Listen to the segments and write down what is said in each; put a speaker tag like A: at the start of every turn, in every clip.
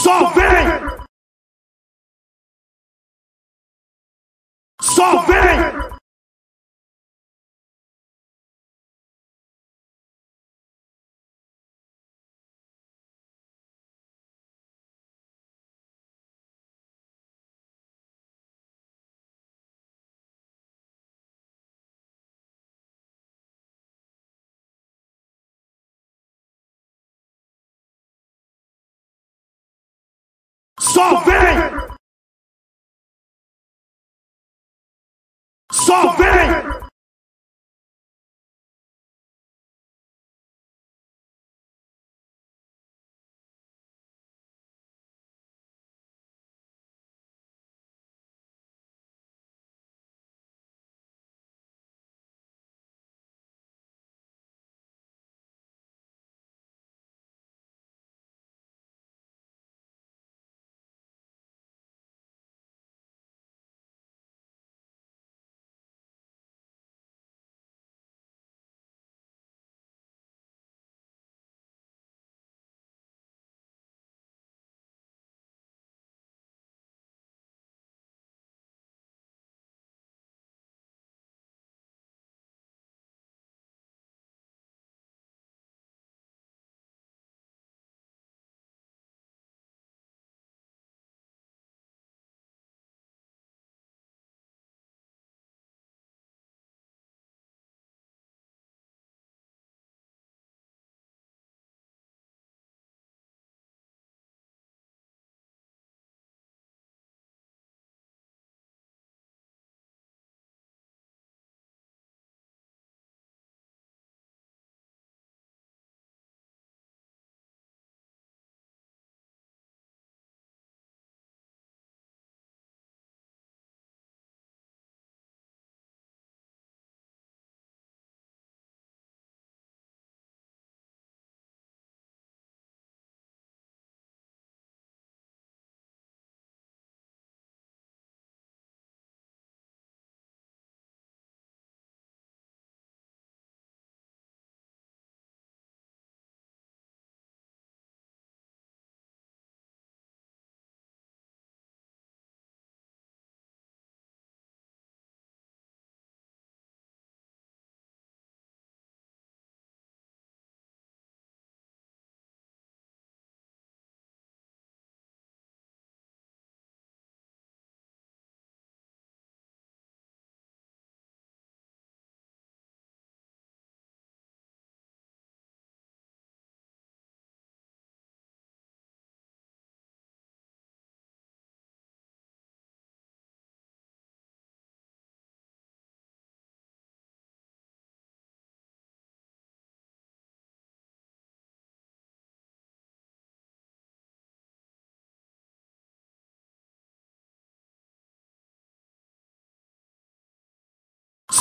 A: Só vem! Só vem! Só vem! Só vem!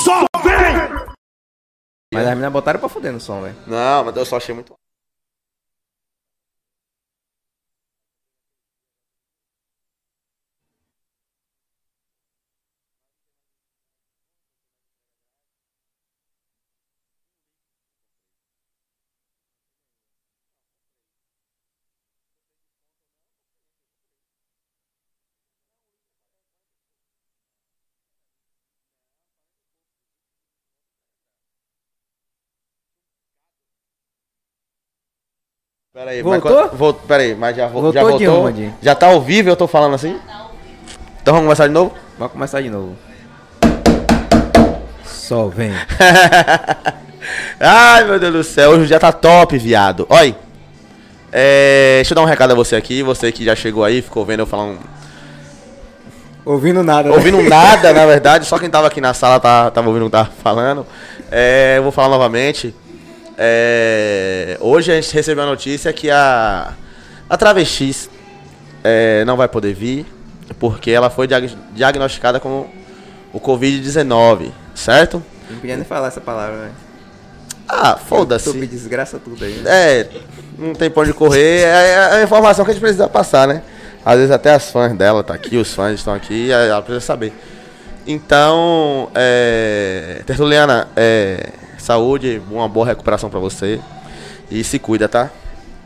A: Só vem!
B: Mas as meninas botaram pra fuder no som, velho.
C: Não, mas eu só achei muito. Pera aí,
B: Voltou?
C: Mas, quando- vol- pera aí, mas já, vo,
B: Voltou
C: já
B: de
C: voltou?
B: onde?
C: Já tá ao vivo eu tô falando assim? Então vamos começar de novo?
B: Vamos começar de novo. Só vem.
C: Ai, meu Deus do céu, hoje o dia tá top, viado. Oi. É, deixa eu dar um recado a você aqui, você que já chegou aí, ficou vendo eu falar um.
B: Ouvindo nada, né?
C: Ouvindo nada, na verdade, só quem tava aqui na sala tá, tava ouvindo o que tava falando. É, eu vou falar novamente. É, hoje a gente recebeu a notícia que a, a travesti é, não vai poder vir, porque ela foi diag- diagnosticada com o Covid-19, certo?
B: Não podia nem falar essa palavra, né?
C: Ah, foda-se.
B: YouTube desgraça tudo aí. né?
C: É, não tem pra onde correr. É a- a informação que a gente precisa passar, né? Às vezes até as fãs dela tá aqui, os fãs estão aqui, aí ela precisa saber. Então, é, Tertuliana, é, saúde, uma boa recuperação pra você. E se cuida, tá?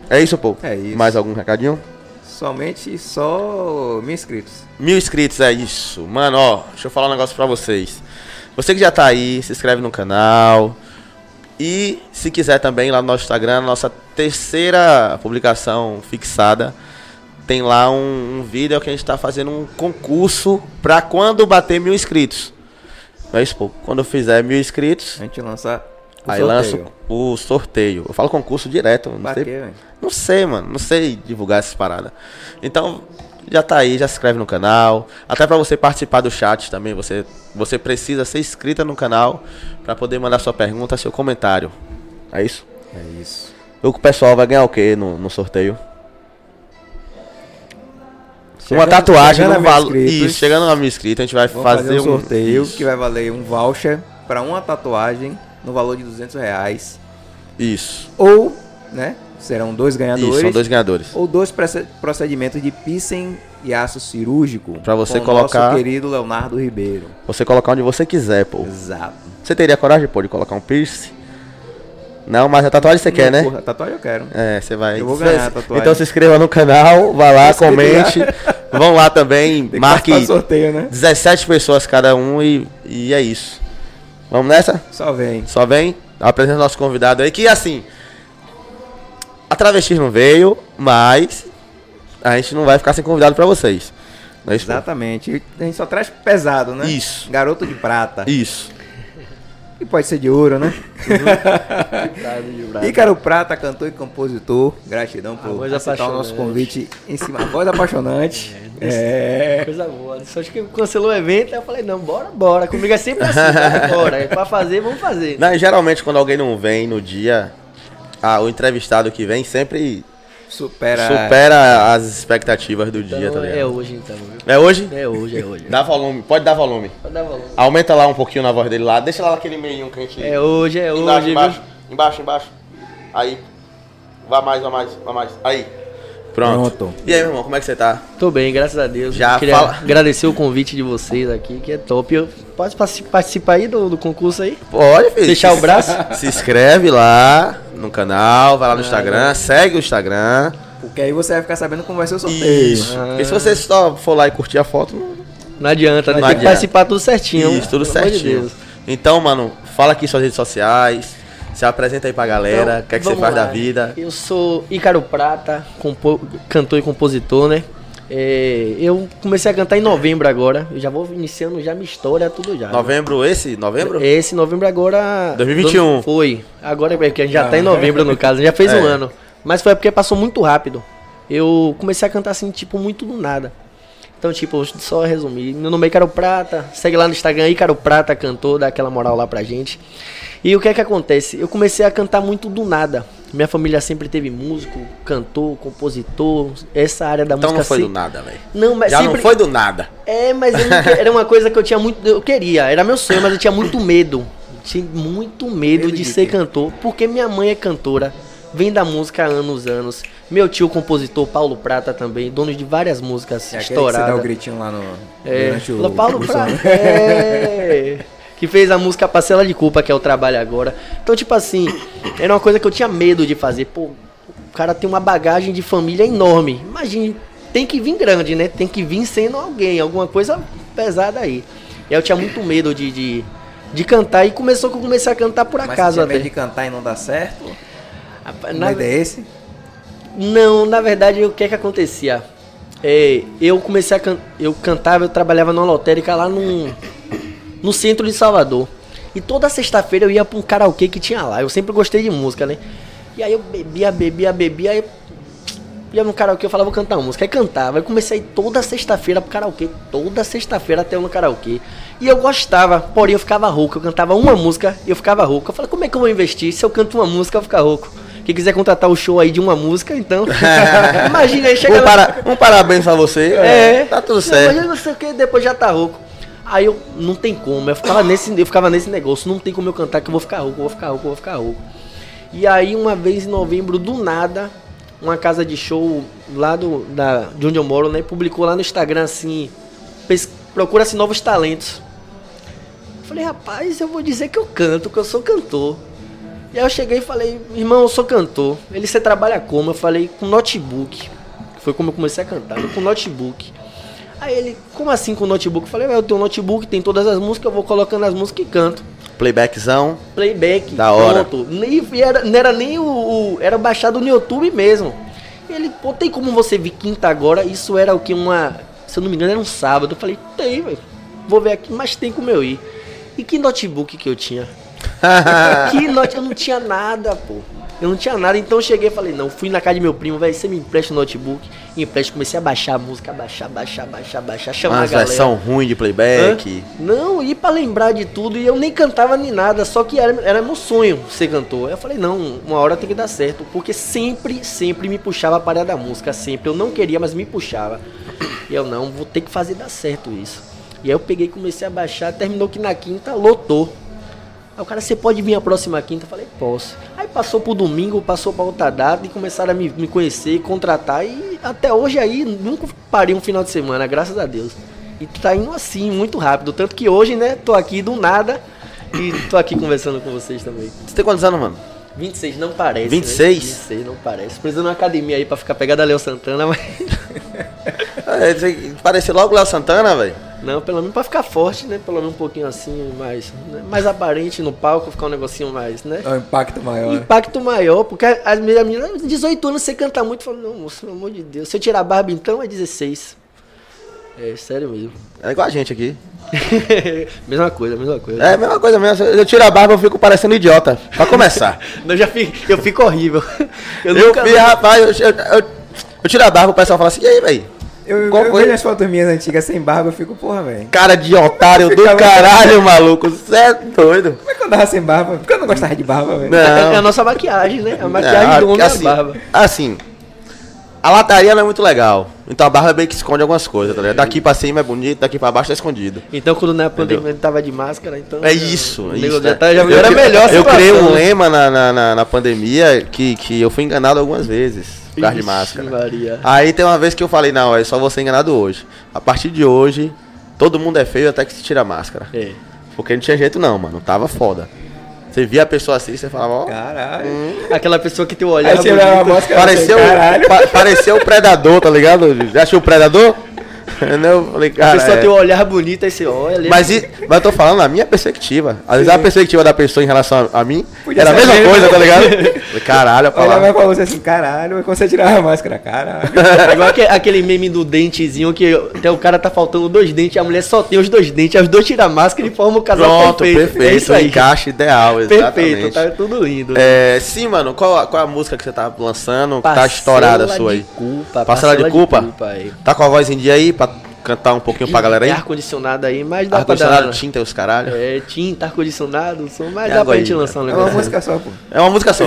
C: É isso, pô.
B: É isso.
C: Mais algum recadinho?
B: somente só mil inscritos.
C: Mil inscritos, é isso. Mano, ó, deixa eu falar um negócio pra vocês. Você que já tá aí, se inscreve no canal. E se quiser também lá no nosso Instagram, nossa terceira publicação fixada, tem lá um, um vídeo que a gente tá fazendo um concurso pra quando bater mil inscritos. Não é isso, pô. Quando eu fizer mil inscritos,
B: A gente lança É, o
C: aí
B: sorteio.
C: lanço o sorteio. Eu falo concurso direto, não
B: Bateu,
C: sei
B: velho.
C: não sei, mano. Não sei divulgar essas paradas. Então, já tá aí, já se inscreve no canal. Até pra você participar do chat também, você, você precisa ser inscrita no canal pra poder mandar sua pergunta, seu comentário. É isso?
B: É isso.
C: O pessoal vai ganhar o quê no, no sorteio? Uma
B: Chegando-
C: tatuagem
B: chegando a
C: no
B: mil
C: valor.
B: inscritos,
C: Isso, chegando a mil inscritos, a gente vai
B: vamos
C: fazer,
B: um sorteio
C: Isso.
B: que vai valer um voucher pra uma tatuagem no valor de 200 reais.
C: Isso.
B: Ou, né? Serão dois ganhadores.
C: Isso, são dois ganhadores.
B: Ou dois proce- procedimentos de piercing e aço cirúrgico.
C: Pra você
B: com o
C: colocar-
B: Nosso querido Leonardo Ribeiro.
C: Você colocar onde você quiser, pô.
B: Exato.
C: Você teria coragem, pô, de colocar um piercing? Não, mas a tatuagem você quer, né?
B: Porra, tatuagem eu quero.
C: É, você vai.
B: Eu vou ganhar a
C: Cê-
B: tatuagem.
C: Então se inscreva no canal, vá lá,
B: Se inscreve
C: comente. Vão lá também,
B: Tem que
C: marque
B: participar do sorteio, né?
C: 17 pessoas cada um e, e é isso. Vamos nessa?
B: Só vem.
C: Só vem, apresenta o nosso convidado aí, que assim. A travesti não veio, mas a gente não vai ficar sem convidado pra vocês. Não é isso? pô?
B: Exatamente. A gente só traz pesado, né?
C: Isso.
B: Garoto de prata.
C: Isso.
B: E pode ser de ouro, né? Ícaro Prata, cantor e compositor. Gratidão
D: A
B: por
D: voz
B: aceitar o nosso
D: apaixonante.
B: convite em cima. A voz apaixonante. É.
D: Coisa boa. Só acho que cancelou o evento, aí eu falei, não, bora, bora. Comigo é sempre assim, cara, bora. É pra fazer, vamos fazer.
C: Não, e geralmente quando alguém não vem no dia, ah, o entrevistado que vem sempre
B: Supera.
C: supera as expectativas do dia, tá
D: Então, é
C: ligado?
D: hoje então, viu?
C: É hoje?
D: É hoje, é hoje.
C: Dá volume, pode dar volume.
D: Pode dar valor.
C: Aumenta lá um pouquinho na voz dele lá. Deixa lá aquele meinho que a gente.
D: É hoje, é
C: embaixo,
D: hoje,
C: embaixo,
D: viu?
C: embaixo, embaixo. Aí. Vai mais, vai mais, vai mais. Aí. Pronto.
B: Pronto.
C: E aí, meu irmão, como é que você tá?
D: Tô bem, graças a Deus.
C: Já
D: Queria
C: fala.
D: agradecer o convite de vocês aqui, que é top. Eu posso partic- participar aí do, do concurso aí?
C: Olha, filho.
D: Fechar o braço?
C: Se inscreve lá no canal, vai lá
D: Ah.
C: no Instagram, segue o Instagram.
B: Porque aí você vai ficar sabendo como vai ser o sorteio. né?
C: Isso.
D: Ah.
C: Porque se você só for lá e curtir a foto, não
D: Não adianta, né?
C: Não adianta.
D: Tem que participar tudo certinho.
C: Isso, tudo
D: pelo amor de
C: certinho.
D: Deus.
C: Então, mano, fala aqui suas redes sociais, se apresenta aí pra galera, o
D: Então,
C: que é que você
D: vamos
C: faz
D: lá.
C: da vida.
D: Eu sou Ícaro Prata, compo- cantor e compositor, né? É, eu comecei a cantar em novembro agora. Eu já vou iniciando já minha história, tudo já.
C: Novembro esse? Novembro?
D: Esse novembro agora.
C: 2021.
D: Foi. Agora é porque a gente já tá em novembro, no caso, já fez
C: Ah, É.
D: um ano. Mas foi porque passou muito rápido. Eu comecei a cantar assim, tipo, muito do nada. Então, tipo, só resumir. Meu nome é Icaro Prata. Segue lá no Instagram, Icaro Prata, cantor, dá aquela moral lá pra gente. E o que é que acontece? Eu comecei a cantar muito do nada. Minha família sempre teve músico, cantor, compositor. Essa área da
C: Então
D: música.
C: não foi do
D: sempre-
C: nada, velho.
D: Não, mas
C: Já
D: sempre...
C: não foi do nada.
D: É, mas eu não que- era uma coisa que eu tinha muito. Eu queria, era meu sonho, mas eu tinha muito medo. Tinha muito medo
B: Medo
D: de
B: de
D: ser
B: quê?
D: cantor, porque minha mãe é cantora, vem da música há anos, anos. Meu tio, compositor, Paulo Prata também, dono de várias músicas
B: É aquele que você dá o
D: estouradas.
B: gritinho lá no.
D: É,
B: durante
D: fala, Paulo
B: Né, o né?
D: Prata. É, que fez a música Parcela de Culpa, que é o trabalho agora. Então, tipo assim, era uma coisa que eu tinha medo de fazer. Pô, o cara tem uma bagagem de família enorme. Imagine, tem que vir grande, né? Tem que vir sendo alguém, alguma coisa pesada aí. E aí eu tinha muito medo de, de, de cantar. E começou que eu comecei a cantar por
B: Mas
D: acaso
B: você tinha
D: até.
B: medo de cantar e não dar certo?
D: Rapaz,
B: Na... Medo é esse?
D: não, na verdade, o que é que acontecia? É, eu comecei a can... eu cantava, eu trabalhava numa lotérica lá no no centro de Salvador. E toda sexta-feira eu ia pra um karaokê que tinha lá. Eu sempre gostei de música, né? E aí eu bebia, bebia, bebia, aí ia no karaokê, eu falava, vou cantar uma música. Aí cantava, aí comecei a ir toda sexta-feira pro karaokê, toda sexta-feira até eu no karaokê. E eu gostava, porém eu ficava rouco, eu cantava uma música e eu ficava rouco. Eu falei, como é que eu vou investir? Se eu canto uma música, eu vou ficar rouco. Quem quiser contratar o show aí de uma música, então. Imagina aí, chega
C: Um,
D: lá-
C: para- um parabéns pra você.
D: é.
C: Tá tudo
D: Não, mas
C: certo.
D: eu não sei o que, depois já tá rouco. Aí eu, não tem como, eu ficava nesse, eu ficava nesse negócio, não tem como eu cantar que eu vou ficar rouco, eu vou ficar rouco, eu vou ficar rouco. E aí uma vez em novembro, do nada, uma casa de show lá do, da, de onde eu moro, né, publicou lá no Instagram assim, pes- procura-se novos talentos. Eu Falei, rapaz, eu vou dizer que eu canto, que eu sou cantor. E aí eu cheguei e falei, irmão, eu sou cantor. Ele, você trabalha como? Eu falei, com notebook. Que Foi como eu comecei a cantar, com notebook. Aí ele, como assim com notebook? Eu falei, "Ué, eu tenho um notebook, tem todas as músicas, eu vou colocando as músicas e canto.
C: Playbackzão.
D: Playback,
C: Da hora.
D: pronto. Nem, e era, não era nem o, o- Era baixado no YouTube mesmo. Ele, pô, tem como você vir quinta agora? Isso era o que? Uma. Se eu não me engano, era um sábado. Eu falei, tem, velho. Vou ver aqui, mas tem como eu ir. E que notebook que eu tinha?
C: Ah.
D: que note... Eu não tinha nada, pô. Eu não tinha nada, então eu cheguei e falei, não, fui na casa de meu primo, velho, você me empresta o notebook? Empresta, comecei a baixar a música, baixar, baixar, baixar, baixar, chamar
C: Umas
D: a galera.
C: versão ruim de
D: Hã?
C: playback.
D: Não, e pra lembrar de tudo, e eu nem cantava nem nada, só que era, era meu sonho ser cantor. Eu falei, não, uma hora tem que dar certo, porque sempre, sempre me puxava a parada da música, sempre. Eu não queria, mas me puxava. E eu, não, vou ter que fazer dar certo isso. E aí eu peguei, e comecei a baixar, terminou que na quinta lotou. Aí o cara, você pode vir a próxima quinta? Eu falei, posso. Aí passou pro domingo, passou pra outra data e começaram a me, me conhecer, contratar e até hoje aí nunca parei um final de semana, graças a Deus. E tá indo assim, muito rápido. Tanto que hoje, né, tô aqui do nada e tô aqui conversando com vocês também.
C: Você tem quantos anos, mano?
D: 26 não parece. né?
C: 26?
D: 26 não parece. Precisa de uma academia aí pra ficar pegada a Léo Santana, mas.
C: É, você- Pareceu logo o Léo Santana, velho.
D: Não, pelo menos pra ficar forte, né? Pelo menos um pouquinho assim, mais, né, mais aparente no palco, ficar um negocinho mais, né?
B: É um impacto maior. né?
D: Impacto maior, porque as minhas meninas, 18 anos, você canta muito, fala, não, moço, pelo amor de Deus. Se eu tirar a barba então é 16. É sério mesmo.
C: É igual a gente aqui.
D: mesma coisa, mesma coisa.
C: É a mesma coisa mesmo. Eu tiro a barba, eu fico parecendo idiota. Pra começar.
D: Eu já fico, eu fico horrível.
C: eu
D: nunca-
C: vi, rapaz, eu, eu, eu- eu tiro a barba, o pessoal fala assim, e aí, velho?
B: Eu, eu
C: Qual foi?
B: vejo as fotos minhas antigas sem barba, eu fico, porra, velho.
C: Cara de otário do caralho, maluco. Você é doido.
B: Como é que eu andava sem barba? Porque eu não gostava de barba, velho.
C: Não.
D: É a nossa maquiagem, né? A maquiagem
C: É,
D: do homem é
C: assim,
D: a barba.
C: Assim, a lataria não é muito legal. Então a barba meio que esconde algumas coisas, tá ligado? Daqui pra cima é bonito, daqui pra baixo tá escondido.
D: Então, quando na pandemia ele tava de máscara, então.
C: É isso,
D: o
C: é
D: nego
C: isso.
D: já
C: né?
D: tá- já
C: eu,
D: melhora
C: cri-
D: melhor a
C: eu
D: situação,
C: criei um
D: né?
C: lema na, na, na- na pandemia que, que eu fui enganado algumas vezes. Por causa de
D: Ixi,
C: máscara.
D: Maria.
C: Aí tem uma vez que eu falei, não, é só vou ser enganado hoje. A partir de hoje, todo mundo é feio até que se tira a máscara.
D: É.
C: Porque não tinha jeito não, mano. Tava foda. Você via a pessoa assim, você falava, ó.
B: Caralho.
D: Aquela pessoa que tem o olhar.
B: Aí você olhava a
D: bonito.
B: máscara
C: Pareceu, um
B: você, caralho.
C: pa- pareceu o predador, tá ligado? Já achou o predador? Não, eu falei,
D: A
C: cara.
D: pessoa
C: é.
D: tem o olhar bonito, aí você olha.
C: mas, e- mas eu tô falando a minha perspectiva. Às vezes a perspectiva da pessoa em relação a, a mim
B: Podia
C: era a
B: ser
C: mesma
B: mesmo.
C: coisa, tá ligado? Eu falei, Caralho, a
B: Olha,
C: palavra.
B: vai pra você assim, caralho, mas quando você tirava a máscara, caralho.
D: É igual aque- aquele meme do dentezinho que até o cara tá faltando dois dentes, a mulher só tem os dois dentes, as duas tiram a máscara e formam o casal
C: Pronto, perfeito.
D: É isso
C: O
D: aí.
C: encaixe ideal, exatamente.
D: Perfeito, tá tudo lindo.
C: É, sim, mano, qual, a- qual a música que você tá lançando? que tá
D: Parcela
C: estourada a
D: de
C: sua aí.
D: Culpa,
C: Parcela de culpa?
D: aí.
C: Tá com a voz em dia aí pra cantar um pouquinho pra galera aí?
D: Tem ar-condicionado aí, mas dá pra
C: Ar-condicionado,
D: dar.
C: tinta e os caralho.
D: É, tinta, ar-condicionado, som, mas
C: E
D: dá pra
C: agora
D: gente
C: aí? né?
D: lançar um
B: É
D: negócio.
B: uma música só, pô.
C: É uma música só.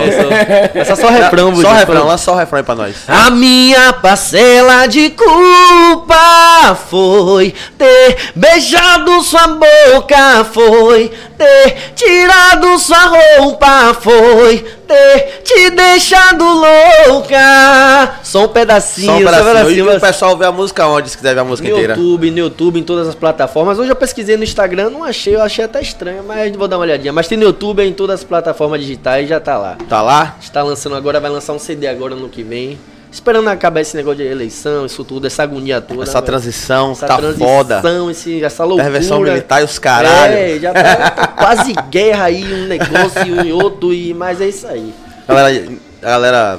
D: Essa só refrão,
C: Só
D: bonito.
C: refrão, lança só o refrão aí pra nós.
D: A minha parcela de culpa foi ter beijado sua boca, foi ter tirado sua roupa, foi ter te deixado louca. Só
C: Só um
D: um pedacinho, pedacinho,
C: pedacinho. E o
D: pedacinho.
C: pessoal vê a música onde, se quiser ver a música
D: No
C: inteira.
D: YouTube, no YouTube, em todas as plataformas. Hoje eu pesquisei no Instagram, não achei, eu achei até estranho, mas vou dar uma olhadinha. Mas tem no YouTube, em todas as plataformas digitais, já tá lá
C: Tá lá?
D: está lançando agora, vai lançar um CD agora no que vem. Esperando acabar esse negócio de eleição, isso tudo, essa agonia toda.
C: Essa
D: velho.
C: transição
D: Essa
C: tá foda.
D: esse- essa loucura.
C: Perversão militar e os caralho.
D: É, já tá, tá quase guerra aí, um negócio e um e outro, e, mas é isso aí.
C: Galera, a galera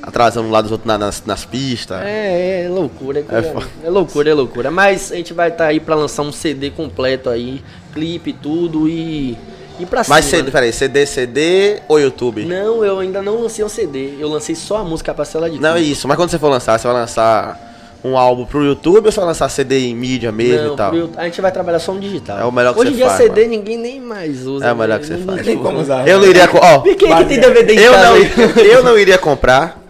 C: atrasando um lado dos outros na- nas, nas pistas.
D: É, é loucura, é, coisa-
C: foda.
D: é loucura, é loucura. Mas a gente vai estar aí pra lançar um CD completo aí, clipe, tudo, e, e pra
C: Mas
D: cima, né?
C: CD, peraí, CD, CD ou YouTube? Não,
D: Não, eu ainda não lancei um CD, eu lancei só a música Parcela de
C: é
D: Culpa.
C: isso. Mas quando você for lançar, você vai lançar um álbum pro YouTube ou você vai lançar CD em mídia mesmo
D: Não,
C: e tal?
D: pro YouTube- a gente vai trabalhar só no digital.
C: É o melhor que
D: Hoje
C: você
D: em dia
C: faz,
D: CD
C: mano.
D: ninguém nem mais usa.
C: É o melhor
D: né?
C: que você
D: Não-
C: faz.
D: não-
B: Tem como usar. né?
C: Eu não iria. co- Ó,
D: E quem é que tem DVD em
C: eu
D: casa
C: não,
D: aí?
C: eu não iria comprar.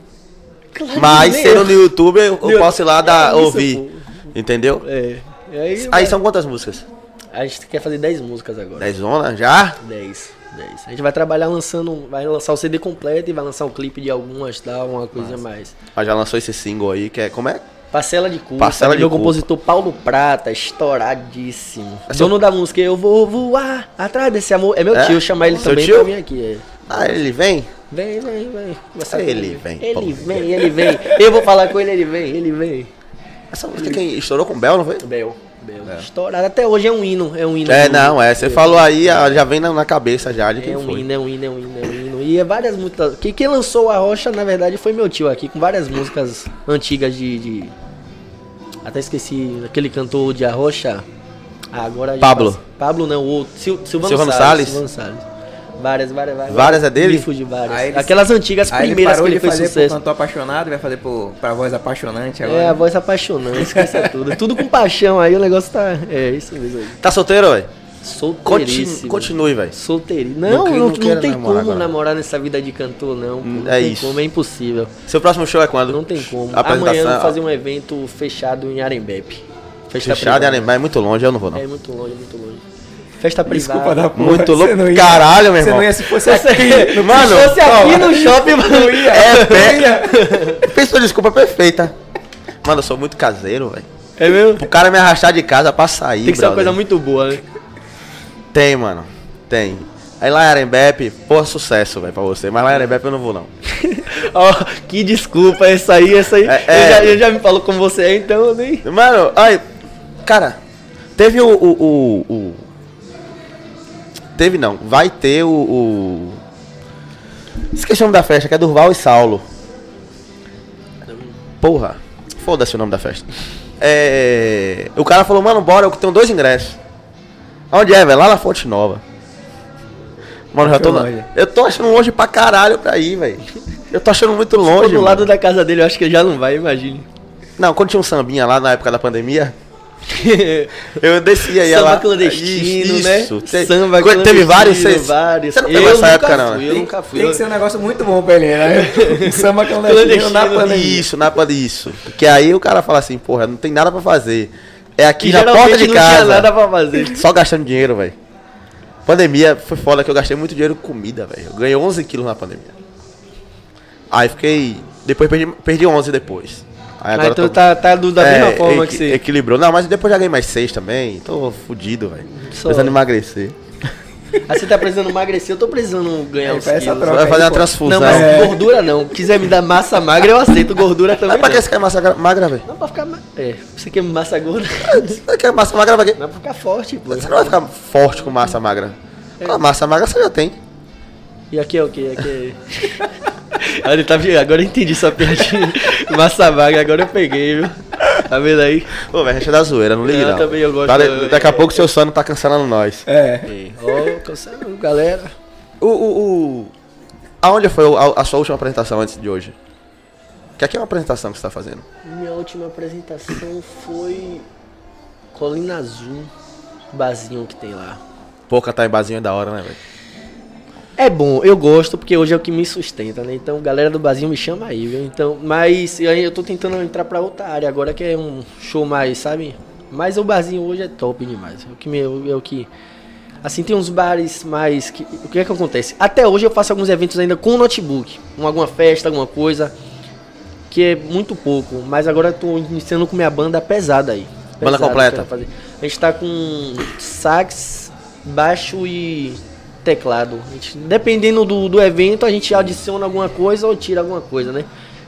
D: Claro que
C: Mas
D: nem
C: sendo
D: eu.
C: no YouTube, eu, eu
D: Meu-
C: posso ir lá dar,
D: É isso,
C: ouvir. Entendeu?
D: É. E Aí,
C: Aí são quantas músicas?
D: A gente quer fazer 10 músicas agora.
C: Dezona já?
D: 10. 10. A gente vai trabalhar lançando. um- Vai lançar o CD completo e vai lançar um clipe de algumas, tal, uma coisa mais.
C: Mas Ah, já lançou esse single aí, que é. Como é?
D: Parcela de culpa.
C: Parcela
D: do
C: de
D: meu
C: culpa.
D: compositor Paulo Prata, estouradíssimo.
C: É seu-
D: Dono da música, eu vou voar atrás desse amor. É meu
C: É?
D: tio, chamar ele
C: Seu
D: também
C: tio?
D: pra mim aqui. É.
C: Ah, ele vem?
D: Vem, vem, vem. Você
C: Ele vem,
D: Ele
C: Paulo.
D: vem, ele vem. Eu vou falar com ele, ele vem, ele vem.
C: Essa música quem estourou com o Bel, não foi?
D: Bel. Bel. Estourado. Até hoje é um hino. É um hino.
C: É,
D: do-
C: não, é. Você falou aí, ah, já vem na, na cabeça já de quem
D: É um
C: foi.
D: hino, é um hino, é um hino, é um hino. E é várias músicas. Que quem lançou a rocha, na verdade, foi meu tio aqui, com várias músicas antigas de. de- Até esqueci aquele cantor de Arrocha. Ah, agora já
C: Pablo.
D: passa- Pablo não, o outro. Sil- Silvano,
C: Silvano Salles?
D: Salles. Silvano Salles. Várias, várias, várias.
C: Várias é dele?
D: Me fugi várias.
B: Aí ele-
D: Aquelas antigas
B: Aí ele
D: primeiras
B: parou
D: que ele
B: de
D: fez
B: fazer pro
D: sucesso.
B: cantor apaixonado e vai fazer pro, pra voz apaixonante agora.
D: É, a voz apaixonante, esqueça tudo. Tudo com paixão aí, o negócio tá. É, isso mesmo aí.
C: Tá solteiro, velho?
D: Solteiríssimo.
C: Continue, continue, velho.
D: Solteirinho.
C: Não
D: Não,
C: que-
D: não,
C: não
D: não
C: queira
D: tem
C: namorar
D: como
C: agora.
D: namorar nessa vida de cantor, não. pô. Não
C: é
D: tem
C: isso.
D: como, é impossível.
C: Seu próximo show é quando?
D: Não tem como. Amanhã eu
C: Apresentação.
D: vou fazer um evento fechado em Arembepe. Festa
C: Fechado em
D: privada.
C: Arembá, é muito longe, eu não vou não.
D: É muito longe, muito longe. Festa privada.
B: Desculpa da porra.
C: Muito
B: você
C: louco.
B: não ia.
C: Caralho, meu
B: Você
C: irmão.
B: não ia se fosse
D: Você-
B: aqui. no-
C: Mano,
D: É se fosse aqui
C: calma.
D: no shopping, mano.
C: É,
B: Não
C: pé.
B: ia.
D: É.
C: Fez sua desculpa perfeita. Mano, eu sou muito caseiro, velho.
D: É mesmo?
C: O cara me arrastar de casa pra sair,
D: Tem que ser uma
C: brother.
D: coisa muito boa, né?
C: Tem, mano. Tem. Aí lá em Arembepe, porra, sucesso, velho, pra você. Mas lá em Arembepe eu não vou, não.
D: Ó, que desculpa, essa aí, essa aí.
C: É,
D: Ele
C: é.
D: já, ele já me falou como você é, então eu nem.
C: Mano, aí... Cara, teve o... o, o- o- Teve não. Vai ter o... o... Esqueci o nome da festa, que é Durval e Saulo. Porra. Foda-se o nome da festa. É... O cara falou, mano, bora, eu tenho dois ingressos. Onde é, velho? Lá na Fonte Nova. Mano, eu já tô.
B: Muito
C: na-
B: longe.
C: Eu tô achando longe pra caralho pra ir, velho. Eu tô achando muito
D: Pô,
C: longe.
D: do lado
C: mano.
D: da casa dele, eu acho que já não vai, imagine.
C: Não, quando tinha um sambinha lá na época da pandemia, eu descia e ia
D: Samba
C: lá.
D: clandestino,
C: Isso,
D: né?
C: isso. Te-
D: Samba
C: Co- Teve
D: clandestino,
C: vários. Cês...
D: vários.
C: Você não
D: Eu
C: pegou essa
D: nunca
C: época, não?
D: fui,
C: né?
D: eu nunca fui.
B: Tem que ser um negócio muito bom pra ele, né? Samba que é um
D: Clandestino
B: negócio na pandemia.
C: Isso, na pandemia. Isso. Porque aí o cara fala assim, porra, não tem nada pra fazer. É aqui
D: Que
C: na porta de
D: não
C: casa.
D: tinha nada pra fazer.
C: Só gastando dinheiro, velho. Pandemia foi foda que eu gastei muito dinheiro com comida, velho. Eu ganhei 11 quilos na pandemia. Aí fiquei. Depois perdi, perdi 11 depois. Aí
D: Ah, então
C: tô-
D: tá, tá do- da
C: É,
D: mesma forma
C: equi-
D: que você.
C: Equilibrou. Não, mas depois já ganhei mais 6 também. Tô fudido, velho.
D: Só-
C: Precisando emagrecer.
D: Aí você tá precisando emagrecer, eu tô precisando ganhar
B: Aí
D: uns
B: faz
D: quilos.
B: essa
C: Só
B: troca
C: vai
B: aí,
C: fazer uma
B: pô.
C: transfusão.
D: Não, mas
C: Não,
B: É.
D: gordura não. Quiser me dar massa magra, eu aceito. Gordura também
C: É pra que
D: não.
C: você quer massa magra, velho?
D: Não, pra ficar... ma- É, você quer massa gorda?
C: Você quer massa magra pra quê?
D: Não, pra ficar forte, pô.
C: Você não vai ficar forte com massa magra.
D: É.
C: Com a massa magra você já tem.
D: E aqui é o quê? Aqui é... Olha, tá... vi- agora eu entendi sua piadinha. massa magra, agora eu peguei, viu? Tá vendo aí?
C: Ô, velho, a gente é da zoeira, não liga
D: Não,
C: não.
D: também eu gosto,
C: Tá de-
D: eu-
C: daqui a pouco seu sono tá cancelando nós.
B: É.
D: Ó, cansando, galera.
C: O, o, o- Aonde foi a, a sua última apresentação antes de hoje? Que aqui é uma apresentação que você tá fazendo.
D: Minha última apresentação foi... Colina Azul. Barzinho que tem lá.
C: Pô, cantar em basinho é da hora, né, velho?
D: É bom, eu gosto, porque hoje é o que me sustenta, né? Então, galera do Brasil me chama aí, viu? Então, mas e aí eu tô tentando entrar pra outra área agora, que é um show mais, sabe? Mas o barzinho hoje é top demais. É o que me, é o que assim tem uns bares mais que o que é que acontece? Até hoje eu faço alguns eventos ainda com notebook, um, alguma festa, alguma coisa que é muito pouco, mas agora eu tô iniciando com minha banda pesada aí.
C: Banda
D: Pesada,
C: completa.
D: quero fazer. A gente tá com sax, baixo e teclado. A gente- dependendo do, do evento, a gente adiciona alguma coisa ou tira alguma coisa, né?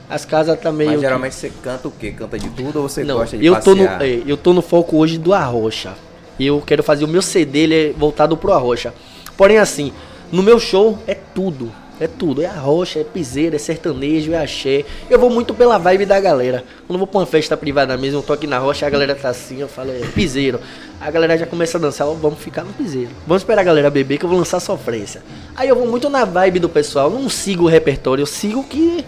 D: As casas tá meio.
B: Mas
D: que-
B: geralmente você canta o quê? Canta de tudo ou você
D: Não,
B: gosta de
D: eu tô, no,
B: passear?
D: é, eu tô no foco hoje do Arrocha. Eu quero fazer o meu CD ele é voltado pro Arrocha. Porém, assim, no meu show é tudo. É tudo. É Arrocha, é piseira, é sertanejo, é axé. Eu vou muito pela vibe da galera. Quando eu vou pra uma festa privada mesmo, eu tô aqui na Rocha, a galera tá assim, eu falo, é piseiro. A galera já começa a dançar, ó, vamos ficar no piseiro. Vamos esperar a galera beber que eu vou lançar sofrência. Aí eu vou muito na vibe do pessoal, não sigo o repertório, eu sigo o que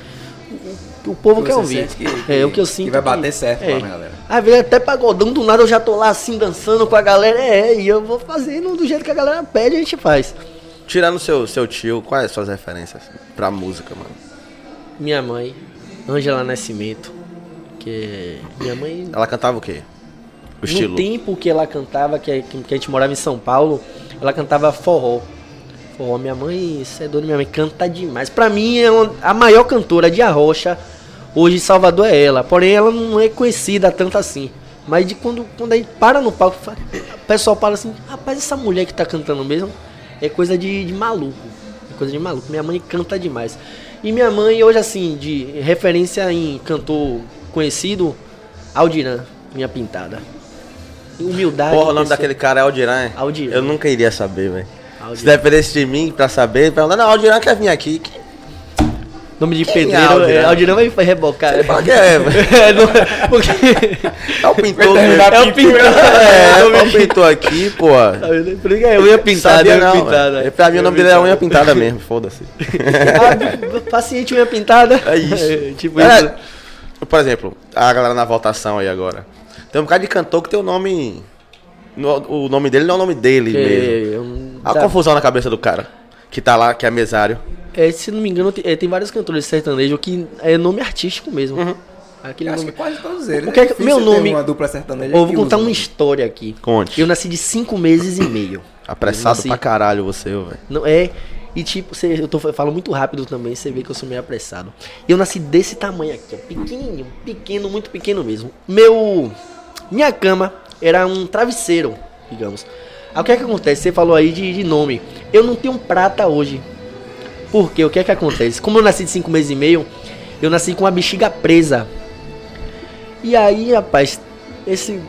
D: o, o povo
B: Que
D: quer
B: você
D: ouvir.
B: sente que-
D: é,
B: que-
D: o que eu
B: que
D: sinto.
B: vai bater certo lá
D: é.
B: na galera.
D: Às vezes até pagodão, do nada eu já tô lá assim dançando com a galera, é, e eu vou fazendo do jeito que a galera pede, a gente faz.
C: Tirando seu, seu tio, quais as suas referências pra música, mano?
D: Minha mãe, Ângela Nascimento, que é- minha mãe
C: Ela cantava o quê? O estilo?
D: No tempo que ela cantava, que, que que a gente morava em São Paulo, ela cantava forró. Forró, minha mãe, isso é doido, minha mãe canta demais. Pra mim, é uma- a maior cantora de Arrocha hoje em Salvador é ela. Porém, ela não é conhecida tanto assim. Mas de quando, quando a gente para no palco, fala- o pessoal fala assim, rapaz, essa mulher que tá cantando mesmo é coisa de, de maluco. É coisa de maluco. Minha mãe canta demais. E minha mãe, hoje, assim, de referência em cantor conhecido, Aldiran, minha pintada. Humildade.
C: Porra, o nome
D: pessoa-
C: daquele cara é Aldiran. é?
D: Aldiran.
C: Eu nunca iria saber, velho.
D: Aldiran.
C: Se dependesse de mim pra saber, perguntando, não, Aldiran quer vir aqui. Que
D: Nome de
C: Quem é
D: pedreiro.
C: Aldiran?
D: é, Aldiran vai vai rebocar. né?
C: porra que é, velho?
D: É, não- porque...
C: É o pintor.
E: Vai terminar
C: É o
E: pintura.
C: pintor. É, é o pintor aqui, porra.
D: Por isso que é unha pintada,
C: Sabia
D: unha
C: não,
D: pintada.
C: velho. Pra mim o nome dele é unha pintada mesmo, foda-se.
D: Ah, paciente unha pintada.
C: É isso.
D: tipo
C: É,
D: isso.
C: Por exemplo, a galera na votação aí agora. Tem um cara de cantor que tem o nome. no- o nome dele não é o nome dele mesmo. Ah,
D: eu não-
C: Olha a
D: tá.
C: confusão na cabeça do cara. Que tá lá, que é mesário.
D: É, se não me engano, tem, é, tem vários cantores de sertanejo que é nome artístico mesmo.
C: Uhum.
D: Aquele
B: Acho
D: nome.
B: que quase todos eles.
D: O que é que-
B: Difícil
D: meu
B: ter
D: nome-
B: Uma dupla sertaneja
D: Ó, vou
B: que
D: contar um
B: usa.
D: uma história aqui.
C: Conte.
D: Eu nasci de cinco meses e meio.
C: Apressado
D: Nasci-
C: pra caralho você, velho.
D: Não é. E tipo, cê- eu, tô, eu falo muito rápido também, você vê que eu sou meio apressado. Eu nasci desse tamanho aqui, ó, pequenininho, pequeno, muito pequeno mesmo. Meu, minha cama era um travesseiro, digamos. Aí o que é que acontece? Você falou aí de, de nome. Eu não tenho prata hoje. Por quê? O que é que acontece? Como eu nasci de 5 meses e meio, eu nasci com a bexiga presa. E aí, rapaz, esse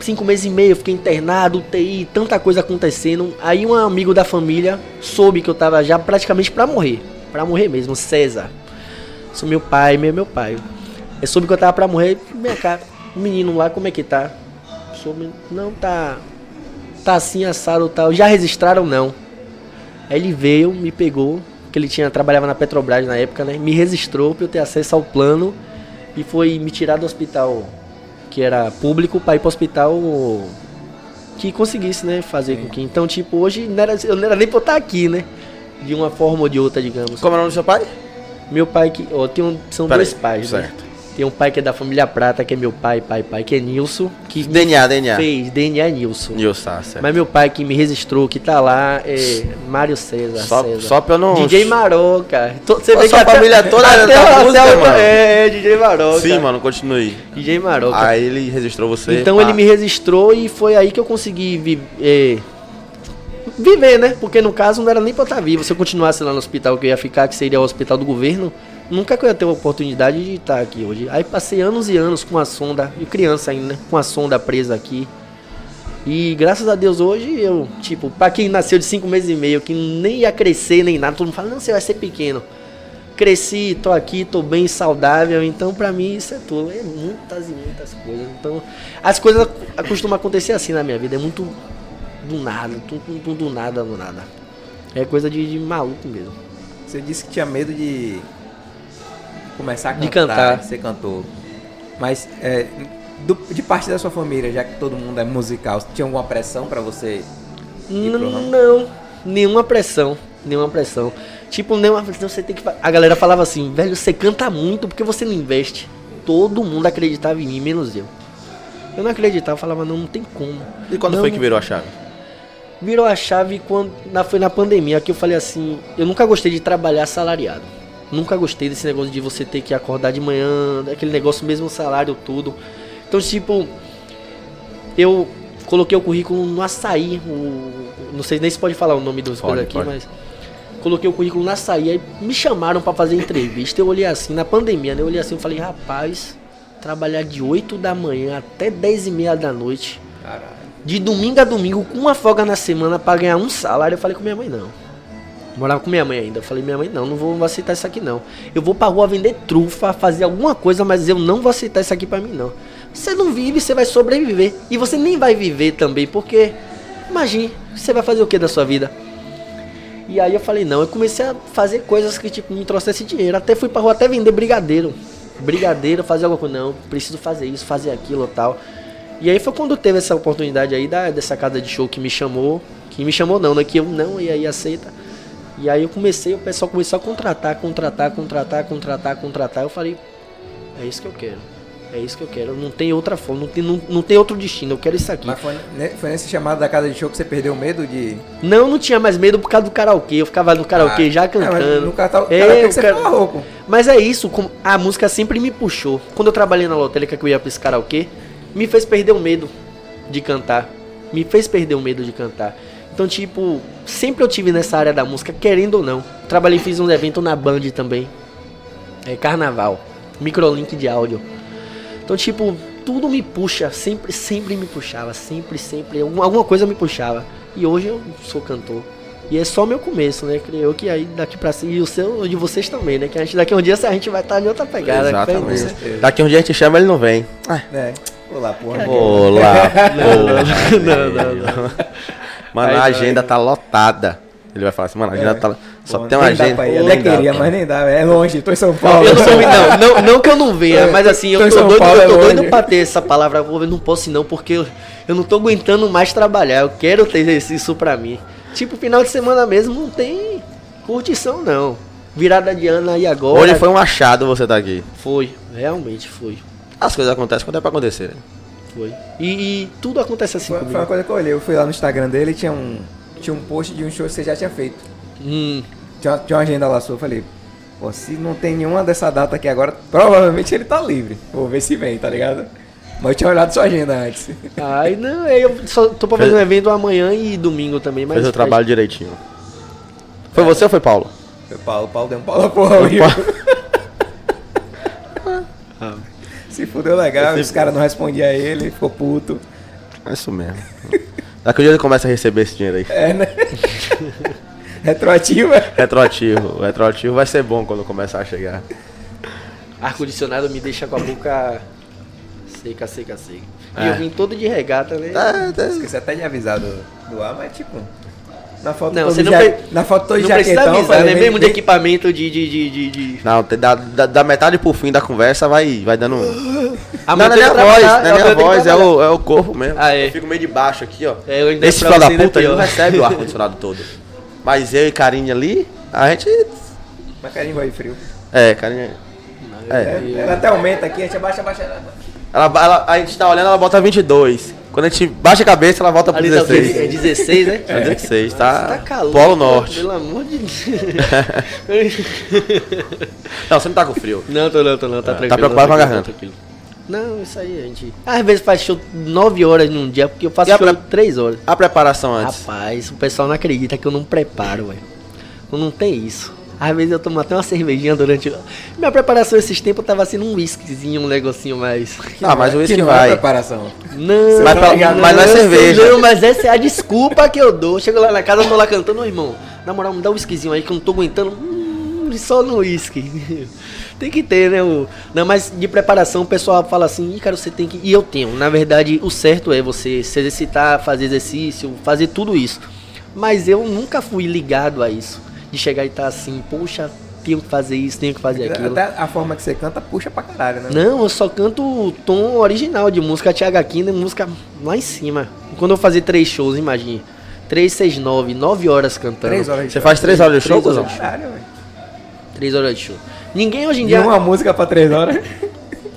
D: cinco meses e meio, eu fiquei internado, UTI, tanta coisa acontecendo. Aí um amigo da família soube que eu tava já praticamente pra morrer. Pra morrer mesmo, César. Sou meu pai, meu, meu pai. Eu soube que eu tava pra morrer, minha cara, o menino lá, como é que tá? Soube, não tá. Tá assim, assado tal. Já registraram não. Aí ele veio, me pegou, que ele tinha trabalhava na Petrobras na época, né? Me registrou pra eu ter acesso ao plano e foi me tirar do hospital que era público pra ir pro hospital que conseguisse, né, fazer com que. Então, tipo, hoje não era, eu não era nem pra eu estar aqui, né? De uma forma ou de outra, digamos.
C: Como é o nome do seu pai?
D: Meu pai que. Ó, tem um, são
C: Peraí,
D: dois pais,
C: certo.
D: né? Tem um pai que é da família Prata, que é meu pai, pai, pai, que é Nilson, que
C: DNA, DNA.
D: fez DNA Nilson.
C: Nilson, tá, certo.
D: Mas meu pai que me registrou, que tá lá, é Mário César.
C: Só-
D: César.
C: só pra eu não-
D: DJ Maroca. To- Você
C: Sua família toda é da
D: o-
C: música,
D: até o-
C: mano.
D: É, é, DJ Maroca.
C: Sim, mano, continue.
D: DJ Maroca.
C: Aí ele registrou você.
D: Então
C: pá.
D: ele me registrou e foi aí que eu consegui vi- é, viver, né? Porque no caso não era nem pra eu estar vivo. Se eu continuasse lá no hospital que eu ia ficar, que seria o hospital do governo, nunca que eu ia ter a oportunidade de estar aqui hoje. Aí passei anos e anos com a sonda, e criança ainda, né? com a sonda presa aqui. E graças a Deus hoje eu, tipo, pra quem nasceu de 5 meses e meio, que nem ia crescer nem nada, todo mundo fala, não, você vai ser pequeno. Cresci, tô aqui, tô bem saudável, então pra mim isso é tudo, é muitas e muitas coisas. Então, as coisas costumam acontecer assim na minha vida, é muito do nada, do, do, do nada, do nada. É coisa de, de maluco mesmo.
B: Você disse que tinha medo de começar a cantar. né?
D: De cantar.
B: Você cantou. Mas é, do- de parte da sua família, já que todo mundo é musical, tinha alguma pressão pra você? E
D: N-
B: pronto.
D: Não, nenhuma pressão, nenhuma pressão. Tipo, nenhuma pressão, você tem que... fa- A galera falava assim, velho, você canta muito porque você não investe. Todo mundo acreditava em mim, menos eu. Eu não acreditava, eu falava, não, não tem como.
C: E quando
D: Não,
C: foi que
D: não-
C: virou a chave?
D: virou a chave quando na, foi na pandemia que eu falei assim, eu nunca gostei de trabalhar salariado. Nunca gostei desse negócio de você ter que acordar de manhã, aquele negócio mesmo salário tudo. Então, tipo, eu coloquei o currículo no açaí, o- não sei nem se pode falar o nome dos
C: Pode,
D: coisas aqui,
C: pode.
D: mas coloquei o currículo no açaí, aí me chamaram pra fazer entrevista. Eu olhei assim, na pandemia, né? Eu olhei assim, eu falei, rapaz, trabalhar de 8 da manhã até 10 e meia da noite. De domingo a domingo, com uma folga na semana pra ganhar um salário, eu falei com minha mãe, não. Morava com minha mãe ainda. Eu falei, minha mãe, não, não vou, não vou aceitar isso aqui não. Eu vou pra rua vender trufa, fazer alguma coisa, mas eu não vou aceitar isso aqui pra mim não. Você não vive, você vai sobreviver. E você nem vai viver também, porque. Imagine, você vai fazer o que da sua vida? E aí eu falei, não, eu comecei a fazer coisas que tipo, me trouxessem dinheiro. Até fui pra rua até vender brigadeiro. Brigadeiro, fazer alguma coisa. Não, preciso fazer isso, fazer aquilo tal. E aí foi quando teve essa oportunidade aí da, dessa casa de show que me chamou. Que me chamou não, né? Que eu não, e aí aceita. E aí eu comecei, o pessoal começou a contratar, contratar, contratar, contratar, contratar. Eu falei, é isso que eu quero. É isso que eu quero. Não tem outra forma, não tem, não, não tem outro destino, eu quero isso aqui.
B: Mas foi, ne- foi nesse chamado da casa de show que você perdeu o medo de.
D: Não, não tinha mais medo por causa do karaokê. Eu ficava no karaokê
B: Ah,
D: já
B: É, mas
D: cantando.
B: no cartão,
D: É,
B: cara,
D: o
B: você
D: cara-
B: fica rouco.
D: Mas é isso, com- a música sempre me puxou. Quando eu trabalhei na lotérica que eu ia pra esse karaokê, me fez perder o medo de cantar. Me fez perder o medo de cantar. Então, tipo, sempre eu tive nessa área da música, querendo ou não. Trabalhei, fiz uns eventos na Band também. É carnaval, microlink de áudio. Então, tipo, tudo me puxa, sempre, sempre me puxava, sempre, sempre, algum- alguma coisa me puxava. E hoje eu sou cantor. E é só meu começo, né? Creio eu que aí daqui pra cima. E o seu, o de vocês também, né? Que a gente daqui a um dia a gente vai estar em outra pegada.
C: Exatamente.
D: fé em Deus.
B: certeza.
C: Daqui um dia a gente chama, ele não vem. Ah,
B: É. Olá, porra.
C: Olá, porra.
D: um Não, não,
C: Mano,
D: Aí É.
C: a
D: vai.
C: agenda tá lotada. Ele vai falar assim, mano, a agenda tá lo- Só
B: Pô,
C: tem uma
B: nem dá pra
C: agenda.
B: ir,
C: Não
B: até
C: dá,
B: queria,
C: pô.
B: mas nem dá, velho. É longe, tô em São Paulo.
D: Eu não sou
C: é-
D: não, não, não que eu não venha,
B: É,
D: mas assim, eu
B: tô em
C: então
B: São
D: tô, doido,
B: Paulo,
D: eu tô
B: é
D: doido
B: longe.
D: pra ter essa palavra, eu não posso não, porque eu, eu não tô aguentando mais trabalhar, eu quero ter esse- isso pra mim. Tipo, final de semana mesmo não tem curtição não. Virada de ano aí agora.
C: Hoje foi um achado você tá aqui.
D: Foi, realmente foi,
C: As coisas acontecem quando é pra acontecer.
D: foi. E, e tudo acontece assim
B: Foi, foi uma
D: comigo.
B: coisa que eu olhei. Eu fui lá no Instagram dele e tinha um, tinha um post de um show que você já tinha feito.
D: Hum,
B: Tinha, tinha uma agenda lá sua. Eu falei, pô, se não tem nenhuma dessa data aqui agora, provavelmente ele tá livre. Vou ver se vem, tá ligado? Mas eu tinha olhado sua agenda antes.
D: ai não, aí eu só tô pra fazer um evento amanhã e domingo também, mas
C: Fez o trabalho direitinho. Foi você ou foi Paulo?
B: Foi Paulo, Paulo deu um pau na porra ao vivo. Se fudeu legal, os caras não respondiam a ele, ficou puto.
C: É isso mesmo. Daqui um dia ele começa a receber esse dinheiro aí.
B: É, né? Retroativa.
C: Retroativo. O retroativo vai ser bom quando começar a chegar.
D: Ar-condicionado me deixa com a boca seca, seca, seca. E
C: É.
D: eu vim todo de regata, né?
B: Esqueci até de avisar do, do ar, mas tipo. Na foto
D: Não,
B: todo
D: você não,
B: ja-
D: pre-
B: Na foto todo
D: não
B: jaquetão,
D: precisa avisar,
B: falei,
D: né?
B: vem-
D: Mesmo de
B: vem-
D: equipamento de... de, de, de, de...
C: Não, tem- da, da, da metade pro fim da conversa vai, vai dando. um. não,
D: Amanhã
C: não é minha voz,
D: eu tenho que trabalhar,
C: não é minha
D: eu tenho que
C: voz, é
D: trabalhar.
C: o, é o corpo mesmo.
D: Ah, é.
C: Eu fico meio de baixo aqui, ó.
D: É, eu ainda
C: Esse
D: pra
C: filho da
D: você ainda
C: puta ele não
D: pior.
C: recebe o ar-condicionado todo. Mas eu e Carinha ali, a gente.
B: Mas carinho vai frio.
C: É, Carinha.
B: É,
C: É.
B: ela até aumenta aqui, a gente abaixa, abaixa. abaixa.
C: Ela, ela- a gente tá olhando, ela bota 22. Quando a gente baixa a cabeça, ela volta pro
D: Ali tá o quê? É
C: 16.
D: 16, né?
C: É 16, tá?
D: Tá calor.
C: Polo Norte.
D: Pelo amor de Deus.
C: Não, você não tá com frio.
D: não, tô não, tô não, tá
C: Tá
D: tranquilo.
C: preocupado com a
D: tá
C: garganta.
D: tranquilo. Não, isso aí, gente. Às vezes faz show 9 horas num dia, porque eu faço
C: E a
D: show
C: pre-
D: 3 horas.
C: A preparação antes.
D: Rapaz, o pessoal não acredita que eu não preparo, velho. Eu não tenho isso. Às vezes eu tomo até uma cervejinha durante. o- Minha preparação esses tempos tava sendo um whiskyzinho, um negocinho mais.
C: Ah, mas o
B: Que
C: uísque
B: não é
C: vai.
B: preparação.
D: Não,
C: Mas pra- mas não é
D: eu sou-
C: cerveja.
D: Não, mas essa é a desculpa que eu dou. Chego lá na casa, tô lá cantando, "Ô, irmão. Na moral, me dá um whiskyzinho aí que eu não tô aguentando. Hum, só no whisky. tem que ter, né? O... Não, mas de preparação o pessoal fala assim, Ih, cara, você tem que. E eu tenho. Na verdade, o certo é você se exercitar, fazer exercício, fazer tudo isso. Mas eu nunca fui ligado a isso. De chegar e estar assim, poxa, tenho que fazer isso, tenho que fazer aquilo.
B: Até a forma que você canta puxa pra caralho, né?
D: Não, eu só canto o tom original de música Tiago Aquino e música lá em cima. Quando eu fazer três shows, imagine. Três, seis, nove, nove horas cantando.
B: Três horas de
C: Você
B: show.
C: faz 3 horas de show,
D: Três
C: cuzão?
D: horas.
B: Caralho, velho.
D: Três horas de show. Ninguém hoje em
B: E
D: dia.
B: uma música pra três horas.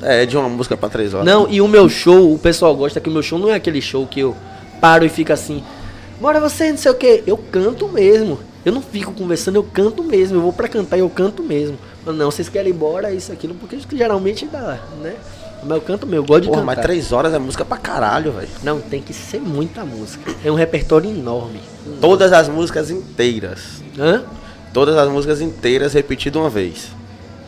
C: É, de uma música pra 3 horas.
D: Não, e o meu show, o pessoal gosta que o meu show não é aquele show que eu paro e fica assim, bora você, não sei o que. Eu canto mesmo. Eu não fico conversando, eu canto mesmo. Eu vou pra cantar e eu canto mesmo. Mas não, vocês querem ir embora, isso, aquilo, porque isso que geralmente dá, né? Mas eu canto mesmo, eu gosto de
C: Porra,
D: cantar.
C: mas 3 horas é música pra caralho, velho.
D: Não, tem que ser muita música. É um repertório enorme.
C: Todas as músicas inteiras.
D: Hã?
C: Todas as músicas inteiras repetidas uma vez.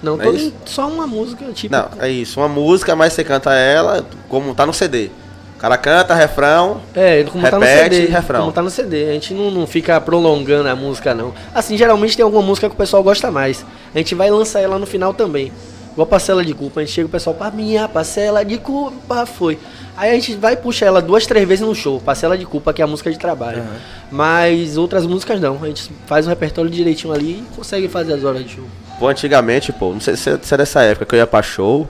D: Não,
C: É
D: todo-
C: isso?
D: só uma música, tipo.
C: Não, é isso. Uma música, mas você canta ela como tá no CD. O cara canta, refrão.
D: É, como tá no
C: Repete
D: CD.
C: refrão.
D: Como tá no CD. A gente não, não fica prolongando a música, não. Assim, geralmente tem alguma música que o pessoal gosta mais. A gente vai lançar ela no final também. Igual parcela de culpa. A gente chega o pessoal, pá, minha parcela de culpa foi. Aí a gente vai puxar ela duas, três vezes no show. Parcela de culpa, que é a música de trabalho. Mas outras músicas não. A gente faz um repertório direitinho ali e consegue fazer as horas de show.
C: Pô, antigamente, pô, não sei se é- se é dessa época que eu ia pra show.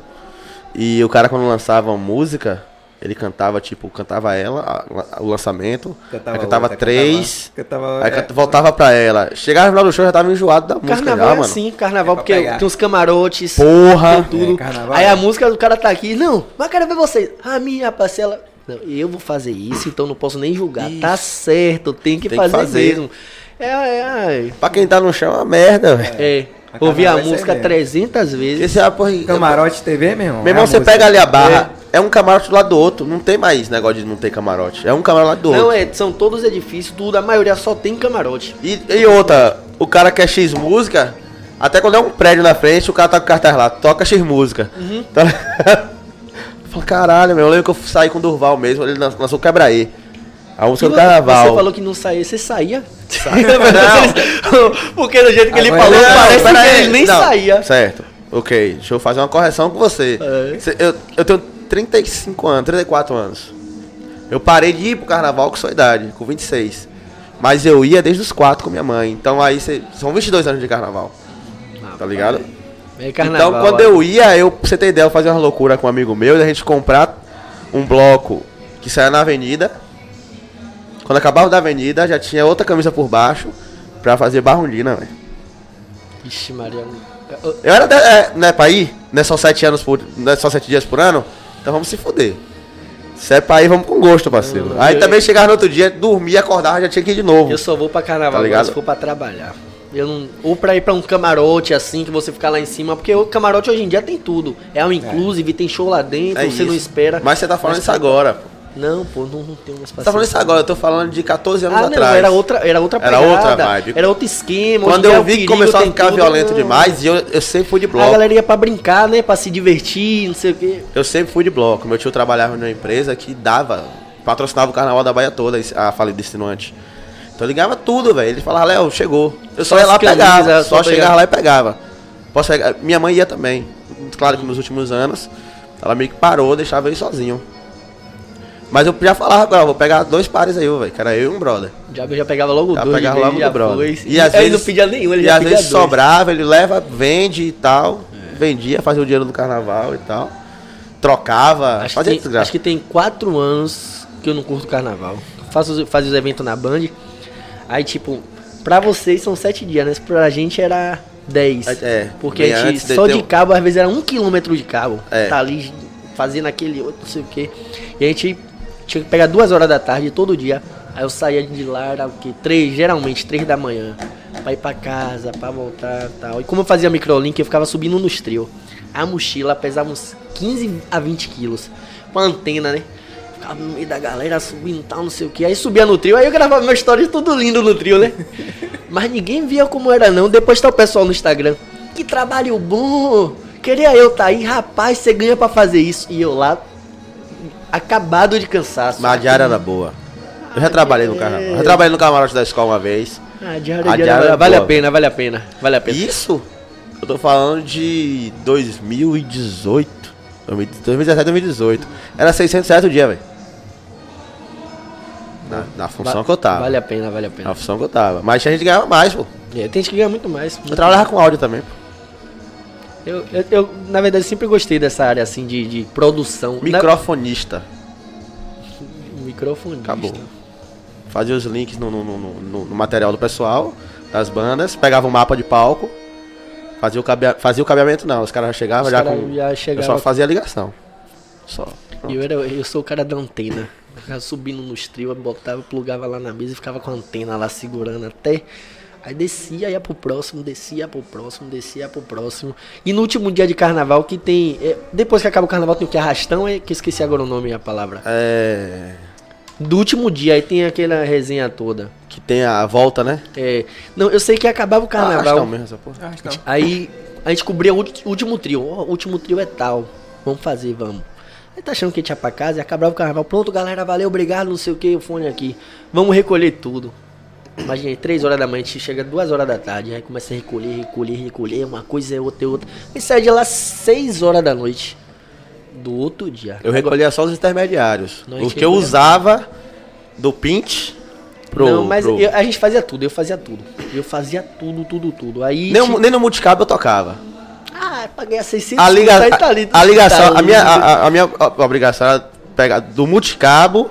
C: E o cara, quando lançava uma música, ele cantava, tipo, cantava ela, a- a- o lançamento. aí cantava
B: outra,
C: três.
B: Cantava.
C: Aí
B: é,
C: canta- voltava pra ela. Chegava no final do show, já tava enjoado da música.
D: Carnaval
C: já,
D: é
C: mano.
D: assim, carnaval,
B: É pra
D: porque
B: pegar.
D: tem uns camarotes,
C: Porra!
D: tem tudo.
B: É, carnaval
D: Aí
B: é.
D: a
C: assim.
D: música do cara tá aqui, não, mas eu quero ver vocês. A minha parcela. Não, eu vou fazer isso, então não posso nem julgar. Tá certo, tem que
C: Tem que
D: fazer,
C: fazer.
D: mesmo. É, é,
C: Pra quem tá no chão é uma merda, velho.
D: é. é.
B: Mas
D: Ouvi a
B: carnaval é isso aí
D: música
B: mesmo.
D: 300 vezes.
C: Esse é, porra,
B: Camarote TV, meu irmão.
D: né,
C: Meu irmão,
B: é a
C: você
B: música.
C: pega ali a barra, é, É um camarote do lado do outro. Não tem mais negócio de não ter camarote. É um camarote do lado do
D: Não,
C: outro.
D: é, são todos edifícios, tudo, a maioria só tem camarote.
C: E, e outra, o cara quer X música, até quando é um prédio na frente, o cara tá com o cartaz lá, toca X música.
D: Uhum.
C: Tá ligado? Eu falo, caralho, meu, eu lembro que eu saí com o Durval mesmo, ele lan- lançou Quebra-E. A música
D: E
C: do
D: você-
C: carnaval.
D: Você falou que não saía, você saía?
C: Não. Ah,
D: Porque do jeito que ele
B: Agora
D: falou,
B: não,
D: parece que
C: peraí,
D: ele nem
C: não,
D: saía.
C: Certo. Ok, deixa eu fazer uma correção com você.
D: É.
C: Cê- Eu, eu tenho 35 anos, 34 anos. Eu parei de ir pro carnaval com sua idade, com 26. Mas eu ia desde os 4 com minha mãe. Então aí cê, são 22 anos de carnaval. Tá ligado?
D: É carnaval.
C: então quando eu ia, eu, pra você ter ideia, eu fazia uma loucura com um amigo meu, da gente comprar um bloco que saia na avenida. Quando acabava da avenida, já tinha outra camisa por baixo pra fazer barrundina, né? velho.
D: Ixi, Maria.
C: Eu era, de, é, né, pra ir, não é só sete anos por, não é só sete dias por ano, então vamos se fuder. Se é pra ir, vamos com gosto, parceiro.
D: Não,
C: Aí
D: Ah, eu-
C: também chegava no outro dia, dormia, acordava, já tinha que ir de novo.
D: Eu só vou pra
C: Tá
D: carnaval agora
C: ligado?
D: se for pra trabalhar. Eu não, ou pra ir pra um camarote assim, que você ficar lá em cima, porque o camarote hoje em dia tem tudo. É um inclusive, tem show lá dentro,
C: É
D: você não
C: isso.
D: espera.
C: Mas você tá falando isso agora, pô.
D: Não, pô, não, não tem mais
C: Você tá falando isso agora, eu tô falando de 14 anos
D: Ah, não,
C: atrás.
D: era outra, era outra
C: Era outra vibe.
D: Era outro esquema.
C: Quando
D: hoje em dia é
C: eu
D: o
C: vi que
D: perigo
C: começou a
D: tem
C: ficar
D: tudo,
C: violento
D: não.
C: demais, e eu, eu sempre fui de
D: A
C: bloco.
D: galera ia pra brincar, né? Pra se divertir, não sei o quê.
C: Eu sempre fui de bloco. Meu tio trabalhava numa empresa que dava, patrocinava o carnaval da Bahia toda, a falida insinuante. Então eu ligava tudo, velho. Ele falava, Léo, chegou. Eu só,
D: Só
C: ia lá
D: as
C: e pegava.
D: camisas,
C: Só,
D: só
C: chegava
D: pegava.
C: lá e pegava. Posso pegar- Minha mãe ia também. Claro que nos últimos anos, ela meio que parou, deixava eu ir sozinho. Mas eu já falava, agora, vou pegar dois pares aí, ô, velho, que era eu e um brother.
D: Já, já pegava logo
C: Já
D: Tipo, dois.
C: pegava
D: ele
C: logo
D: já
C: do brother.
D: foi.
C: E às
D: Aí
C: vezes,
D: não pedia nenhum, ele
C: e
D: já
C: às
D: pedia
C: vezes
D: dois. É.
C: sobrava, ele leva, vende e tal. Vendia, fazia o dinheiro do carnaval e tal. Trocava,
D: Acho que,
C: fazia
D: tem,
C: desgraça.
D: acho que tem quatro anos que eu não curto carnaval. Faço, os- fazia os eventos na Band. Aí, tipo, pra vocês são sete dias, né? Pra gente era dez.
C: É, é,
D: Porque
C: bem
D: a gente,
C: antes de
D: só
C: ter
D: de
C: um-
D: cabo, às vezes era um quilômetro de cabo.
C: É.
D: Tá ali fazendo aquele outro, não sei o quê. E a gente tinha que pegar duas horas da tarde todo dia. Aí eu saía de lá, era o quê? Três, geralmente, três da manhã. Pra ir pra casa, pra voltar e tal. E como eu fazia microlink, eu ficava subindo nos trio. A mochila pesava uns 15 a 20 quilos. Com a antena, né? Ficava no meio da galera subindo e tal, não sei o que. Aí subia no trio, aí eu gravava meu stories tudo lindo no trio, né? Mas ninguém via como era, não. Depois tá o pessoal no Instagram. Que trabalho bom! Queria eu tá aí, rapaz, você ganha pra fazer isso. E eu lá, acabado de cansaço.
C: Mas a diária era boa. Eu já trabalhei no
D: Ah,
C: carnaval. Eu já trabalhei no camarote da escola uma vez.
D: A
C: A
D: diária, a
C: diária
D: diária
C: era
D: vale
C: boa.
D: a pena, vale a pena, vale a pena.
C: Isso? Eu tô falando de 2018. 2017, 2018. Era 600 reais o dia, velho. Na, na função
D: Va-
C: que eu tava.
D: Vale a pena, vale a
C: Na
D: pena.
C: função que eu tava. Mas a gente ganhava mais, pô.
D: É, tem gente que ganha muito mais.
C: Eu trabalhava com áudio também.
D: Eu, eu, eu, na verdade, sempre gostei dessa área assim de, de produção.
C: Microfonista.
D: Na... Microfone.
C: Acabou. Fazia os links no, no- no- no- no material do pessoal, das bandas, pegava o mapa de palco, fazia o, cabea, fazia o cabeamento não, os caras já chegavam,
D: Os
C: já
D: caras
C: com.
D: já
C: eu
D: chegavam
C: só fazia a ligação. Só.
D: E Eu, era, eu sou o cara da antena. Eu Ficava subindo nos trios, eu botava, plugava lá na mesa e ficava com a antena lá segurando até. Aí descia, ia pro próximo, descia pro próximo, descia pro próximo. E no último dia de carnaval que tem. é, depois que acaba o carnaval tem o que? Arrastão, é que eu esqueci agora o nome e a palavra.
C: É.
D: Do último dia, aí tem aquela resenha toda.
C: Que tem a volta, né?
D: É, não, eu sei que acabava
C: Ah,
D: o
C: acho que é o
D: carnaval.
C: mesmo essa porra.
B: então.
D: Aí a gente cobria o ulti- último trio. Ó, o último trio é tal. Vamos fazer, vamos. Aí tá achando que a gente ia pra casa, ia acabar o carnaval. Pronto, galera, valeu, obrigado, não sei o que, o fone aqui. Vamos recolher tudo. Imagina, 3 horas da manhã, a gente chega 2 horas da tarde, aí começa a recolher, recolher, recolher, uma coisa é outra, é outra. E sai de lá 6 horas da noite do outro dia.
C: Eu recolhia só os intermediários.
D: Não, a
C: os
D: gente
C: que eu
D: recolhia.
C: usava do Pint pro.
D: Não, mas
C: pro-
D: eu- a gente fazia tudo, eu fazia tudo. Eu fazia tudo, tudo, tudo. Aí.
C: nem,
D: tinha-
C: o- nem no multicabo eu tocava.
D: Ah, eu paguei a 600
C: A, liga,
D: aí tá
C: a,
D: ali,
C: a ligação,
D: tá
C: a minha,
D: ali.
C: a, a- a minha obrigação era pegar do multicabo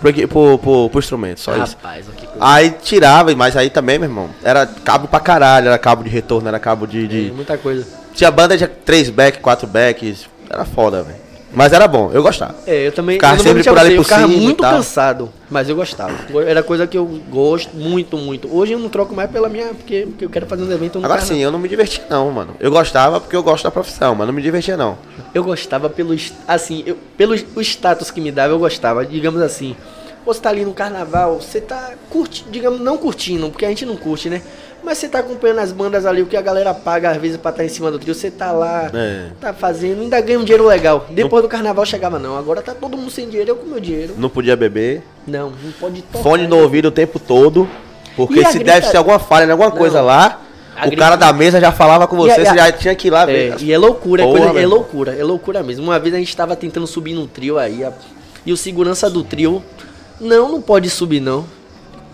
C: pro, equi- pro, pro, pro instrumento, só isso.
D: Rapaz, o que coisa.
C: Aí tirava, mas aí também, meu irmão, era cabo pra caralho, era cabo de retorno, era cabo de. de-
D: É, muita coisa.
C: Tinha banda de 3 back, 4 backs, era foda, velho. Mas era bom, eu gostava.
D: É, eu também.
C: Ficava
D: eu não vou
C: sempre
D: mentir a
C: por ali
D: você, eu
C: por
D: ficava
C: cima e
D: muito
C: tal.
D: cansado, mas eu gostava. Era coisa que eu gosto muito, muito. Hoje eu não troco mais pela minha. Porque, porque eu quero fazer um evento eu não
C: Agora
D: quero,
C: sim, eu não me diverti não, mano. Eu gostava porque eu gosto da profissão, mas não me divertia não.
D: não. Eu gostava pelo. est- Assim, eu, pelo o status que me dava, eu gostava. Digamos assim. Você tá ali no carnaval, você tá curtindo, digamos, não curtindo, porque a gente não curte, né? Mas você tá acompanhando as bandas ali, o que a galera paga às vezes pra estar em cima do trio, você tá lá,
C: É.
D: tá fazendo, ainda ganha um dinheiro legal. Depois do carnaval chegava, não. Agora tá todo mundo sem dinheiro, eu com meu dinheiro.
C: Não podia beber,
D: Não, não pode tocar. né?
C: fone no ouvido o tempo todo, porque
D: E a
C: se
D: grita-
C: deve ser alguma falha, né, alguma coisa lá,
D: A
C: o
D: grita-
C: cara da mesa já falava com
D: E a-
C: você,
D: e a-
C: você já tinha que ir lá ver.
D: É, e é loucura, é,
C: tá Porra,
D: coisa, é
C: velho.
D: loucura, é loucura mesmo. Uma vez a gente tava tentando subir num trio aí, a- e o segurança do trio, não, não pode subir não.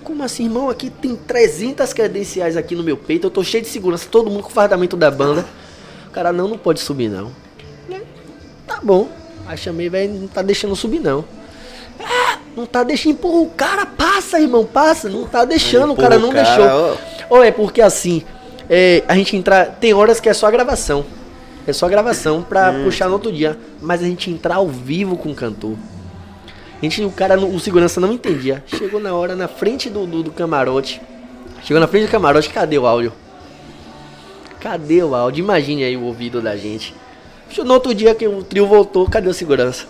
D: Como assim, irmão? Aqui tem 300 credenciais aqui no meu peito, eu tô cheio de segurança, todo mundo com o fardamento da banda. O cara, não, não pode subir não. Né? Tá bom. Aí chamei, velho, não tá deixando eu subir não. Ah, Não tá deixando, empurra o cara, passa, irmão, passa. Não tá deixando, o
C: Empurra
D: cara
C: o
D: não
C: cara,
D: deixou. Ou é porque assim, é, a gente entrar. Tem horas que é só a gravação. É só a gravação pra puxar no outro dia. Mas a gente entrar ao vivo com o cantor. A gente, o cara, não- o segurança não entendia. Chegou na hora, na frente do, do, do camarote. Chegou na frente do camarote, cadê o áudio? Cadê o áudio? Imagine aí o ouvido da gente. No outro dia que o trio voltou, cadê o segurança?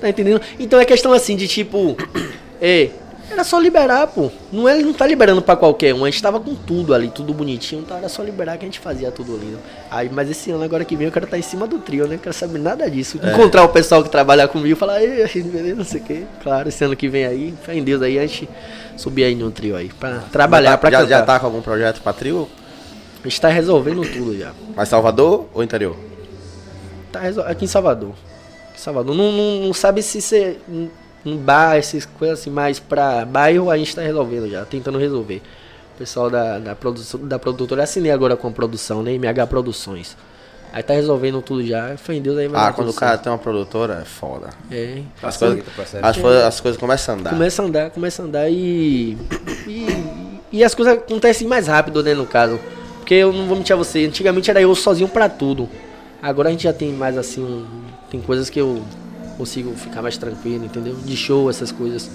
D: Tá entendendo? Então é questão assim de tipo. É, era só liberar, pô. Não, é, não tá liberando pra qualquer um. A gente tava com tudo ali, tudo bonitinho. Então era só liberar que a gente fazia tudo lindo. Aí, mas esse ano, agora que vem, eu quero estar em cima do trio, né? Eu Quero saber nada disso.
C: É.
D: Encontrar o pessoal que trabalha comigo e falar, ei, beleza, não sei o quê. Claro, esse ano que vem aí, fé em Deus aí, a gente subir aí num trio aí. Pra trabalhar,
C: já,
D: pra
C: já,
D: cantar.
C: já tá com algum projeto pra trio?
D: A gente tá resolvendo tudo já.
C: Mas Salvador ou interior?
D: Tá resol... Aqui em Salvador. Aqui em Salvador. Não, não, não sabe se ser um- um bar, essas coisas assim, mas pra bairro a gente tá resolvendo já, tentando resolver. O pessoal da, da, produção, da produtora, eu assinei agora com a produção, né? MH Produções. Aí tá resolvendo tudo já. Foi em Deus aí, vai
C: Ah,
D: dar
C: quando o
D: tudo
C: cara tem uma produtora, é foda.
D: certo. É.
C: As
B: Facilita
C: coisas,
B: o processo.
C: as, coisas- as coisas começam a andar.
D: Começa a andar, começa a andar e, e. e as coisas acontecem mais rápido, né, no caso. Porque eu não vou mentir a você, antigamente era eu sozinho pra tudo. Agora a gente já tem mais assim. um- tem coisas que eu consigo ficar mais tranquilo, entendeu? De show, essas coisas.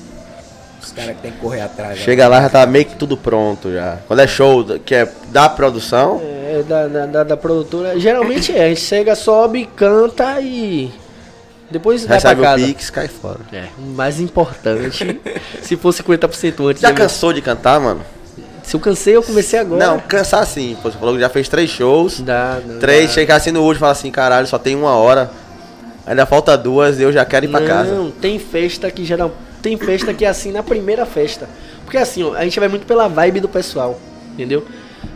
B: Os caras que tem que correr atrás. né?
C: Chega lá, já tá meio que tudo pronto já. Quando é show, que é da produção,
D: É, da, da, da- da produtora. Geralmente é, a gente chega, sobe, canta e. Depois vai pra
C: recebe o
D: casa.
C: Pix, cai fora.
D: É, o mais importante. se for 50% antes.
C: Já
D: da minha-
C: cansou de cantar, mano?
D: Se eu cansei, eu comecei agora.
C: Não, cansar sim. Pô, Você falou que já fez três shows.
D: Dá, não,
C: Três,
D: dá.
C: chegar assim no último e falar assim, caralho, só tem uma hora. Ainda falta duas e eu já quero ir pra
D: não,
C: casa.
D: tem festa que geral. Tem festa que é assim na primeira festa. Porque assim, ó, a gente vai muito pela vibe do pessoal, entendeu?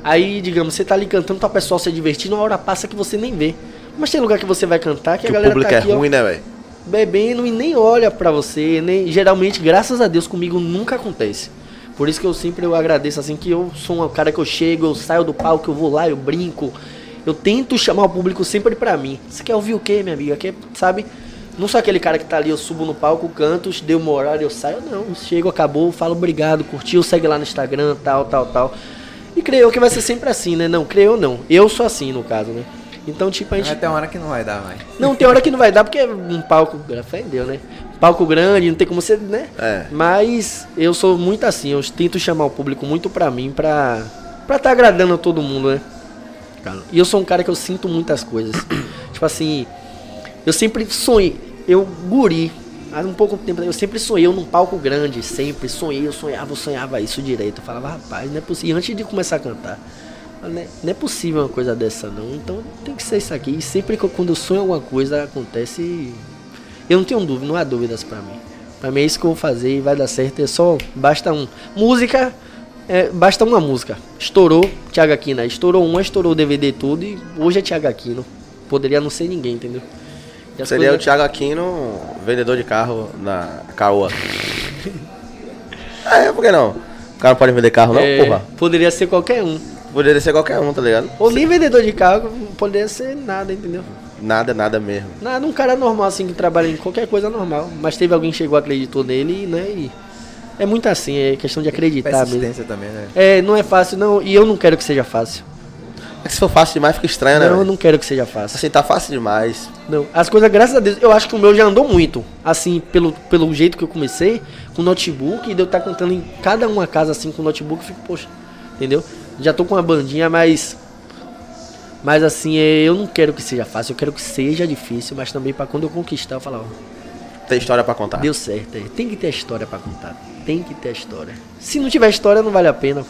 D: Aí, digamos, você tá ali cantando pra pessoal se divertindo, uma hora passa que você nem vê. Mas tem lugar que você vai cantar
C: Que
D: que, a
C: o
D: galera
C: público
D: tá
C: é
D: aqui, ó,
C: ruim, né, velho?
D: bebendo e nem olha pra você, nem geralmente, graças a Deus comigo nunca acontece. Por isso que eu sempre eu agradeço assim que eu sou um cara que eu chego, eu saio do palco, eu vou lá, eu brinco. Eu tento chamar o público sempre pra mim. Você quer ouvir o quê, minha amiga? Quer, sabe? Não sou aquele cara que tá ali, eu subo no palco, canto, deu uma horário, eu saio, não. Chego, acabou, falo obrigado, curtiu, segue lá no Instagram, tal, tal, tal. E creio que vai ser sempre assim, né? Não, creio não. Eu sou assim, no caso, né? Então, tipo, a gente
B: Vai ter uma hora que não vai dar mais.
D: não, tem hora que não vai dar, porque é um palco. Fé em Deus, né? Palco grande, não tem como você, né?
C: É.
D: Mas eu sou muito assim, eu tento chamar o público muito pra mim, pra. pra tá agradando a todo mundo, né? E eu sou um cara que eu sinto muitas coisas. tipo assim, eu sempre sonhei, eu guri, há um pouco tempo, eu sempre sonhei eu num palco grande, sempre sonhei, eu sonhava, eu sonhava isso direito. Eu falava, rapaz, não é possível. E antes de começar a cantar, não é, não é possível uma coisa dessa não. Então tem que ser isso aqui. E sempre que eu, quando eu sonho alguma coisa, acontece e eu não tenho dúvida, não há dúvidas pra mim. Pra mim é isso que eu vou fazer e vai dar certo. É só basta um. Música, é, basta uma música. Estourou Thiago Aquino. aí. Estourou uma, estourou o DVD todo e hoje é Thiago Aquino. Poderia não ser ninguém, entendeu? E as
C: Seria o
D: coisas-
C: Thiago Aquino, vendedor de carro na Caoa. é, por que não? O cara não pode vender carro, não?
D: é,
C: Porra.
D: Poderia ser qualquer um.
C: Poderia ser qualquer um, tá ligado?
D: Ou nem vendedor de carro, poderia ser nada, entendeu?
C: Nada, nada mesmo.
D: Nada, um cara normal assim que trabalha em qualquer coisa normal. Mas teve alguém que chegou, acreditou nele, né? E é muito
C: tá
D: assim, é questão de acreditar mesmo.
B: Persistência também, né?
D: É, não é fácil, não. E eu não quero que seja fácil.
C: É que se for fácil demais, fica estranho, né?
D: não, eu
C: velho?
D: não quero que seja fácil.
C: Assim, tá fácil demais.
D: Não. As coisas, graças a Deus, eu acho que o meu já andou muito. Assim, pelo, pelo jeito que eu comecei, com notebook, e de eu estar contando em cada uma casa assim com notebook, eu fico, poxa, entendeu? Já tô com uma bandinha, mas. Mas assim, é, eu não quero que seja fácil, eu quero que seja difícil, mas também pra quando eu conquistar, eu falar, ó,
C: Tem história pra contar.
D: deu certo. é. Tem que ter a história pra contar. Tem que ter a história. Se não tiver história, não vale a pena.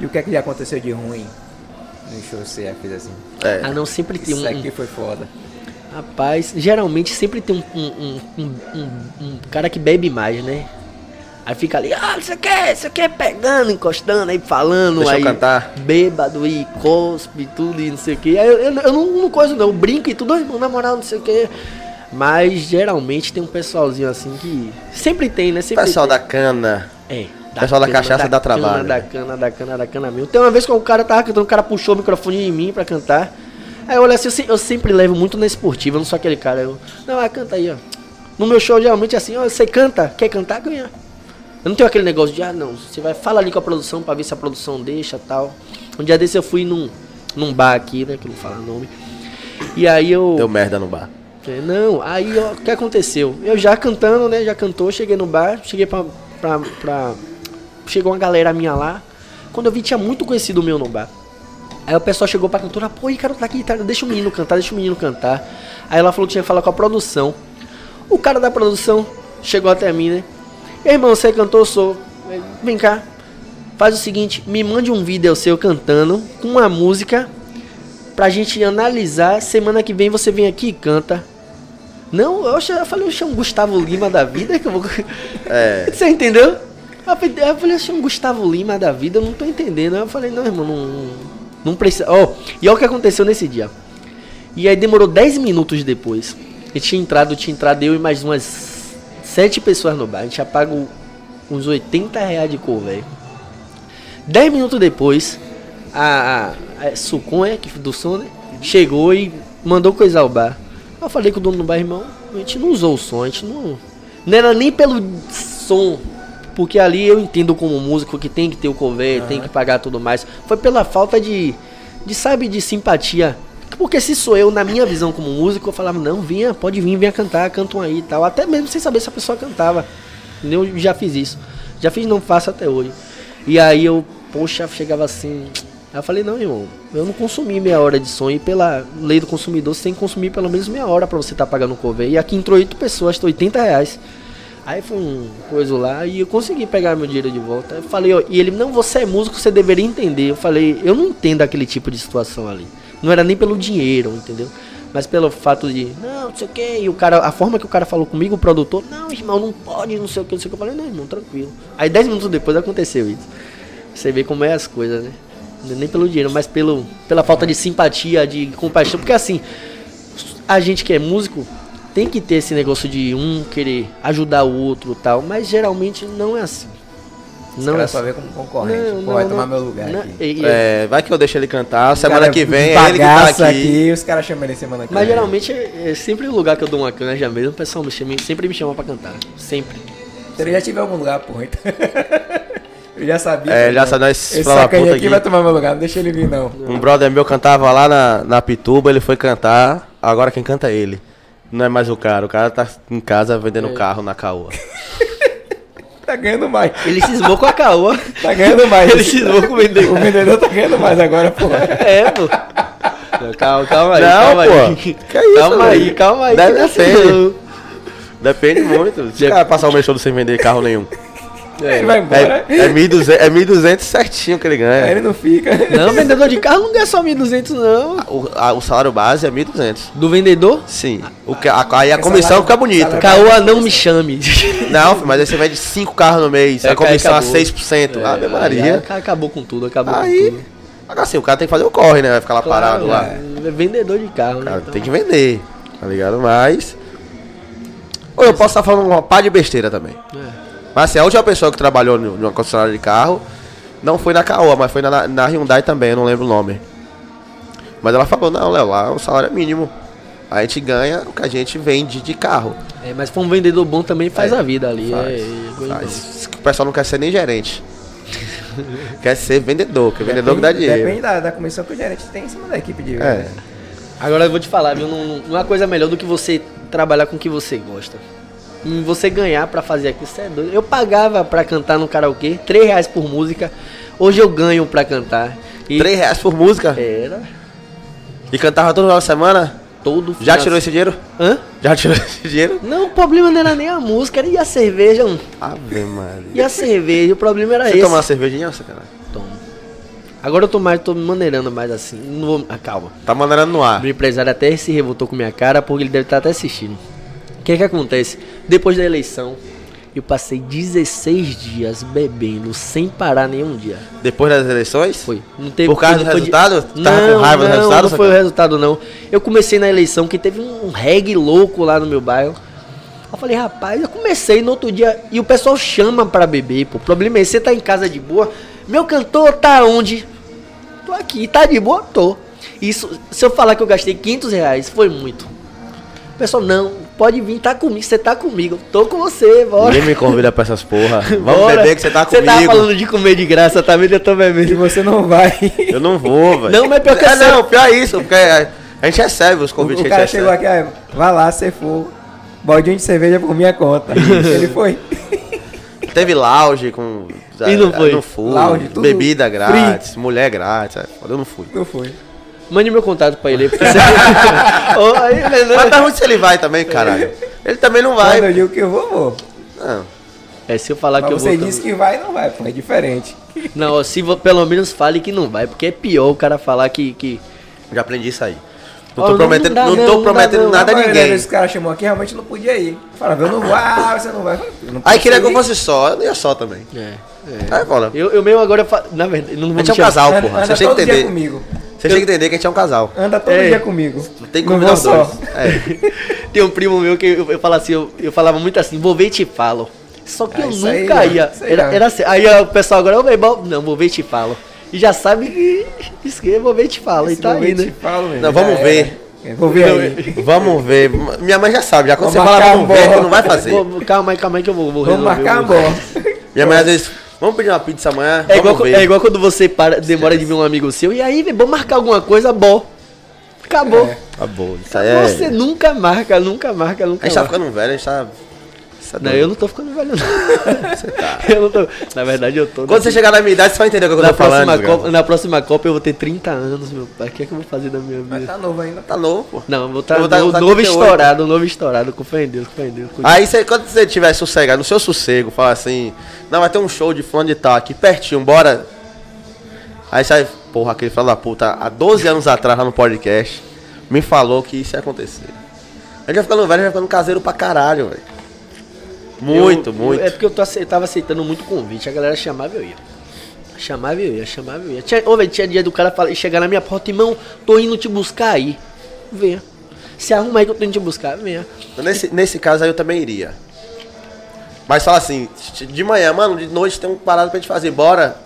B: E o que é que já aconteceu de ruim no show que você já fez assim?
C: É.
D: Ah, não, sempre tem
B: Isso
D: um.
B: aqui foi foda.
D: Rapaz, geralmente sempre tem um, um- um- um- um cara que bebe mais, né? Aí fica ali, ah, isso aqui, é- isso aqui é pegando, encostando, aí falando,
C: Deixa eu
D: aí
C: cantar.
D: bêbado e cospe tudo e não sei o que. Aí eu, eu- eu não, não coisa não, eu brinco e tudo, "Ô, na moral, não sei o que. Mas geralmente tem um pessoalzinho assim que. Sempre tem, né? Sempre
C: Pessoal
D: tem.
C: da cana.
D: É.
C: Pessoal da cachaça dá trabalho.
D: Cana, da cana, da cana, da cana mesmo. Tem uma vez que o cara tava cantando, o cara puxou o microfone em mim pra cantar. Aí eu olhei assim, eu, se- eu sempre levo muito na esportiva, eu não sou aquele cara. Eu, não, ah, canta aí, ó. No meu show, geralmente é assim, ó, você canta, quer cantar, ganha. Eu não tenho aquele negócio de, ah, não, você vai, fala ali com a produção pra ver se a produção deixa tal. Um dia desse eu fui num, num bar aqui, né, que eu não vou falar nome. E aí eu...
C: Deu merda no bar.
D: É, Não, aí ó, o que aconteceu? Eu já cantando, né? Já cantou, cheguei no bar, cheguei pra, pra, pra- Chegou uma galera minha lá. Quando eu vi, tinha muito conhecido meu no bar. Aí o pessoal chegou pra cantora, pô, Ícaro tá aqui, tá, deixa o menino cantar, deixa o menino cantar. Aí ela falou que tinha que falar com a produção. O cara da produção chegou até mim, né? Irmão, você é cantor? Sou. Vem cá. Faz o seguinte, me mande um vídeo seu cantando com uma música pra gente analisar. Semana que vem você vem aqui e canta. Não, eu, achei, eu falei, eu chamo Gustavo Lima da vida que eu vou.
C: É.
D: Você entendeu? Eu falei, eu falei, eu chamo Gustavo Lima da vida, eu não tô entendendo. Aí Eu falei, não, irmão, não, não precisa. Ó, e olha o que aconteceu nesse dia. E aí demorou 10 minutos depois. E tinha entrado, tinha entrado eu e mais umas 7 pessoas no bar. A gente já pago uns 80 reais de cor, velho. 10 minutos depois, a, a, a Sucon, é, que do som, né? Chegou e mandou coisar o bar. Eu falei com o dono do bar, irmão, a gente não usou o som, a gente não. Não era nem pelo som. Porque ali eu entendo como músico que tem que ter o cover, tem que pagar tudo mais. Foi pela falta de, de sabe, de simpatia. Porque se sou eu, na minha visão como músico, eu falava, não, vinha, pode vir, vinha cantar, cantam aí e tal. Até mesmo sem saber se a pessoa cantava. Eu já fiz isso. Já fiz, não faço até hoje. E aí eu, poxa, chegava assim. Aí eu falei, não, irmão, eu não consumi meia hora de som e pela lei do consumidor, você tem que consumir pelo menos meia hora pra você estar pagando o cover. E aqui entrou oito pessoas, tô 80 reais. Aí foi um coisa lá e eu consegui pegar meu dinheiro de volta. Eu falei, ó, e ele, não, você é músico, você deveria entender. Eu falei, eu não entendo aquele tipo de situação ali. Não era nem pelo dinheiro, entendeu? Mas pelo fato de, não, não sei o que, e o cara, a forma que o cara falou comigo, o produtor, não, irmão, não pode, não sei o que, não sei o que. Eu falei, não, irmão, tranquilo. Aí 10 minutos depois aconteceu isso. Você vê como é as coisas, né? Não é Nem pelo dinheiro, mas pelo, pela falta de simpatia, de compaixão. Porque assim, a gente que é músico tem que ter esse negócio de um querer ajudar o outro e tal, mas geralmente não é assim. Não
B: Não
D: é
B: é só
D: assim.
B: ver como concorrente. Pô, vai tomar meu lugar
D: não,
B: aqui.
D: e- e-
C: É, vai que eu deixo ele cantar. Semana
B: Cara,
C: que vem é ele que tá
B: bagaço
C: aqui.
B: Os caras chamam ele semana que
D: Mas
B: vem.
D: geralmente é, é sempre o lugar que eu dou uma canja mesmo, o pessoal me chama, sempre me chama pra cantar. Sempre.
B: Eu já tive algum lugar, porra. então. Eu já sabia.
C: É,
B: né?
C: já sabe, nós
B: Esse
C: fala
B: sacanha
C: puta
B: aqui
C: aqui.
B: vai tomar meu lugar, não deixa ele vir, não.
C: Um brother meu cantava lá na, na Pituba, ele foi cantar. Agora quem canta é ele. Não é mais o cara. O cara tá em casa
D: É.
C: vendendo carro na caoa.
B: Tá ganhando mais.
D: Ele cismou com a caoa.
B: Tá ganhando mais.
D: Ele cismou com
B: O
D: o vendedor.
B: vendedor tá ganhando mais agora, porra.
D: É, pô. Não, calma, calma aí,
C: Não,
D: calma aí.
C: pô. Que isso,
D: calma aí,
C: velho?
D: calma aí.
C: Deve
D: que não é
C: ser.
D: assim, não.
C: Depende muito. Se o cara passar o mês todo sem vender carro nenhum.
B: Ele vai embora.
C: É, é 1.200 é 1.200 certinho que ele
B: Aí ele
D: É.
C: ganha.
B: não fica.
C: é,
D: Não, vendedor de carro não ganha só 1.200, não.
C: O, a- o salário base é 1.200.
D: Do vendedor?
C: Sim. O que, a, aí a
B: É
C: comissão
B: salário-
C: fica bonita.
B: salário-
D: Caoa, não me chame.
C: Não, filho, mas aí você vende 5 carros no mês.
D: É,
C: a comissão é
D: acabou.
C: 6%. Ah, Ave
D: Aí,
C: Maria.
D: ac- acabou com tudo, acabou com
C: Aí.
D: tudo.
C: Agora assim, o cara tem que fazer o corre, né? Vai ficar lá parado lá.
D: é vendedor de carro, né?
C: Cara,
D: Então,
C: tem que vender, tá ligado? Mas. Ou eu posso estar falando uma pá de besteira também.
D: é.
C: Mas assim, a última pessoa que trabalhou em uma concessionária de carro não foi na Caoa, mas foi na, na Hyundai também, eu não lembro o nome. Mas ela falou, não, Léo, lá o salário é mínimo. A gente ganha o que a gente vende de carro.
D: É, mas pra um vendedor bom também faz a vida ali.
C: É, Faz,
D: é, é,
C: faz. O pessoal não quer ser nem gerente. quer ser vendedor, que vendedor que dá dinheiro.
B: Depende da, da comissão que o gerente tem em cima da equipe de
C: É.
B: venda.
D: Agora eu vou te falar, viu? Não, não há coisa melhor do que você trabalhar com o que você gosta. E você ganhar pra fazer aquilo, isso é doido. Eu pagava pra cantar no karaokê, 3 reais por música. Hoje eu ganho pra cantar. E
C: 3 reais por música?
D: Era.
C: E cantava todo final de semana?
D: Todo
C: Já
D: final-
C: tirou esse dinheiro?
D: Hã?
C: Já tirou esse dinheiro?
D: Não, o problema não era nem a música, era e a cerveja. hum.
C: Ave Maria.
D: E a cerveja, o problema era
C: Você
D: esse.
C: tomar uma cervejinha, você, cara?
D: Tomo. Agora eu tô mais, tô me maneirando mais assim. Não vou. Ah, calma.
C: Tá maneirando no ar.
D: O empresário até se revoltou com minha cara porque ele deve estar até assistindo. O que é que acontece? Depois da eleição, eu passei 16 dias bebendo sem parar nenhum dia.
C: Depois das eleições?
D: Foi. Não teve,
C: Por causa do
D: não foi de-
C: resultado?
D: Não,
C: Tava com raiva do
D: não,
C: resultado,
D: Não foi o
C: sacana?
D: resultado, não. Eu comecei na eleição que teve um reggae louco lá no meu bairro. Eu falei, rapaz, eu comecei no outro dia e o pessoal chama pra beber, pô. O problema é esse, você tá em casa de boa. Meu cantor tá onde? Tô aqui, tá de boa? Tô. Isso, se eu falar que eu gastei 500 reais, foi muito. O pessoal, não, pode vir, tá comigo, você tá comigo. Tô com você, bora.
C: Ninguém me convida pra essas porra. Vamos
D: Bora.
C: beber que você tá
D: Você
C: comigo.
D: tava falando de comer de graça, tá vendo? Eu tô bebendo.
B: E você não vai.
C: Eu não vou, velho.
D: Não, mas pior que
C: é,
D: eu sei.
C: Não, pior é isso, porque a a gente recebe os convites que
B: o
C: a
B: cara
C: gente
B: chegou
C: recebe.
B: aqui, ah, vai lá, se for. Baldinho de cerveja por minha conta. Ele foi.
C: Teve lounge com.
D: E não
C: ah,
D: foi?
C: Não fui.
B: Lounge, tudo
C: Bebida
B: free.
C: grátis, mulher grátis. ah, foda, Eu não fui.
B: Não foi.
D: Mande meu contato pra ele. Porque você... Ô, aí, né?
C: Mas tá
D: Fernando.
C: ruim se ele vai também, caralho. Ele também não
B: Quando eu
C: vai.
B: digo que eu vou, vou.
C: Não.
D: É, se eu falar
B: Mas
D: que eu
B: você
D: vou...
B: disse que vai não vai, pô. É diferente.
D: Não, ó, se vo- pelo menos fale que não vai, porque é pior o cara falar que... que...
C: Já aprendi isso aí.
D: Ó,
C: Não
D: não
C: tô prometendo,
D: dá
C: não
D: não, não
C: tô
D: dá
C: prometendo
D: não. é
C: nada a
B: maioria das
C: ninguém.
B: vezes que o cara chamou aqui, realmente eu não podia ir. Falava, eu não vou, ah, você não vai. Eu falei, "Eu não
C: Aí
B: posso
C: queria
B: ir."
C: que é eu fosse só, eu não ia só também.
D: É,
C: Aí fala.
D: Eu, eu mesmo agora... fa- Na verdade, não vou
C: A gente é um
D: me
C: casal,
D: chamar-
B: Anda-
C: porra.
B: Anda
C: Vocês têm que
B: todo dia
C: entender.
B: comigo.
C: Vocês têm que entender que a gente é um casal.
B: Anda todo
D: É.
B: dia comigo.
C: Não tem que
B: Não
C: combinar
B: vou
C: os
B: só.
C: dois. É.
D: Tem um primo meu que eu, eu falo assim, eu, eu falava muito assim, vou ver e te falo. Só que
B: Ah,
D: eu
B: isso aí
D: nunca
B: não,
D: ia.
B: isso aí
D: Era,
B: não.
D: era assim. Aí ó, o pessoal agora, ô, meu irmão, não, vou ver e te falo. E já sabe que... Isso que eu vou ver e te falo.
B: Esse
D: e tá aí,
B: momento
D: né?
B: te falo, meu,
C: Não, vamos
B: já
C: ver.
B: era. É, Vou ver aí.
C: Vamos ver. Minha mãe já sabe, já quando
B: Vamos
C: você fala
B: marcar
C: vamos
B: um
C: ver,
B: bola.
C: tu não vai fazer.
D: Vou- vou- calma aí, calma aí que eu vou, vou
B: Vamos
D: resolver.
B: marcar a
D: o-
B: bola.
C: Minha mãe às vezes, vamos pedir uma pizza amanhã,
D: É
C: vamos
D: igual, co-
C: ver.
D: é igual quando você para, demora de ver um amigo seu, e aí, vamos marcar alguma coisa, bom. Acabou.
C: Tá bom, isso aí
D: Acabou,
C: é...
D: Você nunca marca, nunca marca,
C: A
D: nunca
C: gente tá
D: marca.
C: ficando velho, a gente tá... Isso é
D: Não,
C: doido.
D: eu não tô ficando velho, não. Você tá. Eu não tô. Na verdade, eu tô.
C: Quando
D: na,
C: você chegar na minha idade, você vai entender o que eu
D: na
C: tô
D: próxima
C: falando.
D: Copa,
C: Copa...
D: na próxima Copa eu vou ter 30 anos, meu pai. O que é que eu vou fazer da minha
B: Mas
D: vida?
B: tá novo ainda.
C: Tá novo, pô.
D: Não, eu vou estar
C: Eu vou tá-
D: no,
C: vou tá
D: novo
C: 38.
D: estourado, um novo estourado. Com fé em Deus, com fé em Deus. com-
C: Aí você, quando você tiver sossegado, no seu sossego, fala assim, não, vai ter um show de fulano de tal aqui pertinho, bora. Aí sai, porra, aquele filho da puta, há 12 anos atrás lá no podcast, me falou que isso ia acontecer. A gente vai ficando velho, a gente vai ficando caseiro pra caralho, velho. Muito,
D: Eu-
C: muito.
D: É porque eu tô ace- tava aceitando muito convite. A galera chamava, eu ia. Chamava, eu ia, chamava, eu ia. Tinha, ô, velho, tinha dia do cara falar, chegar na minha porta, irmão, tô indo te buscar aí. Venha. Se arruma aí que eu tô indo te buscar, venha.
C: Nesse, nesse caso aí eu também iria. Mas fala assim, de manhã, mano, de noite tem um parado pra gente fazer, bora.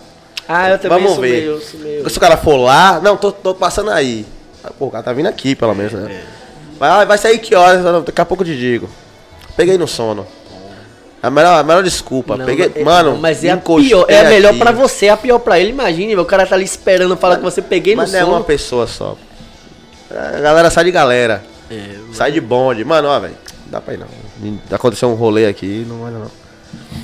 D: Ah, eu também
C: Vamos
D: sou
C: ver.
D: meio, sou meio.
C: Se o cara for lá, não, tô, tô passando aí. Ah, Pô, o cara tá vindo aqui, pelo menos, né? Vai, vai sair que horas? Não, Daqui a pouco eu te digo. Peguei no sono. A melhor, a melhor desculpa.
D: Não,
C: peguei,
D: é-
C: mano,
D: não, mas é a
C: encostei
D: pior, é a melhor
C: aqui.
D: pra você, é a pior pra ele. Imagine, meu, o cara tá ali esperando falar que você peguei no
C: Mas não é uma
D: sono.
C: pessoa só. A galera sai de galera.
D: É,
C: Sai de bonde. Mano, ó, velho. não Dá pra ir não. Aconteceu um rolê aqui, não olha não.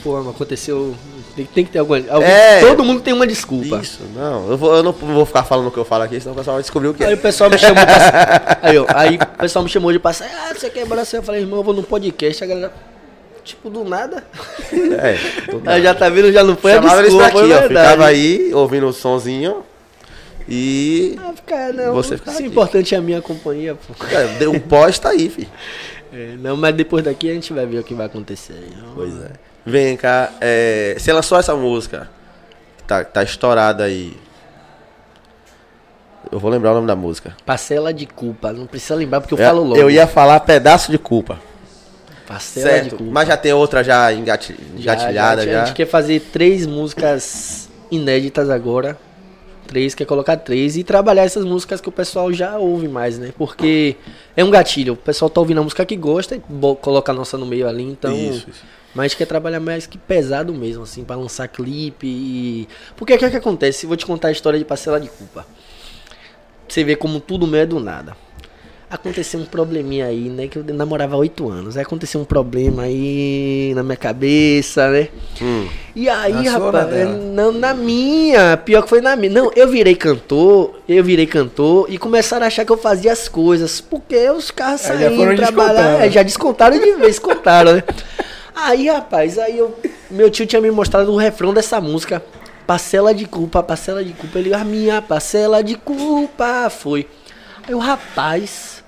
D: pô, mas aconteceu. Tem, tem que ter alguma. alguém-
C: É.
D: Todo mundo tem uma desculpa.
C: Isso, não. Eu, vou- eu não vou ficar falando o que eu falo aqui, senão o pessoal vai descobrir o que
D: Aí
C: é.
D: o pessoal me chamou pra... aí, ó, aí o pessoal me chamou de passar. Ah, você quer abraçar? Eu falei, irmão, eu vou num podcast, a galera. Tipo, do nada.
C: É, tô-
D: Aí já tá vendo, já não foi
C: Chamava
D: a
C: eles
D: desculpa,
C: pra aqui,
D: é
C: ó.
D: verdade.
C: Ficava aí, ouvindo o sonzinho. E.
D: Ah, fica, não,
C: Você
D: o
C: ficava
D: mais
C: aqui.
D: importante é a minha companhia, pô.
C: Cara, deu um pós, tá aí, filho.
D: É, não, mas depois daqui a gente vai ver o que vai acontecer aí.
C: Pois é. Vem cá, é, você lançou essa música. que Tá, tá estourada aí. Eu vou lembrar o nome da música.
D: Parcela de culpa, não precisa lembrar porque eu, falo logo.
C: é. eu ia falar pedaço de culpa.
D: Parcela de
C: Certo.
D: culpa.
C: Mas já tem outra já engati-
D: Já,
C: engatilhada
D: já,
C: já.
D: A gente quer fazer três músicas inéditas agora. Três, quer colocar três e trabalhar essas músicas que o pessoal já ouve mais, né? Porque é um gatilho. O pessoal tá ouvindo a música que gosta e bo- coloca a nossa no meio ali, então.
C: Isso, isso.
D: Mas quer trabalhar mais que pesado mesmo, assim, pra lançar clipe e. Porque o que é que acontece? Vou te contar a história de parcela de culpa. Pra Você vê como tudo meu é do nada. Aconteceu um probleminha aí, né? Que eu namorava há oito anos. Aí aconteceu um problema aí na minha cabeça, né?
C: Hum.
D: E aí,
B: Na sua ou na
D: rapaz, é,
B: dela?
D: não, na minha, pior que foi na minha. Não, eu virei cantor, eu virei cantor e começaram a achar que eu fazia as coisas, porque os
B: Aí
D: caras
B: É, já
D: saíram
B: foram
D: tá trabalhar,
B: descontando. né?
D: é, já descontaram de vez, contaram, né? Aí, rapaz, aí eu, meu tio tinha me mostrado o refrão dessa música, parcela de culpa, parcela de culpa, ele, a minha parcela de culpa foi. Aí o rapaz,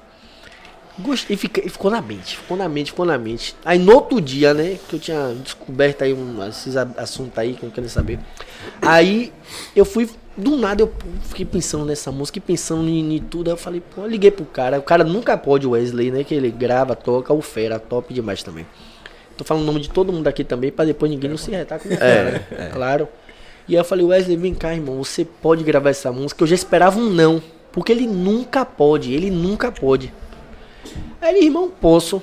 D: Gostei, e, fica- e ficou na mente, ficou na mente, ficou na mente. Aí no outro dia, né, que eu tinha descoberto aí um, esses a- assuntos aí que eu não queria saber. Aí eu fui, do nada eu fiquei pensando nessa música e pensando em, em tudo. Aí eu falei, pô, eu liguei pro cara. O cara nunca pode, o Wesley, né, que ele grava, toca, o Fera, top demais também. Tô falando o nome de todo mundo aqui também, pra depois ninguém não se retar com o cara, né? Claro. E aí eu falei, Wesley, vem cá, irmão, você pode gravar essa música? Eu já esperava um não, porque ele nunca pode, ele nunca pode. Aí ele, irmão, posso.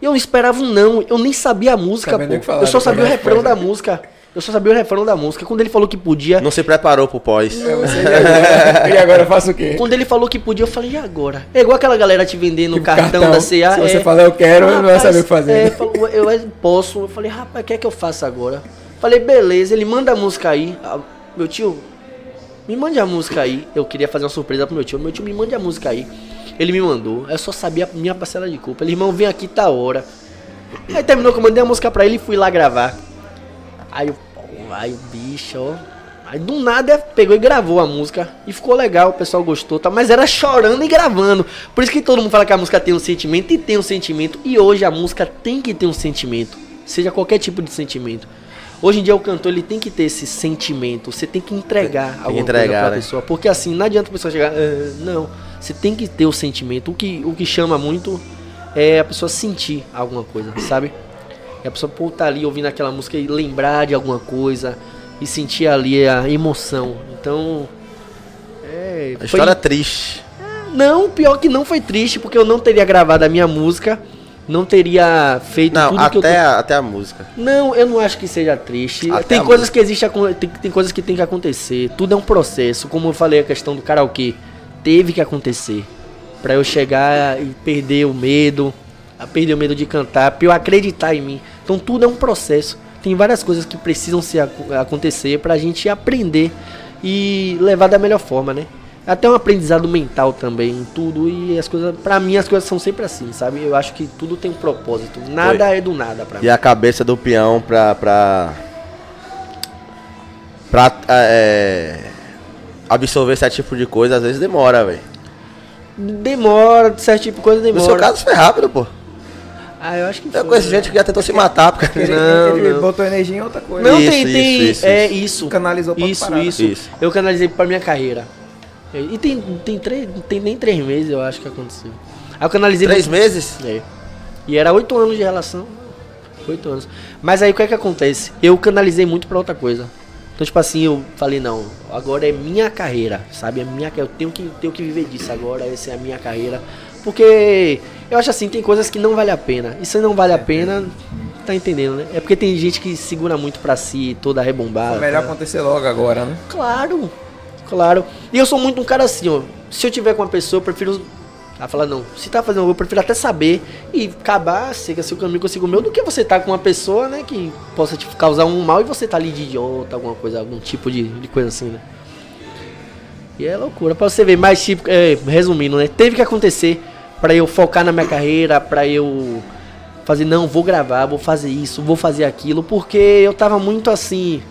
D: E eu esperava um não, eu nem sabia a música,
B: Sabia nem o
D: pô.
B: que falar,
D: eu só
B: né?
D: sabia o
B: Também
D: refrão
B: foi,
D: da
B: né?
D: música. Eu só sabia o refrão da música. Quando ele falou que podia,
C: Não se preparou pro pós.
B: Eu sei que agora- e agora eu faço o quê?
D: quando ele falou que podia, eu falei, e agora? É igual aquela galera te vendendo o
B: Tipo,
D: cartão, da CA.
B: Se você
D: é,
B: falar eu quero, ele não vai
D: Rapaz,
B: saber o que fazer.
D: é, falou, eu, eu posso. Eu falei, rapaz, o que é que eu faço agora? Falei, beleza, ele manda a música aí. Ah, Meu tio, me mande a música aí. Eu queria fazer uma surpresa pro meu tio. Meu tio, me mande a música aí. Ele me mandou. Eu só sabia a minha parcela de culpa. Ele, irmão, vem aqui, tá hora. Aí terminou que eu mandei a música pra ele e fui lá gravar. Aí eu, pô, aí o bicho, ó. Aí do nada pegou e gravou a música. E ficou legal, o pessoal gostou, tá? Mas era chorando e gravando. Por isso que todo mundo fala que a música tem um sentimento e tem um sentimento. E hoje a música tem que ter um sentimento. Seja qualquer tipo de sentimento. Hoje em dia o cantor ele tem que ter esse sentimento. Você tem que entregar alguma coisa
C: entregar,
D: pra
C: né?
D: pessoa. Porque assim, não adianta a pessoa chegar. "Ah, não. Você tem que ter o sentimento. O que, o que chama muito é a pessoa sentir alguma coisa, sabe? E a pessoa pô, tá ali ouvindo aquela música e lembrar de alguma coisa e sentir ali a emoção. Então. É.
C: A
D: foi-
C: história triste.
D: Não, pior que não foi triste, porque eu não teria gravado a minha música, não teria feito
C: Não,
D: tudo que eu
C: até, a, até a música.
D: não, eu não acho que seja triste.
C: Até
D: tem
C: a
D: coisas
C: música.
D: que existe, acon- tem, tem coisas que tem que acontecer. Tudo é um processo. Como eu falei a questão do karaokê, teve que acontecer Pra eu chegar e perder o medo, a perder o medo de cantar, pra eu acreditar em mim. Então tudo é um processo. Tem várias coisas que precisam se ac- acontecer pra gente aprender e levar da melhor forma, né? Até um aprendizado mental também em tudo e as coisas, Pra mim as coisas são sempre assim, sabe? Eu acho que tudo tem um propósito. Nada é do nada pra mim.
C: E a cabeça do peão pra. pra. pra é, absorver esse tipo de coisa, às vezes demora, velho.
D: Demora, certo tipo de coisa
C: No
D: demora.
C: seu caso é foi rápido, pô.
D: Ah, eu acho que
C: Eu
D: foi.
C: conheço gente que já tentou se matar, porque.
B: Ele,
D: Não,
B: ele
D: não.
B: botou energia em outra coisa.
D: Não,
C: Isso,
D: tem,
C: isso,
D: tem.
C: isso,
D: é
C: isso.
D: isso.
B: Canalizou pra
D: isso,
B: parada.
D: isso,
C: Isso.
D: Eu canalizei pra minha carreira. E e tem, tem, três, tem nem três meses, eu acho que aconteceu. Aí eu canalizei.
C: Três meses?
D: É. E era oito anos de relação. Oito anos. Mas aí o que é que acontece? Eu canalizei muito pra outra coisa. Então, tipo assim, eu falei, não, agora é minha carreira, sabe? É minha, eu tenho que, tenho que viver disso agora, essa é a minha carreira. Porque eu acho assim, tem coisas que não vale a pena. E se não vale a pena, tá entendendo, né? É porque tem gente que segura muito pra si, toda rebombada.
B: Foi É melhor
D: tá?
B: acontecer logo agora, né?
D: Claro, claro. E eu sou muito um cara assim, ó. Se eu tiver com uma pessoa, eu prefiro. Ela fala, não, se tá fazendo, eu prefiro até saber e acabar, siga seu caminho, consigo o meu, do que você tá com uma pessoa, né, que possa te causar um mal e você tá ali de idiota, alguma coisa, algum tipo de, de coisa assim, né? E é loucura, pra você ver, mais tipo, é, resumindo, né? Teve que acontecer pra eu focar na minha carreira, pra eu fazer, não, vou gravar, vou fazer isso, vou fazer aquilo, porque eu tava muito assim.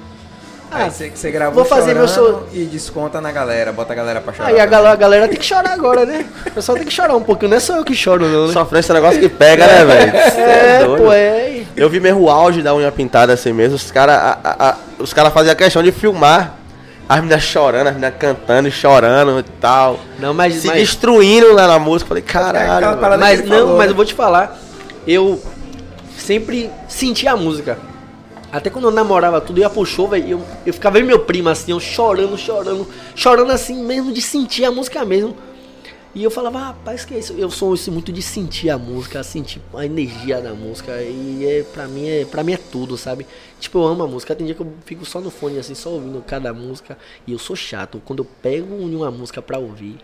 B: Aí você, você gravou
D: vou fazer meu
B: chorando e desconta na galera, bota a galera pra chorar.
D: Aí a
B: também.
D: galera, a galera tem que chorar agora, né? O pessoal tem que chorar um pouquinho, não é só eu que choro, não, né?
C: Sofrência é um negócio que pega, né, velho?
D: é,
C: doido.
D: pô, é.
C: Eu vi mesmo o auge da unha pintada assim mesmo, os caras os cara faziam questão de filmar as meninas chorando, as meninas cantando e chorando e tal.
D: Não, mas. é
C: se
D: mas,
C: destruindo lá na música. Falei,
B: Aquela
C: caralho.
B: parada
C: mano.
D: mas
B: que ele
D: não,
B: falou,
D: mas
B: né?
D: eu vou te falar. Eu sempre senti a música. Até quando eu namorava tudo, eu ia pro show, velho, eu, eu ficava vendo meu primo assim, eu chorando, chorando, chorando assim mesmo, de sentir a música mesmo. E eu falava, rapaz, que é isso? Eu sou esse muito de sentir a música, sentir a energia da música. E é, pra, mim é, pra mim é tudo, sabe? Tipo, eu amo a música. Tem dia que eu fico só no fone, assim, só ouvindo cada música. E eu sou chato. Quando eu pego um, uma música pra ouvir,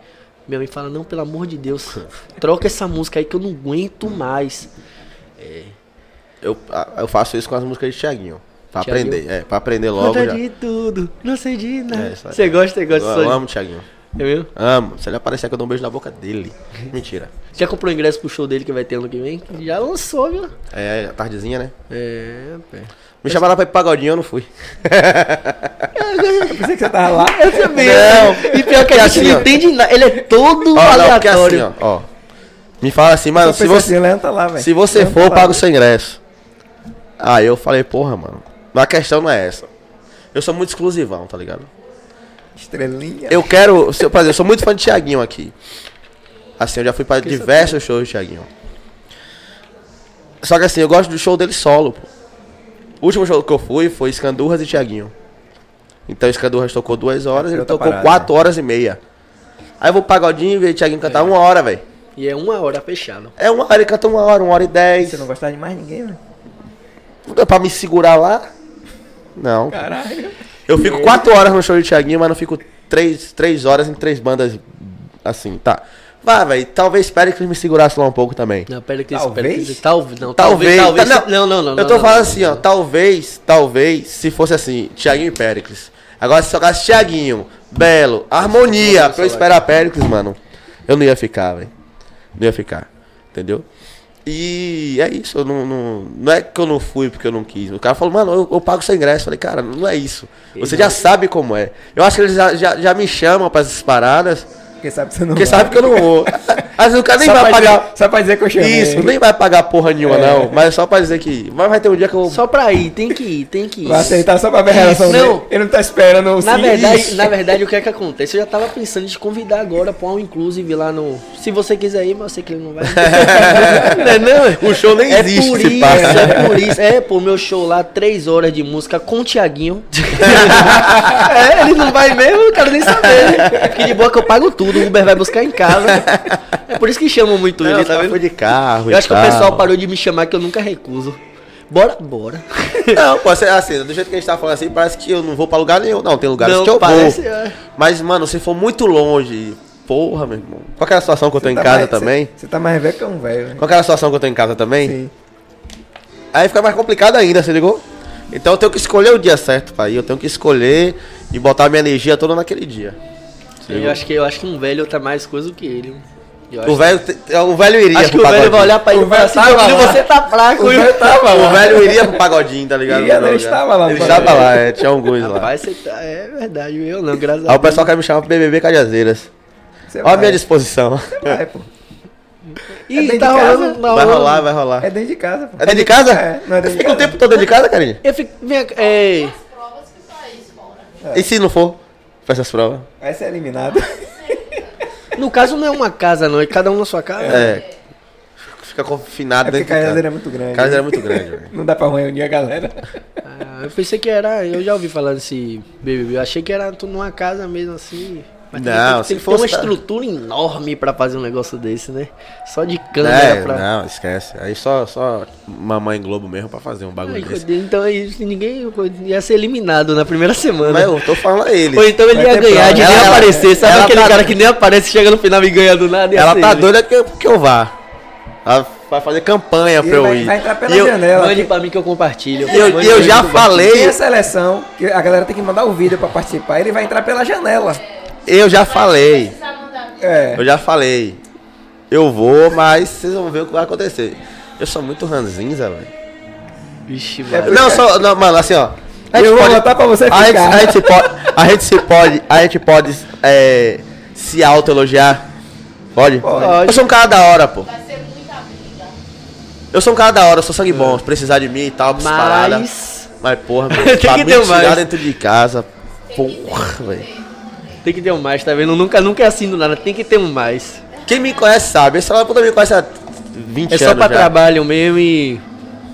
D: minha mãe fala, não, pelo amor de Deus, troca essa música aí que eu não aguento mais.
C: Eu, a- eu faço isso com as músicas de Thiaguinho. Pra
D: Thiaguinho?
C: aprender, é, pra aprender logo
D: Conta
C: já.
D: de tudo, não sei de
C: É,
D: nada.
C: isso aí.
D: Você gosta, você gosta.
C: Eu,
D: só de-
C: eu amo o Thiaguinho.
D: É mesmo?
C: Amo. Se ele aparecer aqui, eu dou um beijo na boca dele. Mentira.
D: Já comprou ingresso pro show dele que vai ter ano que vem? Já lançou, viu?
C: É, a tardezinha, né?
D: É, pé.
C: Me chamaram pra ir pro pagodinho, eu não fui.
D: É,
B: Eu pensei que você tava lá.
D: Eu também.
C: Não.
D: é E pior que a
C: Porque
D: gente
C: assim,
D: não
C: ó.
D: entende nada. Ele é todo
C: Ó, não, porque assim,
D: aleatório.
C: ó, ó. Me fala assim, mano,
B: Um Eu
C: se
B: pensei
C: você,
B: assim, Leandro tá lá, velho.
C: se você
B: Leandro
C: for,
B: tá
C: eu
B: lá.
C: pago o seu ingresso. Aí eu falei, porra, mano. Mas a questão não é essa. Eu sou muito exclusivão, tá ligado?
B: Estrelinha.
C: Eu quero. se eu- Por exemplo, eu sou muito fã de Thiaguinho aqui. Assim, eu já fui pra diversos shows de Thiaguinho. Só que assim, eu gosto do show dele solo, pô. O último show que eu fui foi Escandurras e Thiaguinho. Então Escandurras tocou duas horas, ele
B: Outra
C: tocou
B: parada,
C: quatro horas e meia. Aí eu vou pro pagodinho e ver Thiaguinho cantar
B: É.
C: uma hora, velho.
D: E é uma hora fechado.
C: É uma hora, ele canta uma hora, uma hora e dez.
B: Você não gostava de mais ninguém, né? velho?
C: Pra me segurar lá? Não.
B: Caralho.
C: Eu fico quatro horas no show de Thiaguinho, mas não fico três, três horas em três bandas assim, tá. Vá, velho, talvez espere que eles me segurassem lá um pouco também.
D: Não, pera que
B: Talvez?
D: Talvez. Não,
C: Talvez,
D: talvez. Talvez.
C: tá-
D: se- não, não, não.
C: Eu tô
D: não,
C: falando
D: não,
C: assim,
D: não.
C: ó, talvez, talvez, se fosse assim, Thiaguinho e Péricles. Agora se tocasse Thiaguinho, Belo, Harmonia, pra eu
D: é
C: esperar Péricles, mano, eu não ia ficar, velho. Não ia ficar, entendeu? E é isso, eu não, não, não é que eu não fui porque eu não quis. O cara falou, mano, eu, eu pago seu ingresso. Eu falei, cara, não é isso. Você já sabe como é. Eu acho que eles já, já, já me chamam pra essas paradas,
B: Quem sabe que você não
C: porque
B: vai.
C: sabe que eu não vou. Às vezes o cara nem
B: Só
C: vai
B: pra
C: pagar.
B: dizer- Só pra dizer que eu chamei.
C: Isso, nem vai pagar porra nenhuma,
B: É.
C: não. Mas só pra dizer que. Mas vai ter um dia que eu.
D: Só pra ir, tem que ir, tem que ir.
B: Vai aceitar só pra ver a relação
D: Não.
B: dele. Ele não tá esperando o
D: Na
B: sim.
D: verdade,
B: Isso.
D: na verdade, o que é que acontece? Eu já tava pensando em te convidar agora pra um inclusive lá no. Se você quiser ir, mas eu sei que ele não vai. não, é não.
C: O show nem
D: é
C: existe,
D: Por
C: se
D: isso,
C: passa.
D: é por isso. É, pô, meu show lá, três horas de música com o Tiaguinho. é, ele não vai mesmo, eu quero nem saber. Que de boa que eu pago tudo, o Uber vai buscar em casa. É por isso que chamam muito
C: Não,
D: ele, tá
C: só foi
D: vendo?
C: de carro. e
D: Eu acho que o
C: tal.
D: pessoal parou de me chamar que eu nunca recuso. Bora, bora.
C: Não, pô, você- assim, do jeito que a gente tá falando assim, parece que eu não vou pra lugar nenhum. Não, tem lugares
D: Não,
C: que eu
D: parece,
C: vou.
D: é.
C: Mas, mano, se for muito longe, porra, meu irmão. Com aquela situação que eu tô em
B: Tá
C: casa
B: mais-
C: também. assim?
B: Você, você tá mais velho que um velho, velho.
C: Com aquela situação que eu tô em casa também.
B: Sim.
C: Aí fica mais complicado ainda, você ligou? Então eu tenho que escolher o dia certo pra ir. Eu tenho que escolher e botar minha energia toda naquele dia. Você
D: Eu
C: ligou?
D: acho que, eu acho que um velho tá mais coisa do que ele. Eu
C: O
D: acho-
C: velho, te- o velho iria
D: Acho que o
C: pro pagodinho.
D: velho vai olhar pra ele e
B: O
D: falar
B: velho
D: assim,
B: tava
D: meu filho,
B: lá.
D: você tá fraco.
B: O velho tava
C: O
B: lá.
C: velho iria pro pagodinho, tá ligado?
B: Iria,
C: Não,
B: ele
C: já.
B: estava lá no
C: Ele
B: pagodinho.
C: estava lá, é, tinha alguns lá.
D: Rapaz, você tá... É verdade, eu não, graças
C: Aí
D: a
C: o pessoal quer me chamar pro BBB Cajazeiras.
B: Você
C: Olha a
B: vai.
C: minha disposição.
B: Vai, pô. é
D: Ih,
B: dentro
D: tá
B: de casa?
D: rolando, tá
C: Vai
D: rolando.
C: rolar, vai rolar.
B: É
C: É
B: dentro de casa, pô.
C: dentro de casa?
B: É, não é dentro de
C: Fica o
B: casa.
C: tempo todo dentro de casa, Carinha?
D: Eu fico... Vem cá, é...
B: É.
C: E se não for? Faz as provas.
B: Vai ser eliminado.
C: É
B: É
D: No caso, não é uma casa, não. É cada um na sua casa.
C: É. Fica confinado
B: É
C: dentro de
B: porque
C: casa.
B: Cajazeira é muito grande.
C: Cajazeira é muito grande, velho.
B: Não dá pra reunir a galera.
D: Ah, eu pensei que era... Eu já ouvi falar desse BBB. Eu achei que era tu numa casa mesmo, assim... Mas tem
C: Não,
D: que-
C: se
D: tem que ter
C: fosse-
D: uma estrutura enorme pra fazer um negócio desse, né? Só de câmera
C: É,
D: pra...
C: não, esquece. Aí só, só mamãe Globo mesmo pra fazer um bagulho
D: Ai,
C: desse.
D: então isso, ninguém ia ser eliminado na primeira semana.
C: Mas eu tô falando a ele.
D: Ou então ele
B: Vai ter
D: ia ganhar
B: prova.
D: de nem
C: Ela-
D: aparecer. Sabe
C: ela
D: aquele
C: tá-
D: cara que nem aparece, chega no final e assim, ganha do nada? Ia
C: Ela
D: ser
C: tá
B: assim.
D: ele.
C: doida que, que eu vá. Ela vai fazer campanha pra
B: Ele
C: eu
B: vai,
C: ir.
B: vai entrar pela
C: E eu-
B: janela.
D: Mande pra mim que eu compartilho.
C: e eu, e eu já
B: Tem
C: falei,
B: a seleção, que a galera tem que mandar o vídeo pra participar. Ele vai entrar pela janela.
C: eu já falei.
B: É.
C: Eu já falei. Eu vou, mas vocês vão ver o que vai acontecer. Eu sou muito ranzinza, velho.
D: Vixe, mano.
C: Não, só. Não, mano, assim, ó. A gente
B: Eu vou
C: pode-
B: botar pra você
C: a gente,
B: ficar.
C: a gente pode. A gente se pode. A gente pode é, se autoelogiar. Pode?
B: Pode.
C: Eu sou um cara da hora, pô. Eu sou um cara da hora, eu sou sangue bom. Se precisar de mim e tal, essas paradas.
D: Mas.
C: Mas, porra,
D: Tem
C: meu,
D: que
C: pra me
D: ter um
C: tirar
D: mais.
C: dentro de casa. Porra, velho.
D: Tem que ter um mais, tá vendo? Nunca, nunca é assim do nada. Tem que ter um mais.
C: Quem me conhece sabe. Esse celular puta me conhece há 20
D: É
C: anos.
D: só pra
C: já.
D: trabalho mesmo e.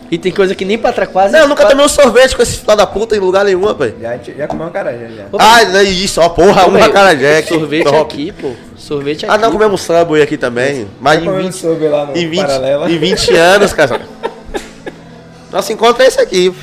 D: E tem coisa que nem pra trás quase.
C: Não, eu nunca
D: pra-
C: tomei um sorvete com esse filho da puta em lugar nenhum, rapaz.
B: Já, já comeu um carajé, já.
D: Ô,
C: Ah, é isso, ó, porra,
D: Ô,
C: um
D: meu,
C: acarajé aqui.
D: Sorvete
C: top.
D: aqui, pô. Sorvete aqui.
C: Ah, não, comemos subway aqui também. Mas em
B: Comeu um
C: 20,
B: sub lá no
C: em 20,
B: Paralela.
C: em 20 anos, cara. Nosso encontro é esse aqui.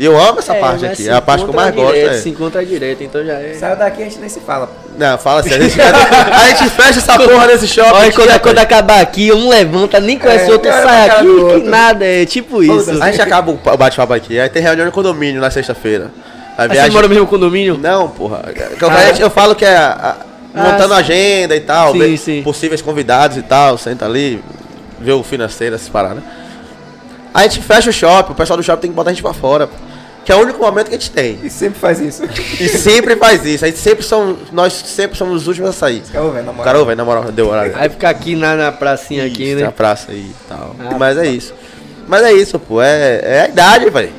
C: E eu amo essa
D: É,
C: parte
D: mas
C: aqui.
D: se
C: É a parte que eu
D: encontra
C: mais gosto.
D: direto,
C: é.
D: Se encontra direto, então já é.
B: Saiu daqui, a gente nem se fala.
C: Não, fala sério. A gente, a gente fecha essa porra nesse shopping.
D: Olha,
C: aqui,
D: quando,
C: rapaz.
D: quando acabar aqui, um levanta, nem conhece
B: É,
D: o outro,
B: olha pra
D: sai
B: cara
D: aqui,
B: do
D: que
B: outro.
D: nada, é tipo isso.
B: Foda-se.
C: A gente acaba o pa- bate-papo aqui. Aí tem reunião de condomínio na sexta-feira. A
D: Aí você
C: viagem.
D: mora no mesmo condomínio?
C: Não, porra. Que Eu,
D: Ah.
C: falei- eu falo que é. a-
D: Ah,
C: montando
D: sim.
C: agenda e tal.
D: Sim,
C: vê
D: sim.
C: Possíveis convidados e tal. Senta ali, vê o financeiro, essas paradas. né? A gente fecha o shopping, o pessoal do shopping tem que botar a gente pra fora. Que é o único momento que a gente tem.
B: E sempre faz isso.
C: E sempre faz isso. A gente sempre são. Nós sempre somos os últimos a sair.
B: Acabou, velho, na moral.
C: Carol, velho, na moral, deu horário.
D: Aí fica aqui na, na pracinha aqui,
C: Isso,
D: né?
C: Na praça aí e tal.
D: Ah,
C: Mas é isso. Mas é isso, pô. É, é a idade, velho.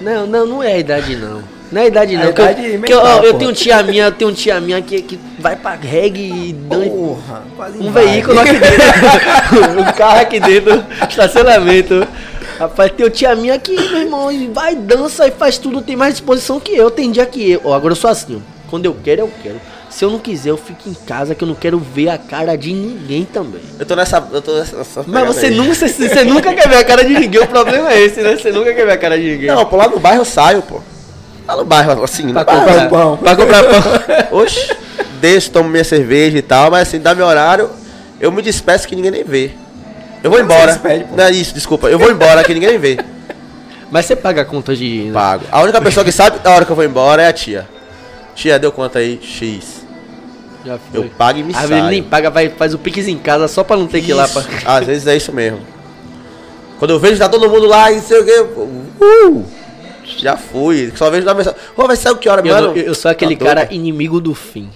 D: Não, não, não é a idade não. Não é a idade
B: A
D: não. que eu-
B: idade
D: que eu,
B: mental,
D: ó, eu,
B: porra.
D: tenho tia minha, eu tenho tia minha que, que vai pra reggae e dan-
B: Porra, quase
D: Um
B: vai.
D: veículo aqui dentro. um carro aqui dentro, estacionamento. Rapaz, tem tia minha que, meu irmão, e vai, dança e faz tudo, tem mais disposição que eu. Tem dia que eu. Ó, agora eu sou assim, ó. Quando eu quero, eu quero. Se eu não quiser, eu fico em casa que eu não quero ver a cara de ninguém também.
C: Eu tô nessa. Eu tô nessa. nessa
D: Mas
C: pegada
D: você
C: aí.
D: nunca, você, você nunca quer ver a cara de ninguém, o problema é esse, né? Você nunca quer ver a cara de ninguém.
C: Não, pô, lá no bairro eu saio, pô. Lá no bairro, assim, no
D: Pra
C: bairro.
D: comprar
B: pão.
C: Pra comprar pão. Oxi, deixo, tomo minha cerveja e tal, mas assim, dá meu horário, eu me despeço que ninguém nem vê. Eu vou
B: Você
C: embora.
B: despede, pô.
C: Não é isso, desculpa. Eu vou embora que ninguém nem vê.
D: Mas você paga a conta de. né?
C: Pago. A única pessoa que sabe a hora que eu vou embora é a tia. Tia, deu conta aí? X.
D: Já foi.
C: Eu pago e me
D: Às
C: saio.
D: vezes nem paga, vai, faz o piques em casa só pra não ter que ir lá pra.
C: Isso. Às vezes é isso mesmo. Quando eu vejo tá todo mundo lá e não sei o quê. Uh, já fui. Só vejo na mensagem. Ô, vai sair o que hora,
D: Eu,
C: mano?
D: não- eu- eu sou aquele
C: Tá
D: cara
C: doido?
D: inimigo do fim.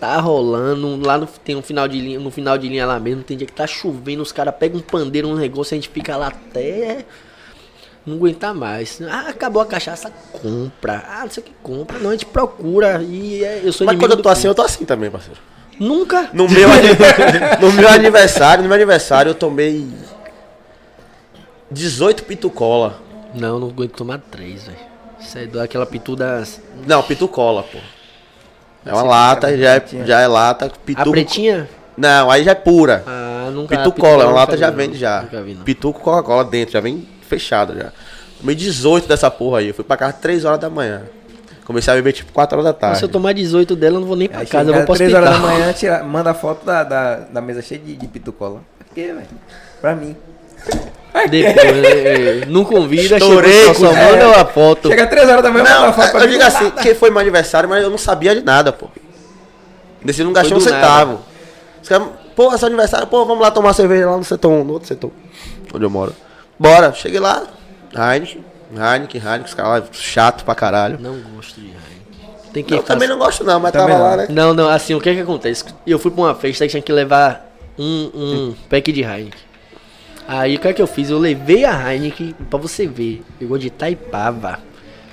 D: Tá rolando, lá no, tem um final de linha, no final de linha lá mesmo, tem dia que tá chovendo, os caras pegam um pandeiro, um negócio, a gente fica lá até não aguentar mais. Ah, acabou a cachaça, compra. Ah, não sei o que compra. Não, a gente procura e é- eu sou
C: Mas
D: inimigo
C: quando eu
D: do
C: tô
D: fim.
C: assim, eu tô assim também, parceiro.
D: Nunca.
C: No meu, ani- no meu aniversário, no meu aniversário, eu tomei 18 pitucola.
D: Não, não aguento tomar três, velho. Isso aí dá aquela pituda...
C: Não, pitucola, pô. É uma lata, já é, já é lata,
D: A
C: pituco.
D: pretinha?
C: Não, aí já é pura.
D: Ah, nunca...
C: Pitu
D: pitucola
C: cola, uma
D: nunca
C: lata
D: vi,
C: já
D: não.
C: vende já.
D: Nunca vi, não.
C: Pitu com Coca-Cola dentro, já vem fechado já. Tomei 18 dessa porra aí. Eu fui pra casa 3 horas da manhã. Comecei a beber tipo 4 horas da
D: Mas
C: tarde.
D: Se eu tomar 18 dela, eu não vou nem pra
B: Aí
D: casa, eu
B: chega
D: vou pra
B: 3
D: hospital.
B: horas da manhã, tira, manda foto da, da, da mesa cheia de, de pitucola. Pra quê, velho? Pra mim.
D: Depois, né? não convida,
C: Estourei
D: chegou, só
C: com- É.
D: manda uma foto.
B: Chega 3 horas da manhã, manda uma
C: Não,
B: foto Tá pra
C: eu
B: mim.
C: digo assim, que foi meu aniversário, mas eu não sabia de nada, pô. Desse não gastei um
D: Foi do
C: centavo. Os caras, pô, é seu aniversário, pô, vamos lá tomar cerveja lá no setor 1, no outro setor, onde eu moro. Bora, cheguei lá, Heineken, Heineken, Heineken, os caras lá, chato pra caralho.
D: Não gosto de Heineken. Tem que
C: eu também não gosto não, mas
B: Também
C: tava lá,
B: não.
C: né?
D: não, não, assim, o que é que acontece? Eu fui pra uma festa que tinha que levar um, um pack de Heineken. Aí o que é que eu fiz? Eu levei a Heineken pra você ver. Pegou de Taipava.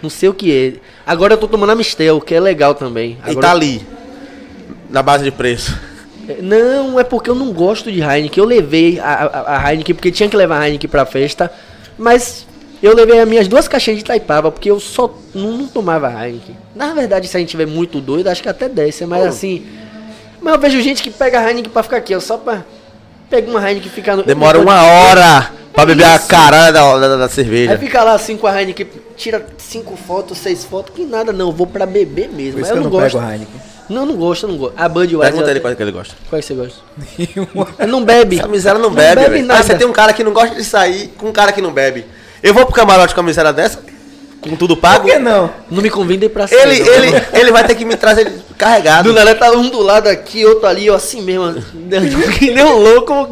D: Não sei o que é. Agora eu tô tomando Amistel, que é legal também.
C: E
D: Agora-
C: tá ali, na base de preço.
D: É, Não, é porque eu não gosto de Heineken. Eu levei a, a, a Heineken, porque tinha que levar a Heineken pra festa. Mas eu levei as minhas duas caixinhas de Taipava, porque eu só não, não tomava Heineken. Na verdade, se a gente tiver muito doido, acho que até desce. Mas assim. Mas eu vejo gente que pega a Heineken pra ficar aqui, ó, só pra. Pega uma Heineken e fica no.
C: Demora uma hora pra beber a caralho da, da, da cerveja.
D: Aí fica lá assim com a Heineken, tira cinco fotos, seis fotos, que nada não, eu vou pra beber mesmo.
B: Por
D: Mas
B: isso que
D: eu,
B: eu não
D: não gosto.
B: pego Heineken.
D: Não, eu não gosto, eu não gosto. A Budweiser.
C: Pergunta ele qual é que ele gosta.
D: Qual é que você gosta? Não bebe.
C: Essa miséria não bebe, velho.
D: nada.
C: Aí você tem um cara que não gosta de sair com um cara que não bebe. Eu vou pro camarote com a miséria dessa? Com tudo
B: Por
C: pago?
B: que não?
D: Não me convidem pra sair.
C: Ele,
D: não. né?
C: ele, ele vai ter que me trazer carregado.
D: Do nada tá um do lado aqui, outro ali, ó, assim mesmo. que nem um louco.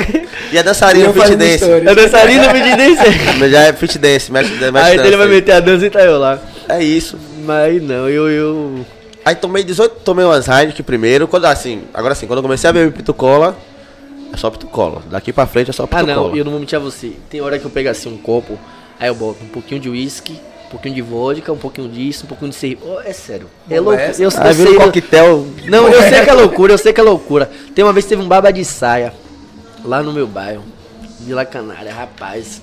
C: E a dançarina
B: Eu faço
C: fit dance.
B: história.
D: A dançarina me disse.
C: Mas Já é fit dance, mexe, mexe
D: Aí então
C: dança
D: ele vai
C: aí.
D: meter a dança e tá eu lá.
C: É isso.
D: Mas não, eu. eu...
C: Aí tomei 18, tomei umas Heineken primeiro. Quando, assim, agora sim, quando eu comecei a beber pitucola, é só pitucola. Daqui pra frente é só
D: Ah,
C: pitucola.
D: não, eu não vou mentir a você. Tem hora que eu pego assim um copo, aí eu boto um pouquinho de uísque, um pouquinho de vodka, um pouquinho disso, um pouquinho de cerveja. Ó, é sério. É
B: Não,
D: louco.
B: mas-
D: Eu, eu
C: Aí vira um
D: sei-
C: coquetel.
D: Não, eu sei que é loucura, eu sei que é loucura. Tem uma vez que teve um baba de saia lá no meu bairro, Vila Canária, rapaz.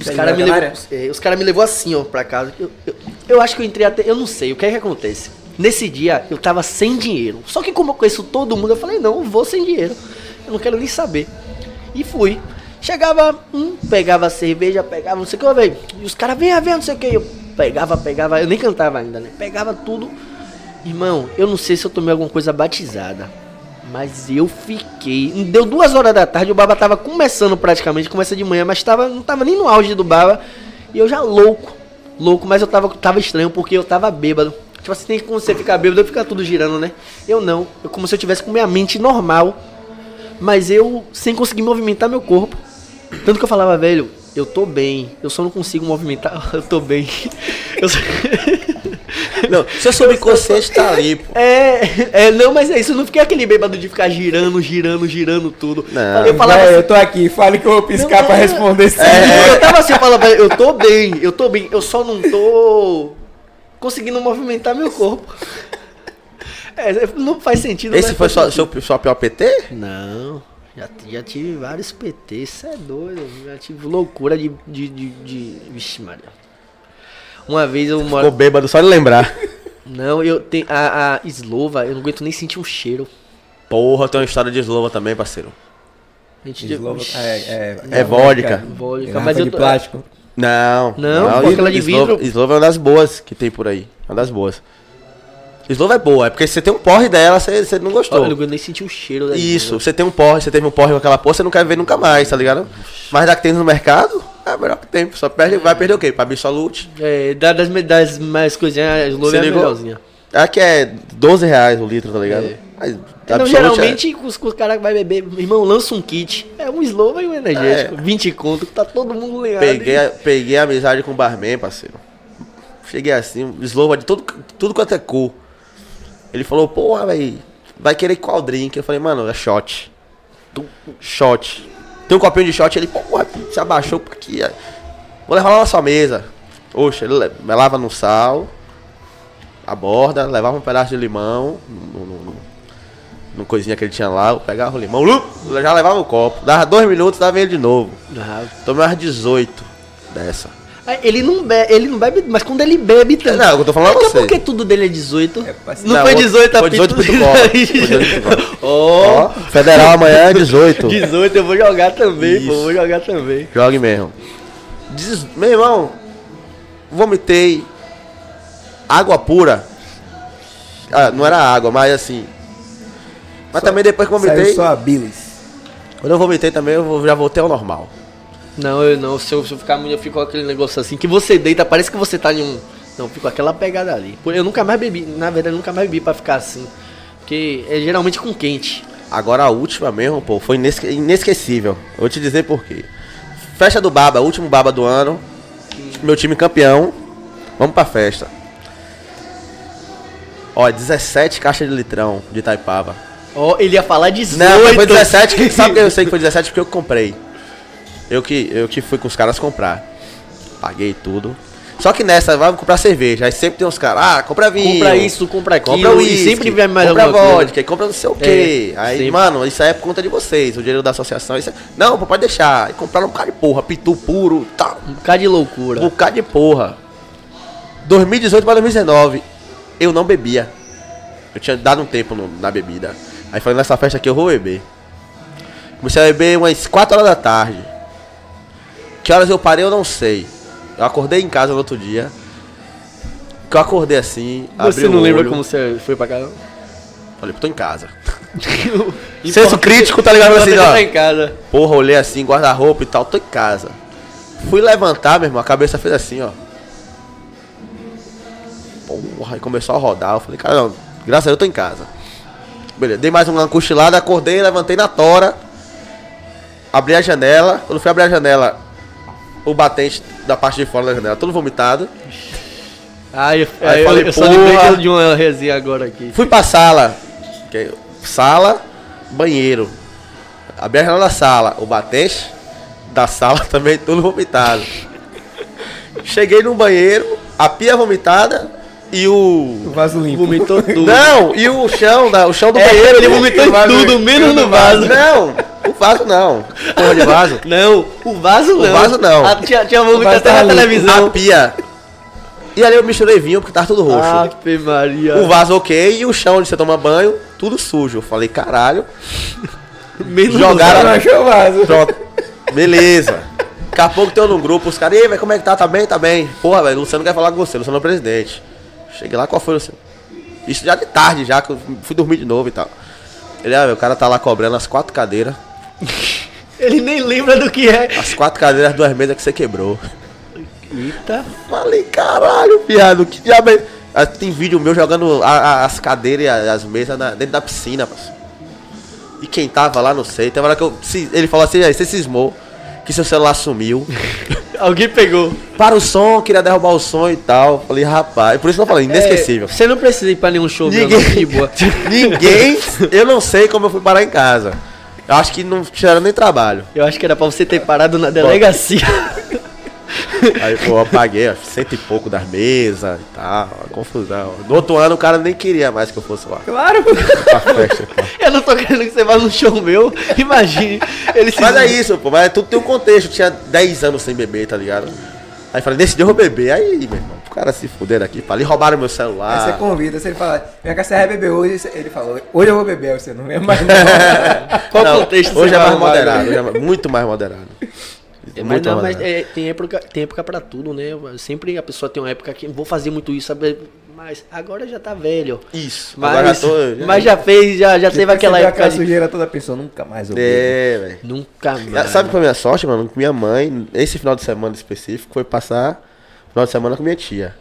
D: Os
B: Você
D: caras me,
B: joga na
D: levou-
B: área?
D: é, os cara me levou assim, ó, pra casa. Eu, eu, eu acho que eu entrei até. Eu não sei, o que é que acontece? Nesse dia, eu tava sem dinheiro. Só que como eu conheço todo mundo, eu falei, não, eu vou sem dinheiro. Eu não quero nem saber. E fui. Chegava um, pegava a cerveja, pegava não sei o que, ó, velho. E os caras, vem, vem, não sei o que. Eu pegava, pegava, eu nem cantava ainda, né? Pegava tudo. Irmão, eu não sei se eu tomei alguma coisa batizada. Mas eu fiquei. Deu duas horas da tarde, o Baba tava começando praticamente, começa de manhã, mas tava, não tava nem no auge do Baba. E eu já louco, louco, mas eu tava, tava estranho porque eu tava bêbado. Tipo assim, tem que quando você ficar bêbado, fica tudo girando, né? Eu não. Eu como se eu tivesse com minha mente normal, mas eu sem conseguir movimentar meu corpo. Tanto que eu falava, velho, eu tô bem, eu só não consigo movimentar, eu tô bem. Eu só-
C: Não, seu subconsciente tá ali, pô.
D: É, é, não, mas é isso, eu não fiquei aquele bêbado de ficar girando, girando, girando tudo.
C: Não. É,
D: eu falava
B: Véi,
D: assim,
B: eu tô aqui, fale que eu vou piscar
D: Não,
B: pra
D: é-
B: responder sim.
D: eu tava assim, eu falava, eu tô bem, eu tô bem, eu só não tô conseguindo movimentar meu corpo. É, não é faz sentido.
C: Esse
D: mas
C: foi
D: faz
C: sua,
D: sentido.
C: seu, sua pior PT?
D: Não, já, já tive vários PT, isso é doido, já tive loucura de, de, de, de... Vixe Maria. Uma vez eu moro...
C: Ficou bêbado só de lembrar.
D: Não, eu tenho... A, a eslova, eu não aguento nem sentir um cheiro.
C: Porra, tem uma história de eslova também, parceiro.
D: A gente
B: Eslovo-
D: Vixe.
C: É vodka.
D: Vodka,
B: Garrafa
D: mas eu
B: de
D: tô-
B: plástico.
C: Não.
D: Não, pô, aquela de
C: Eslova-
D: vidro.
C: Eslova é uma das boas que tem por aí. Uma das boas. Eslova é boa, é porque você tem um porre dela, você, você não
D: Olha, eu
C: gostou.
D: não nem senti o cheiro da
C: Isso, você tem um porre, você teve um porre com aquela porra, você não quer ver nunca mais, tá ligado? Mas da que tem no mercado, é a melhor que tem. Só perde, vai perder o quê? Pra absolute.
D: É, da- das, me- das mais coisinhas, a Slow
C: Você
D: é a
C: ligou?
D: melhorzinha.
C: A que é 12 reais o litro, tá ligado?
D: É.
C: Mas
D: Não,
C: Absolute
D: geralmente os, os caras que vai beber, meu irmão, lança um kit. É um Slow e um energético. 20 conto, que tá todo mundo
C: é-
D: ligado.
C: Peguei, a- peguei a amizade com o barman, parceiro. Cheguei assim, eslova de tudo, tudo quanto é cu. Ele falou, porra, velho, vai querer qual drink? Eu falei, mano, é shot. Tu- Shot. Tem um copinho de shot, ele, porra, se abaixou porque. é, Vou levar lá na sua mesa. Oxe, ele le- lava no sal, a borda, levava um pedaço de limão, no, no- no- no coisinha que ele tinha lá, eu pegava o limão, lup, já levava no copo. Dava dois minutos, dava ele de novo.
D: Ah,
C: Tomei umas 18 dessa.
D: ah, ele, não bebe, ele não bebe, mas quando ele bebe também.
C: Não, é eu tô falando
D: Até
C: pra você.
D: porque tudo dele é 18.
B: É pra-
D: não,
C: Não,
D: foi
C: outro-
D: 18 a
C: foi 18
D: pito.
C: pro bola, foi 18 pro
D: Ó,
C: Ó, federal amanhã é 18.
D: 18 eu vou jogar também, pô,
C: Isso.
D: vou jogar também.
C: Jogue mesmo. Diz- Meu irmão, vomitei água pura. Ah, não era água, mas assim. Mas também depois que vomitei,
B: Saiu só a bilis.
C: quando eu vomitei também, eu vou- já voltei ao normal.
D: Não, eu não. Se eu, se eu ficar muito, eu fico com aquele negócio assim que você deita, parece que você tá em um. Não, fico aquela pegada ali. Por- Eu nunca mais bebi, na verdade, eu nunca mais bebi pra ficar assim. Porque é geralmente com quente.
C: Agora a última mesmo, pô, foi inesque- inesquecível. Eu Vou te dizer por quê. Festa do Baba, último Baba do ano. Meu time campeão. Vamos pra festa. Ó, 17 caixas de litrão de Taipava.
D: Ó, ele ia falar 18.
C: Não, foi 17, que, sabe que eu sei que foi 17 porque eu comprei. Eu que, eu que fui com os caras comprar. Paguei tudo. Só que nessa, vai comprar cerveja. Aí sempre tem uns caras, ah, compra vinho.
D: Compra isso, compra aquilo.
C: Compra
D: e
C: uísque,
D: sempre vem mais
C: compra
D: alguma coisa.
C: vodka, compra não sei o quê.
D: É,
C: aí,
D: sempre.
C: mano, isso aí é por conta de vocês, o dinheiro da associação. Isso é- Não, pô, pode deixar. Aí compraram um bocado de porra, pitu puro, tal.
D: Um bocado de loucura.
C: Um bocado de porra. 2018 para 2019, eu não bebia. Eu tinha dado um tempo no- na bebida. Aí falei, nessa festa aqui eu vou beber. Comecei a beber umas 4 horas da tarde. Que horas eu parei, eu não sei. Eu acordei em casa no outro dia. Que eu acordei assim,
D: Você
C: abri o
D: não lembra
C: olho.
D: como você foi pra casa?
C: Falei, tô em casa.
D: Senso
C: crítico, tá ligado? Assim, ó.
D: tá em casa.
C: Porra, olhei assim, guarda-roupa e tal, tô em casa. Fui levantar, meu irmão, a cabeça fez assim, ó. Porra, aí começou a rodar. Eu falei, cara, não, graças a Deus eu tô em casa. Beleza, dei mais uma cochilada, acordei, levantei na tora. Abri a janela. Quando fui abrir a janela, o batente da parte de fora da janela, todo vomitado.
D: Ai, eu,
C: Aí
D: eu-
C: falei,
D: eu só lembrei
C: porra.
D: de uma resenha agora aqui.
C: Fui pra sala. que- é Sala, banheiro. Abri a janela da sala. O batente da sala também todo vomitado. Cheguei no banheiro, a pia vomitada e
B: O
C: o.
B: vaso limpo.
D: Vomitou tudo.
C: Não, e o chão, da, o chão do
D: É,
C: banheiro.
D: ele vomitou em
C: O vaso-
D: tudo, menos no vaso.
C: Não, o vaso não. Porra de vaso.
D: Não, o vaso não.
C: vaso não.
D: Ah, tinha, tinha um
B: vaso
D: até
B: tá
D: na
B: ali.
D: televisão.
C: A pia. E ali eu misturei vinho porque tava tudo
D: Ah,
C: roxo.
D: Ave Maria.
C: o vaso ok e o chão onde você toma banho, tudo sujo. Eu falei, caralho.
D: Menos um
C: Jogaram-
B: Cara, não achou o vaso.
C: Pronto. Beleza. Daqui a pouco tem eu num grupo, os caras, ei, velho, como é que tá? Tá bem, tá bem. Porra, velho, Luciano quer falar com você, Luciano é o presidente. Cheguei lá, qual foi, Luciano? Isso já de tarde, já, que eu fui dormir de novo e tal. Ele, ah, velho, o cara tá lá cobrando as quatro cadeiras.
D: Ele nem lembra do que é.
C: As quatro cadeiras, as duas mesas que você quebrou.
D: Eita.
C: Falei, caralho, viado, que diabo é- Ah, Tem vídeo meu jogando a- a- as cadeiras e a- as mesas na- dentro da piscina, parceiro. E quem tava lá, não sei. Tem uma hora que eu. se- Ele falou assim, aí, você cismou que seu celular sumiu.
D: Alguém pegou.
C: Para o som, queria derrubar o som e tal. Falei, rapaz, por isso que eu falei, inesquecível.
D: É, você não precisa ir pra nenhum show, meu,
C: Ninguém-
D: não, de boa.
C: Ninguém. Eu não sei como eu fui parar em casa. Eu acho que não tiraram nem trabalho.
D: Eu acho que era pra você ter parado na delegacia.
C: Aí, pô, eu apaguei, ó, cento e pouco das mesas e tal. Confusão. No outro ano o cara nem queria mais que eu fosse lá.
B: Claro.
C: Pra festa, pô.
D: Eu não tô querendo que você vá num show meu. Imagine. Ele se
C: Mas é isso, pô. Mas tudo tem um contexto. Eu tinha 10 anos sem beber, tá ligado? Aí falei, nesse dia eu vou beber. Aí, meu irmão, o cara se fuderam aqui. Falei, roubaram meu
B: Aí você
C: celular.
B: convida, você fala, minha cá, você vai beber hoje? Você- Ele falou, hoje eu vou beber, aí você não vem mais não.
D: Qual
C: Não,
D: contexto
C: Hoje
D: você
C: é
D: vai
C: mais
D: arrumar,
C: moderado.
D: né?
C: hoje é mais- muito mais moderado.
D: É, mas
C: Muito
D: não,
C: mais
D: mas
C: moderado.
D: é, tem, época, tem época pra tudo, né? Eu- Sempre a pessoa tem uma época que vou fazer muito isso, sabe? mas agora já tá velho.
C: Isso.
D: Mas,
C: agora já tô- já-
D: mas já fez, já, já teve
B: Depois
D: aquela
B: você vê
D: época.
B: aquela
D: de-
B: sujeira toda pensou, nunca mais eu bebo.
C: É, velho.
D: Nunca
C: Ah,
D: mais.
C: Sabe qual é a minha sorte, mano? Que Minha mãe, esse final de semana específico, foi passar final de semana com minha tia.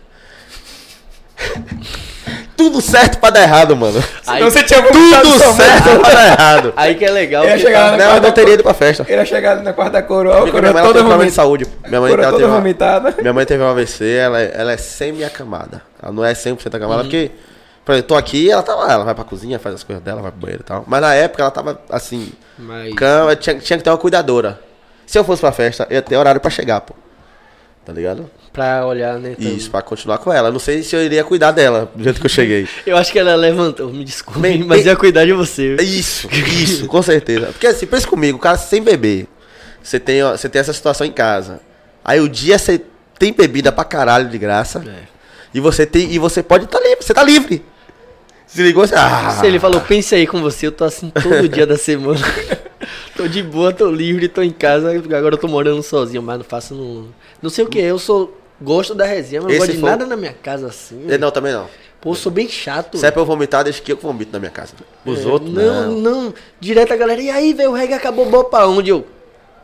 C: Tudo certo pra dar errado, mano.
D: Aí,
B: Então você tinha vomitado
C: Tudo
B: sua mãe.
C: certo pra dar errado.
D: aí que é legal.
B: Eu ia
D: que
B: chegar lá
D: tá-
B: na
C: Não, eu não
B: quarta-
C: teria ido pra festa.
B: Ele ia chegar na quarta coroa, a
C: Porque minha
B: coroa
C: mãe ela
B: toda
C: tem problema de
B: vomitada.
C: saúde. Minha mãe,
B: Coroa
C: ela
B: toda
C: teve uma,
B: vomitada.
C: minha mãe teve um AVC, ela, ela é semi-acamada. Ela não é 100% acamada, porque... Por exemplo, eu tô aqui, ela tá lá, ela vai pra cozinha, faz as coisas dela, vai pro banheiro e tal. Mas na época ela tava, assim,
D: Mas-
C: Cama, tinha, tinha que ter uma cuidadora. Se eu fosse pra festa, eu ia ter horário pra chegar, pô. Tá ligado?
D: pra olhar, né? então.
C: Isso, pra continuar com ela. Não sei se eu iria cuidar dela do jeito que eu cheguei.
D: Eu acho que ela levantou, me desculpe,
C: Bem,
D: mas
C: bem-
D: ia cuidar de você.
C: Isso, isso, com certeza. Porque assim, pensa comigo, o cara sem beber. Você tem, ó, você tem essa situação em casa. Aí o dia você tem bebida pra caralho de graça.
D: É.
C: E você tem. E você pode estar livre. Você tá livre. Se ligou, você. Ah,
D: Se ele falou, pense aí com você, eu tô assim todo dia da semana. tô de boa, tô livre, tô em casa, agora eu tô morando sozinho, mas não faço não. Não sei o que, é, eu sou. Gosto da resenha, mas não
C: Esse
D: gosto de
C: foi-
D: nada na minha casa assim.
C: É, Não, também não.
D: Pô, eu sou bem chato.
C: Se é pra eu vomitar, deixa que eu vomito na minha casa. Os
D: É,
C: outros. né?
D: Não,
C: Não,
D: não. Direto a galera, e aí, velho, o reggae acabou bom pra onde? Eu.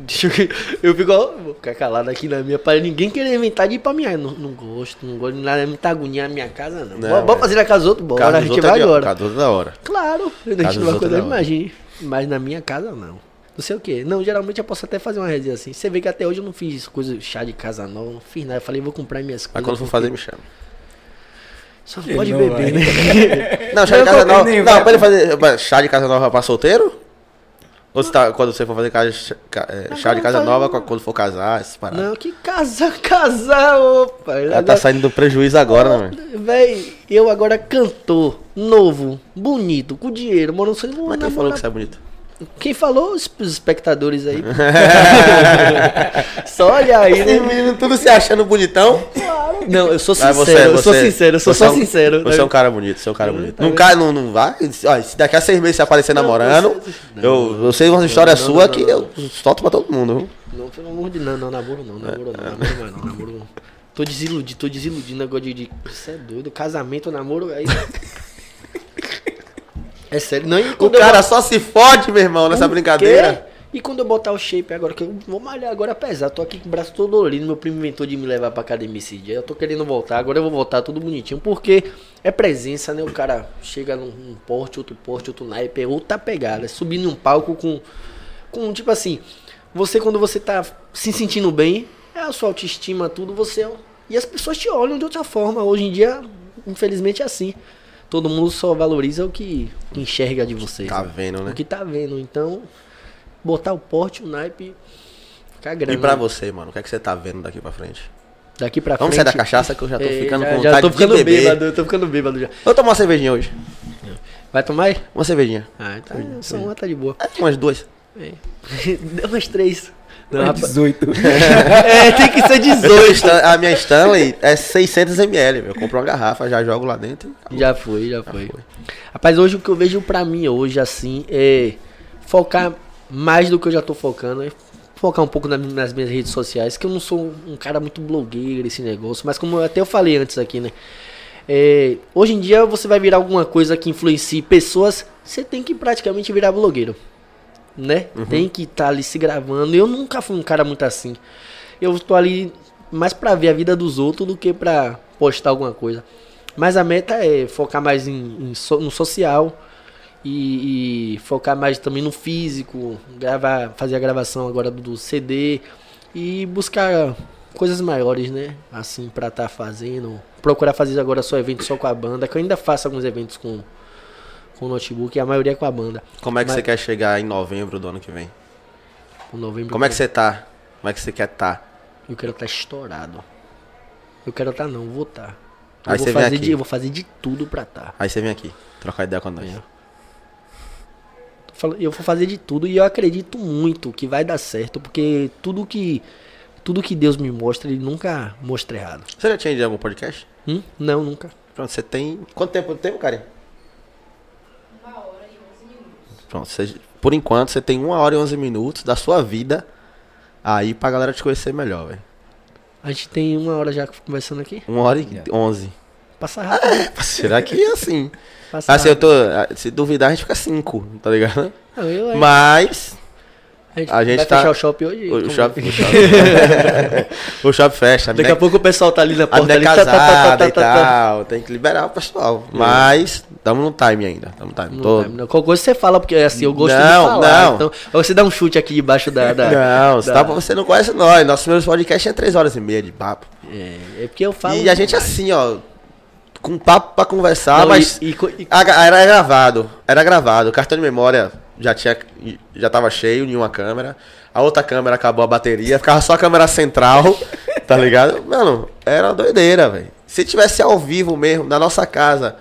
D: Deixa eu- Eu fico, ó, vou ficar calado aqui na minha para ninguém querer inventar de ir pra minha. Não, não gosto, não gosto de nada, muita agonia na minha casa, não.
C: Não,
D: Bora- Bora
C: é.
D: fazer na casa dos outros, bora,
C: Casa
D: a
C: dos
D: gente
C: outros é
D: vai
C: de-
D: agora.
C: Casa dos outros é da hora.
D: Claro, a
C: Casa
D: gente
C: dos
D: não vai
C: outros é
D: cuidar,
C: não.
D: imagine. Mas na minha casa, não. Não sei o que. Não, geralmente eu posso até fazer uma resenha assim. Você vê que até hoje eu não fiz coisa chá de casa nova, não fiz nada. Eu falei, vou comprar minhas coisas.
C: Mas quando for
D: porque
C: fazer, me chama.
D: Só
B: Que
D: pode
B: não,
D: beber, né?
C: Não, chá de
B: Não,
C: casa
B: não,
C: nova.
B: nem
C: Não,
B: vai.
C: pra ele fazer. pra- Chá de casa nova pra solteiro? Ou você tá, quando você for fazer casa, chá- ca- é, chá de
D: Agora
C: casa
D: faz
C: nova,
D: uma-
C: quando for casar, essas paradas.
D: não, que casa, casa, opa.
C: Ela tá saindo do prejuízo agora, né, velho?
D: Véi, eu agora cantor, novo, bonito, com dinheiro, morando sozinho. vou
C: Mas quem
D: namorar-
C: falou que você é bonito?
D: Quem falou? Os os espectadores aí. Só olha aí, né?
C: menino tudo se achando bonitão.
D: Não, eu sou
C: Mas
D: sincero,
C: você,
D: eu sou
C: você-
D: sincero, eu sou
C: você é
D: só
C: um-
D: sincero.
C: Você é um cara bonito, você é um cara bonito. Não cai, não, não vai. Ó, se daqui a seis meses você aparecer namorando, eu, eu sei uma história
D: não,
C: sua
D: não,
C: que
D: não,
C: eu solto pra todo mundo. viu?
D: Não, pelo amor de Deus, não, não, namoro não, namoro
C: É.
D: não, namoro mais não, namoro não. Tô desiludido, tô desiludindo agora de, de. Você é doido, casamento, namoro, aí. É sério, não, e
C: O
D: quando eu
C: cara só se fode, meu irmão, nessa
D: Por
C: brincadeira.
D: quê? E quando eu botar o shape agora, que eu vou malhar agora pesado, tô aqui com o braço todo dolorido, meu primo inventou de me levar pra academia esse dia, eu tô querendo voltar, agora eu vou voltar tudo bonitinho, porque é presença, né? O cara chega num, num porte, outro porte, outro naipe, é outra pegada, é subir num palco com, com, tipo assim, você quando você tá se sentindo bem, é a sua autoestima, tudo, você... é o- E as pessoas te olham de outra forma, hoje em dia, infelizmente é assim. Todo mundo só valoriza o que enxerga de vocês.
C: Tá
D: né?
C: vendo, né?
D: o que tá vendo. Então, botar o porte, o naipe, ficar grande. né?
C: E pra você, mano, o que é que você tá vendo daqui pra frente?
D: Daqui Uhum. pra
C: Vamos
D: frente.
C: sair da cachaça que eu já tô
D: É,
C: ficando
D: já-
C: com
D: já
C: vontade
D: tô ficando
C: de beber.
D: bêbado, eu tô ficando bêbado já.
C: Eu tomar uma cervejinha hoje.
D: Vai tomar aí?
C: Uma cervejinha.
D: Ah, então, só uma tá de boa.
C: É, Umas duas.
D: Deu umas três. Não,
B: É
D: rapaz.
B: 18.
D: É, tem que ser
C: Dois
D: 18.
C: Stan- a minha Stanley é 600ml, meu. Eu compro uma garrafa, já jogo lá dentro. e-
D: Já foi, já foi. Rapaz, hoje o que eu vejo pra mim hoje, assim, é focar mais do que eu já tô focando. É focar um pouco na- nas minhas redes sociais, que eu não sou um cara muito blogueiro, esse negócio. Mas como eu- até eu falei antes aqui, né? É, hoje em dia você vai virar alguma coisa que influencie pessoas, você tem que praticamente virar blogueiro. Né?
C: Uhum.
D: Tem que estar ali se gravando. Eu nunca fui um cara muito assim. Eu tô ali mais pra ver a vida dos outros do que pra postar alguma coisa. Mas a meta é focar mais em, em so- no social e, e focar mais também no físico, gravar, fazer a gravação agora do, do CD e buscar coisas maiores, né? Assim, pra estar fazendo. Procurar fazer agora só evento só com a banda, que eu ainda faço alguns eventos com, com o notebook e a maioria é com a banda.
C: Como é que
D: Mas-
C: você quer chegar em novembro do ano que vem?
D: Com novembro
C: Como é que você tá? Como é que você quer tá?
D: Eu quero estar estourado. Eu quero estar não, vou estar.
C: Aí
D: eu vou
C: você vem
D: fazer
C: aqui.
D: de, eu vou fazer de tudo pra tá. estar.
C: Aí você vem aqui, trocar ideia com nós.
D: Fala- Eu vou fazer de tudo e eu acredito muito que vai dar certo, porque tudo que tudo que Deus me mostra, ele nunca mostra errado.
C: Você já tinha ido em algum podcast?
D: Hum? Não, nunca.
C: Pronto, você tem. Quanto tempo tem, Karen?
E: Uma hora e 11 minutos.
C: Pronto, você- por enquanto você tem 1 hora e 11 minutos da sua vida aí pra galera te conhecer melhor, velho.
D: A gente tem uma hora já conversando aqui.
C: 1 hora e 11.
D: Passa rápido.
C: Será que é assim?
D: Passa
C: Assim, eu
D: rápido.
C: tô. Se duvidar, a gente fica 5, tá ligado?
D: Não, eu-
C: Mas. a gente
D: vai
C: tá-
D: fechar o shopping hoje.
C: O
D: Como-
C: shop, o shop. o shop fecha.
D: Daqui a pouco o pessoal tá ali na
C: A
D: porta.
C: menina é
D: ali, tá, tá, tá,
C: casada
D: tá,
C: e
D: tá, É. tá.
C: tal, tem que liberar o pessoal. Mas, estamos no time ainda. Estamos no time.
D: Não,
C: Tô-
D: vai, não. Qualquer coisa você fala, porque assim, eu gosto
C: Não,
D: de falar.
C: não.
D: Então, você dá um chute aqui debaixo da. da-
C: Não, você,
D: da-
C: tá- você não conhece nós. Nosso primeiro podcast é 3 horas e meia de papo.
D: É, é porque eu falo.
C: E a gente assim, ó, com papo pra conversar,
D: Não, e-
C: mas
D: e co- e-
C: a- a- era gravado, era gravado. O cartão de memória já tinha já tava cheio em uma câmera. A outra câmera acabou a bateria, ficava só a câmera central, tá ligado? Mano, era uma doideira, velho. Se tivesse ao vivo mesmo, na nossa casa,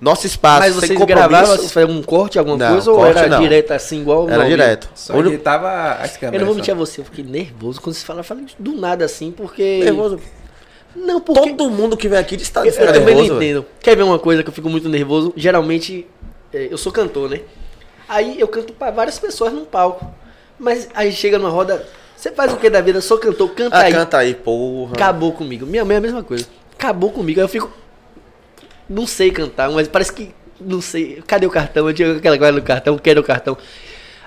C: nosso espaço,
D: Mas vocês gravavam, vocês faziam um corte, alguma
C: Ah, Não,
D: coisa, ou
C: corte
D: era
C: não.
D: direto assim, igual
C: era
D: no-
C: direto.
B: Só
C: Onde-
B: editava as câmeras.
D: Eu não vou mentir a
B: só.
D: você, eu fiquei nervoso quando vocês falaram, eu falei do nada assim, porque...
C: Nervoso.
D: Não, porque...
C: Todo mundo que vem aqui diz que tá
D: Eu, eu também
C: nervoso,
D: não
C: velho.
D: entendo. Quer ver uma coisa que eu fico muito nervoso? Geralmente, é, eu sou cantor, né? Aí eu canto pra várias pessoas num palco. Mas aí chega numa roda, você faz o que da vida? Eu sou cantor, canta
C: Ah,
D: aí.
C: canta aí, porra.
D: Acabou comigo. Minha mãe é a mesma coisa. Acabou comigo. Aí eu fico. Não sei cantar, mas parece que. Não sei. Cadê o cartão? Eu tinha aquela coisa do cartão, quero o cartão.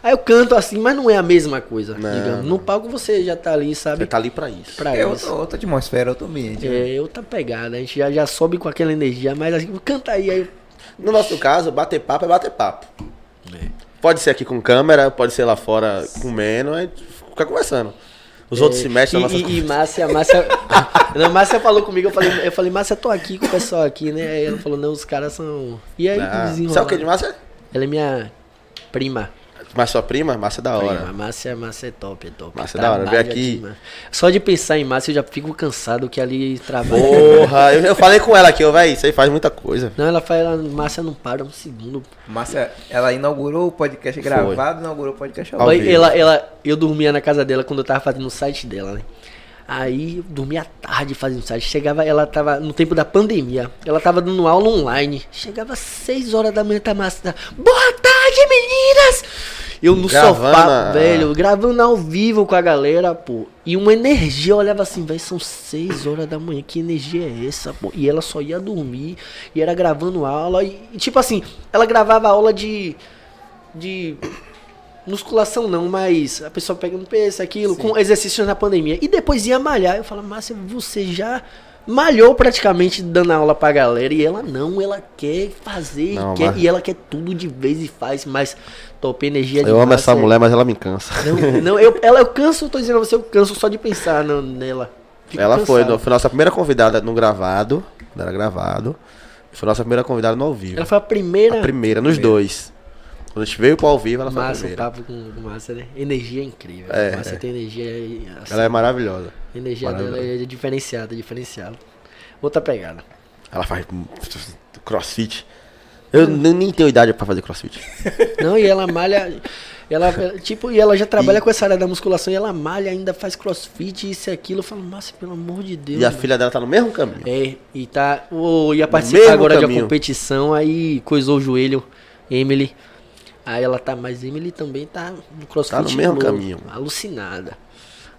D: Aí eu canto assim, mas não é a mesma coisa.
C: Não.
D: digamos. No palco você já tá ali,
C: Você
D: sabe?
C: tá ali pra isso.
D: Pra
B: É outra,
D: isso.
B: outra atmosfera, outro ambiente. né?
D: É outra pegada. A gente já, já sobe com aquela energia, mas assim, canta aí. aí eu-
C: No nosso caso, bater papo é bater papo. Pode ser aqui com câmera, pode ser lá fora comendo, aí fica conversando. Os outros se mexem
D: É. e,
C: na nossa
D: e, e Márcia, Márcia, não, Márcia falou comigo, eu falei, eu falei, Márcia, tô aqui com o pessoal aqui, né? Aí ela falou, não, os caras são. E aí,
C: Ah,
D: desenrola.
C: Sabe o que é de Márcia?
D: Ela é minha prima.
C: Mas sua prima? Márcia é da hora.
D: Prima, Márcia, Márcia é top, é top.
C: Márcia é da hora,
D: Trabalha
C: vem aqui.
D: mano. Só de pensar em Márcia eu já fico cansado que ali trabalha.
C: Porra, eu, eu falei com ela aqui, eu, véi, isso aí faz muita coisa.
D: Não, ela fala, ela, Márcia não para um segundo.
B: Márcia, ela inaugurou o podcast gravado, inaugurou o podcast ao
C: Ao
B: vivo.
D: Aí
C: vivo.
D: ela, ela, eu dormia na casa dela quando eu tava fazendo o site dela, né? Aí eu dormia à tarde fazendo site. Chegava, ela tava no tempo da pandemia. Ela tava dando aula online. Chegava às 6 horas da manhã, tá massa. Boa tarde, meninas! Eu no
C: Gravando
D: sofá,
C: a-
D: velho, gravando ao vivo com a galera, pô. E uma energia, eu olhava assim, velho, são 6 horas da manhã, que energia é essa, pô? E ela só ia dormir, e era gravando aula, e, e tipo assim, ela gravava aula de. de. musculação não, mas a pessoa pega no peso, aquilo, com exercícios na pandemia. E depois ia malhar. Eu falo, Márcia, você já. Malhou praticamente dando aula pra galera e ela não, ela quer fazer
C: Não,
D: e, quer,
C: mas-
D: e ela quer tudo de vez e faz, mas top energia É de
C: Eu amo
D: Márcia
C: essa mulher, mas ela me cansa.
D: não, não, eu, ela, eu canso, eu tô dizendo a você, eu canso só de pensar na- nela. Fico
C: Ela foi,
D: cansado.
C: no- foi nossa primeira convidada no gravado, não era gravado, foi nossa primeira convidada no ao vivo.
D: Ela foi a primeira.
C: A primeira, nos dois. Quando a gente veio pro ao vivo, ela foi a
D: Massa, tá
C: primeira.
D: o papo com, com Massa, né? Energia é incrível.
C: É.
D: Massa tem energia. assim,
C: Ela é maravilhosa.
D: a energia dela
C: maravilhosa.
D: é diferenciada, diferenciada. Outra pegada.
C: Ela faz crossfit. Eu nem nem tenho idade pra fazer crossfit.
D: Não, e ela malha. Ela, ela- tipo, e ela já trabalha com essa área da musculação e ela malha, ainda faz crossfit, isso e aquilo. Eu falo, nossa, pelo amor de Deus.
C: E a
D: mano."
C: filha dela tá no mesmo caminho.
D: É, e tá. Ô, ia participar
C: mesmo
D: agora de
C: caminho.
D: uma competição, aí coisou o joelho, Emily. Aí ela tá, mas Emily também tá no crossfit.
C: Tá no mesmo
D: louco,
C: caminho.
D: Alucinada.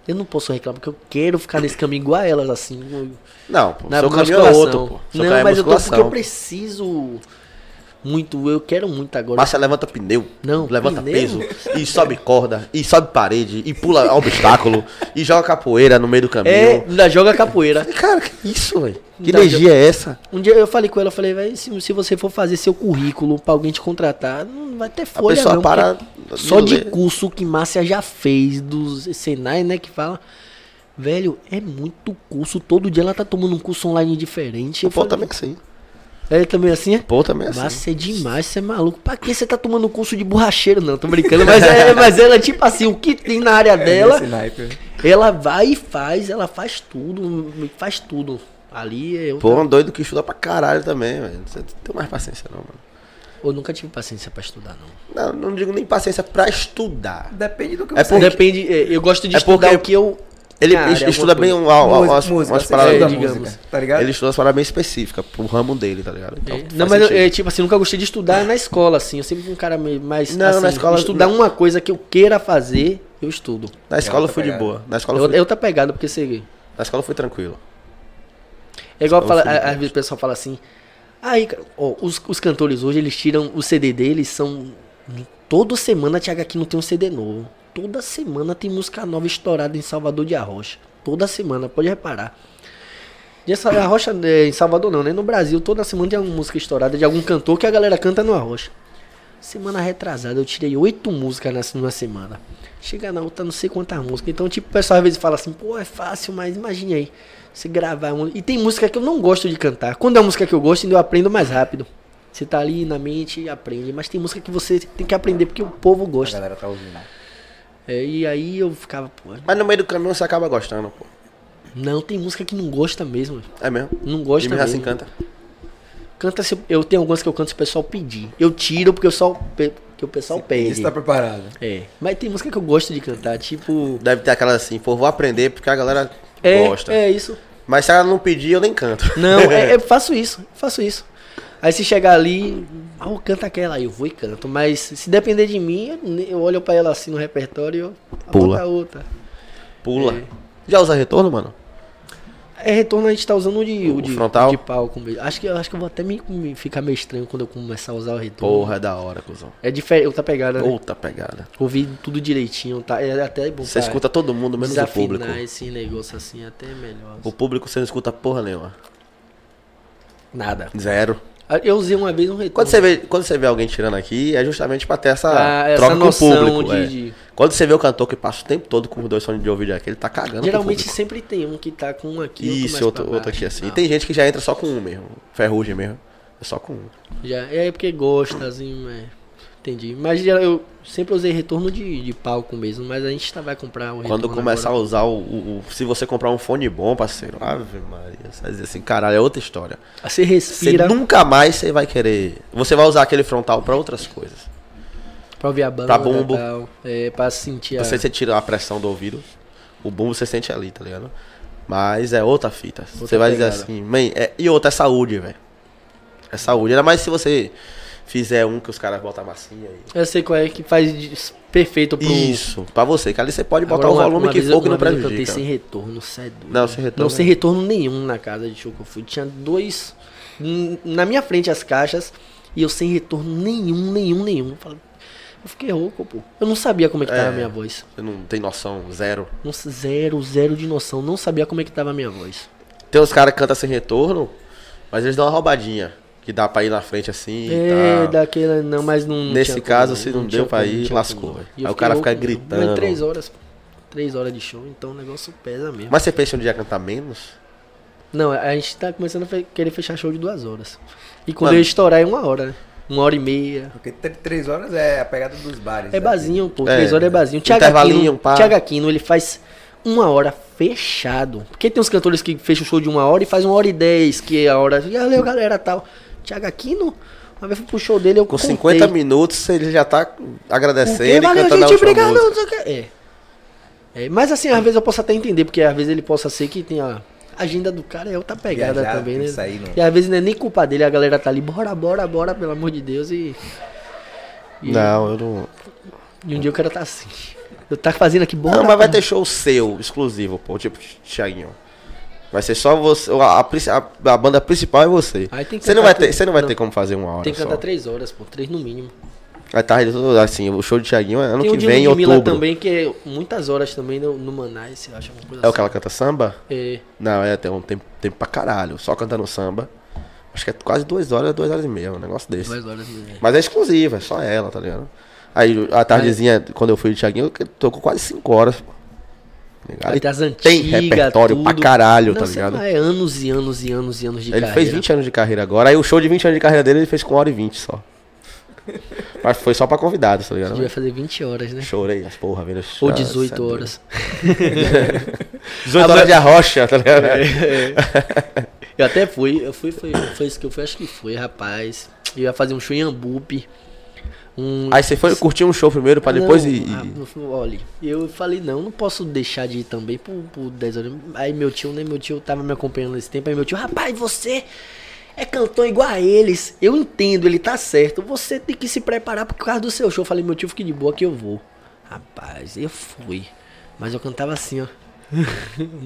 D: Eu não posso reclamar, porque eu quero ficar nesse caminho igual a elas, assim.
C: Não, pô,
D: Na
C: seu caminho é
D: musculação.
C: outro, pô. Seu
D: Não,
C: caminho é
D: mas eu tô porque eu
C: musculação.
D: preciso muito, eu quero muito agora.
C: Márcia levanta pneu,
D: Não,
C: levanta
D: pneu?
C: peso, e sobe corda, e sobe parede, e pula obstáculo, e joga capoeira no meio do caminho.
D: é, ainda joga capoeira.
C: Falei, Cara, que isso, velho? Que
D: Dá,
C: energia é essa?
D: Um dia eu falei com ela, eu falei, velho, se, se você for fazer seu currículo pra alguém te contratar, não vai ter folha
C: pessoa
D: não.
C: para
D: porque Só
C: de
D: de
C: ler.
D: curso que Márcia já fez do Senai, né, que fala... Velho, é muito curso. Todo dia ela tá tomando um curso online
C: O
D: diferente. Eu
C: pô
D: falei,
C: também é assim.
D: É também assim, é?
C: Pô também é assim.
D: Massa é demais, você é maluco. Pra que você tá tomando curso de borracheiro? Não, tô brincando. Mas, é, mas ela, tipo assim, o que tem na
C: É
D: área dela,
B: Esse naipe.
D: ela vai e faz, ela faz tudo, faz tudo. Ali eu,
C: Pô, um doido que estuda pra caralho também, velho. Não precisa- não tem mais paciência, não, mano.
D: eu nunca tive paciência pra estudar, não.
C: Não, não digo nem paciência pra estudar.
B: Depende do que
C: É
B: você
C: porque-
D: Depende, é, eu gosto de
C: É porque
D: estudar o que eu...
C: Ele
D: Cara, é
C: es-
D: alguma
C: estuda bem
D: coisa.
C: um, um, um, umas,
B: Música, música,
C: umas
B: você
C: paradas.
B: estuda
D: É, digamos.
B: música, tá ligado?
C: Ele estuda umas paradas bem específicas, pro ramo dele, tá ligado? Então,
D: É,
C: faz
D: Não, mas eu,
C: sentido.
D: é, tipo assim, nunca gostei de estudar na escola, assim. Eu sempre fui um cara meio mais.
C: Não,
D: assim,
C: na escola-
D: Estudar
C: na-
D: uma coisa que eu queira fazer, eu estudo.
C: Na escola eu
B: outra
C: fui de
B: pegada.
C: boa. Na escola eu
D: Eu,
C: fui,
D: eu tá pegado, porque você.
C: na escola eu fui tranquilo.
D: É igual
C: Só
D: fala,
C: o filho
D: a-
C: dele.
D: às vezes o pessoal fala assim. Aí, cara, ó, os, os cantores hoje, eles tiram o CD deles, são. Toda semana Tiago aqui não tem um CD novo. Toda semana tem música nova estourada em Salvador de Arrocha. Toda semana, pode reparar. De Sa- Arrocha, é, em Salvador não, né? No Brasil, toda semana tem alguma música estourada de algum cantor que a galera canta no Arrocha. Semana retrasada, eu tirei oito músicas nessa- numa semana. Chega na outra, não sei quantas músicas. Então, tipo, o pessoal às vezes fala assim, pô, é fácil, mas imagine aí. Você gravar. um- E tem música que eu não gosto de cantar. Quando é uma música que eu gosto, ainda eu aprendo mais rápido. Você tá ali na mente e aprende. Mas tem música que você tem que aprender porque o povo
B: A
D: gosta.
B: galera tá ouvindo.
D: É, e aí eu ficava, pô,
C: Mas no meio do caminho você acaba gostando, né, pô.
D: não, tem música que não gosta mesmo.
C: É mesmo.
D: Não gosta
C: e mesmo assim
D: mesmo.
C: canta.
D: Canta se eu tenho algumas que eu canto se o pessoal pedir. Eu tiro porque o pessoal pe- que o pessoal
B: Isso
D: pede.
B: tá preparado.
D: É, mas tem música que eu gosto de cantar, tipo
C: Deve ter aquela assim, pô, vou aprender porque a galera
D: é,
C: gosta.
D: é isso.
C: Mas se ela não pedir, eu nem canto.
D: Não, é, é, faço isso, faço isso. Aí se chegar ali, ah, eu canto aquela, aí eu vou e canto. Mas se depender de mim, eu, ne- eu olho pra ela assim no repertório e eu ah,
C: Pula.
D: bota outra.
C: Pula. Já usa retorno, mano?
D: É retorno, a gente tá usando o de, o
C: O
D: de,
C: frontal?
D: de palco mesmo. Acho que, eu acho que eu vou até me, me ficar meio estranho quando eu começar a usar o retorno.
C: Porra, é da hora, cuzão.
D: É diferente, outra pegada, né?
C: Outra pegada.
D: Ouvir tudo direitinho, tá? É até bom
C: Você
D: pra
C: escuta todo mundo, menos o
D: desafinar
C: público.
D: esse negócio assim, até é melhor.
C: O público você não escuta porra nenhuma.
D: Nada.
C: Zero.
D: Eu usei uma vez um retorno.
C: Quando você, vê, quando você vê alguém tirando aqui, é justamente pra ter essa
D: Ah, essa
C: troca com o
D: noção
C: público.
D: de-
C: é.
D: de-
C: Quando você vê o cantor que passa o tempo todo com os dois fones de ouvido aqui, ele tá cagando. pro
D: Geralmente
C: público.
D: sempre tem um que tá com um aqui,
C: Isso,
D: mais
C: outro,
D: pra
C: outro
D: baixo
C: aqui assim. E
D: tal.
C: tem gente que já entra só com um mesmo. Ferrugem mesmo. É só com um.
D: Já, é porque gosta, assim, mas... Entendi. Mas já- eu sempre usei retorno de, de palco mesmo, mas a gente tá, vai comprar o
C: Quando
D: retorno
C: começar
D: agora.
C: a usar o, o- o- Se você comprar um fone bom, parceiro. Ave Maria. Você vai dizer assim, caralho, é outra história.
D: Você
C: Você
D: respira
C: nunca mais você vai querer. Você vai usar aquele frontal pra outras coisas.
D: pra ouvir a banda
C: pra bumbo.
D: tal, é, pra sentir a...
C: Você, você tira a pressão do ouvido, o bumbo você sente ali, tá ligado? Mas é outra fita. você vai dizer
D: pegada.
C: assim, man, é- e outra é saúde, velho. É saúde. Ainda mais se você fizer um que os caras botam a massinha aí.
D: Eu sei qual é que faz de- perfeito pro...
C: Isso, pra você. Que ali você pode botar
D: Agora,
C: o
D: uma-
C: volume
D: uma
C: que
D: vez
C: for
D: eu-
C: que não
D: uma vez eu cantei
C: prejudica.
D: sem retorno, é sai duro.
C: Não, sem retorno
D: Não, sem
C: é.
D: retorno nenhum na casa de show que eu fui. Tinha dois. n- Na minha frente as caixas. E eu sem retorno nenhum, nenhum, nenhum. Eu falei- eu fiquei rouco, pô. Eu não sabia como é que tava a minha voz.
C: Você não tem noção, zero.
D: Nossa, zero, zero de noção. Não sabia como é que tava a minha voz.
C: Tem uns caras que cantam sem retorno, mas eles dão uma roubadinha. Que dá pra ir na frente assim e
D: É,
C: tal.
D: daquela. Não, mas não. não
C: Nesse
D: tinha como,
C: caso, se não
D: tinha
C: deu pra
D: como,
C: ir,
D: não tinha
C: lascou,
D: como.
C: velho.
D: E eu
C: Aí o cara
D: fiquei
C: fica
D: rouco, não.
C: gritando.
D: Mas três horas, pô. Três horas de show, então o negócio pesa mesmo.
C: Mas você pensa um dia cantar menos?
D: Não, a gente tá começando a fe- querer fechar show de duas horas. E quando
C: Mano.
D: eu estourar é uma hora, né? Uma hora e meia.
B: Porque tr- três horas é a pegada dos bares.
D: É
B: né?
D: bazinho, pô.
C: É,
D: Três horas é bazinho. Tiago
C: intervalinho,
D: Aquino,
C: pá.
D: Thiago Aquino, ele faz uma hora fechado. Porque tem uns cantores que fecham o show de uma hora e faz uma hora e dez, que é a hora. E valeu, galera, tal. Tiago Aquino, Uma vez eu fui pro show dele, eu
C: Com 50
D: mil.
C: minutos ele já tá agradecendo
D: Porque
C: e
D: valeu,
C: cantando a
D: gente,
C: última
D: obrigado.
C: música.
D: não sei o quê. É. É, mas assim, às vezes eu posso até entender, porque às vezes ele possa ser que tenha. A agenda do cara é outra pegada
B: Viajar,
D: também, né?
B: isso aí não-
D: E às vezes não é nem culpa dele, a galera tá ali, bora, bora, bora, pelo amor de Deus, e. e-
C: Não, eu não.
D: E um dia o cara tá assim. Eu tá fazendo aqui, bora.
C: Não, mas vai
D: cara.
C: ter show seu, exclusivo, pô, tipo Thiaguinho. Vai ser só você, a, a princi- a- a banda principal é você.
D: Aí tem que
C: Você não vai
D: cantar
C: ter,
D: tudo.
C: você não vai
D: Não.
C: ter como fazer uma hora
D: Tem que
C: só.
D: cantar três horas, pô, três no mínimo.
C: A tarde toda, assim, o show de Thiaguinho é ano
D: tem um
C: que
D: de
C: vem, em
D: Ludmilla
C: outubro.
D: também, que é muitas horas também no, no Manaus, eu acho. Uma coisa
C: É o que ela canta samba?
D: assim. É.
C: Não, é, tem um tempo, tempo pra caralho, só cantando samba. Acho que é quase duas horas, duas horas e meia, um negócio desse.
D: Duas horas. né?
C: Mas é exclusiva, é só ela, tá ligado? Aí a tardezinha, quando eu fui de Thiaguinho, eu tocou quase cinco horas, pô. Ligado?
D: Aí
C: E
D: tem as antigas,
C: tem repertório pra
D: tudo.
C: caralho,
D: Não,
C: tá
D: sei
C: ligado?
D: lá, É anos e anos e anos e anos de
C: Ele
D: carreira.
C: fez 20 anos de carreira agora, aí o show de 20 anos de carreira dele ele fez com 1 hora e 20 só. Mas foi só pra convidados, tá ligado?
D: Devia fazer 20 horas, né?
C: Chorei, as porra, vendo as-
D: Ou
C: ah,
D: 18
C: sabe?
D: horas.
C: 18 horas de arrocha, tá ligado?
D: É. Eu até fui, eu fui, foi, foi isso que eu fui, acho que foi, rapaz. Eu ia fazer um show em Ambupe. Um...
C: Aí você foi curtir um show primeiro pra depois
D: Não,
C: ir.
D: ah, não fui- olha, eu falei, não, não posso deixar de ir também por, por 10 horas. Aí meu tio, né, meu tio tava me acompanhando nesse tempo, aí meu tio, rapaz, você é cantor igual a eles. Eu entendo, ele tá certo. Você tem que se preparar por causa do seu show. Eu falei, meu tio, fique de boa que eu vou. Rapaz, eu fui. Mas eu cantava assim, ó.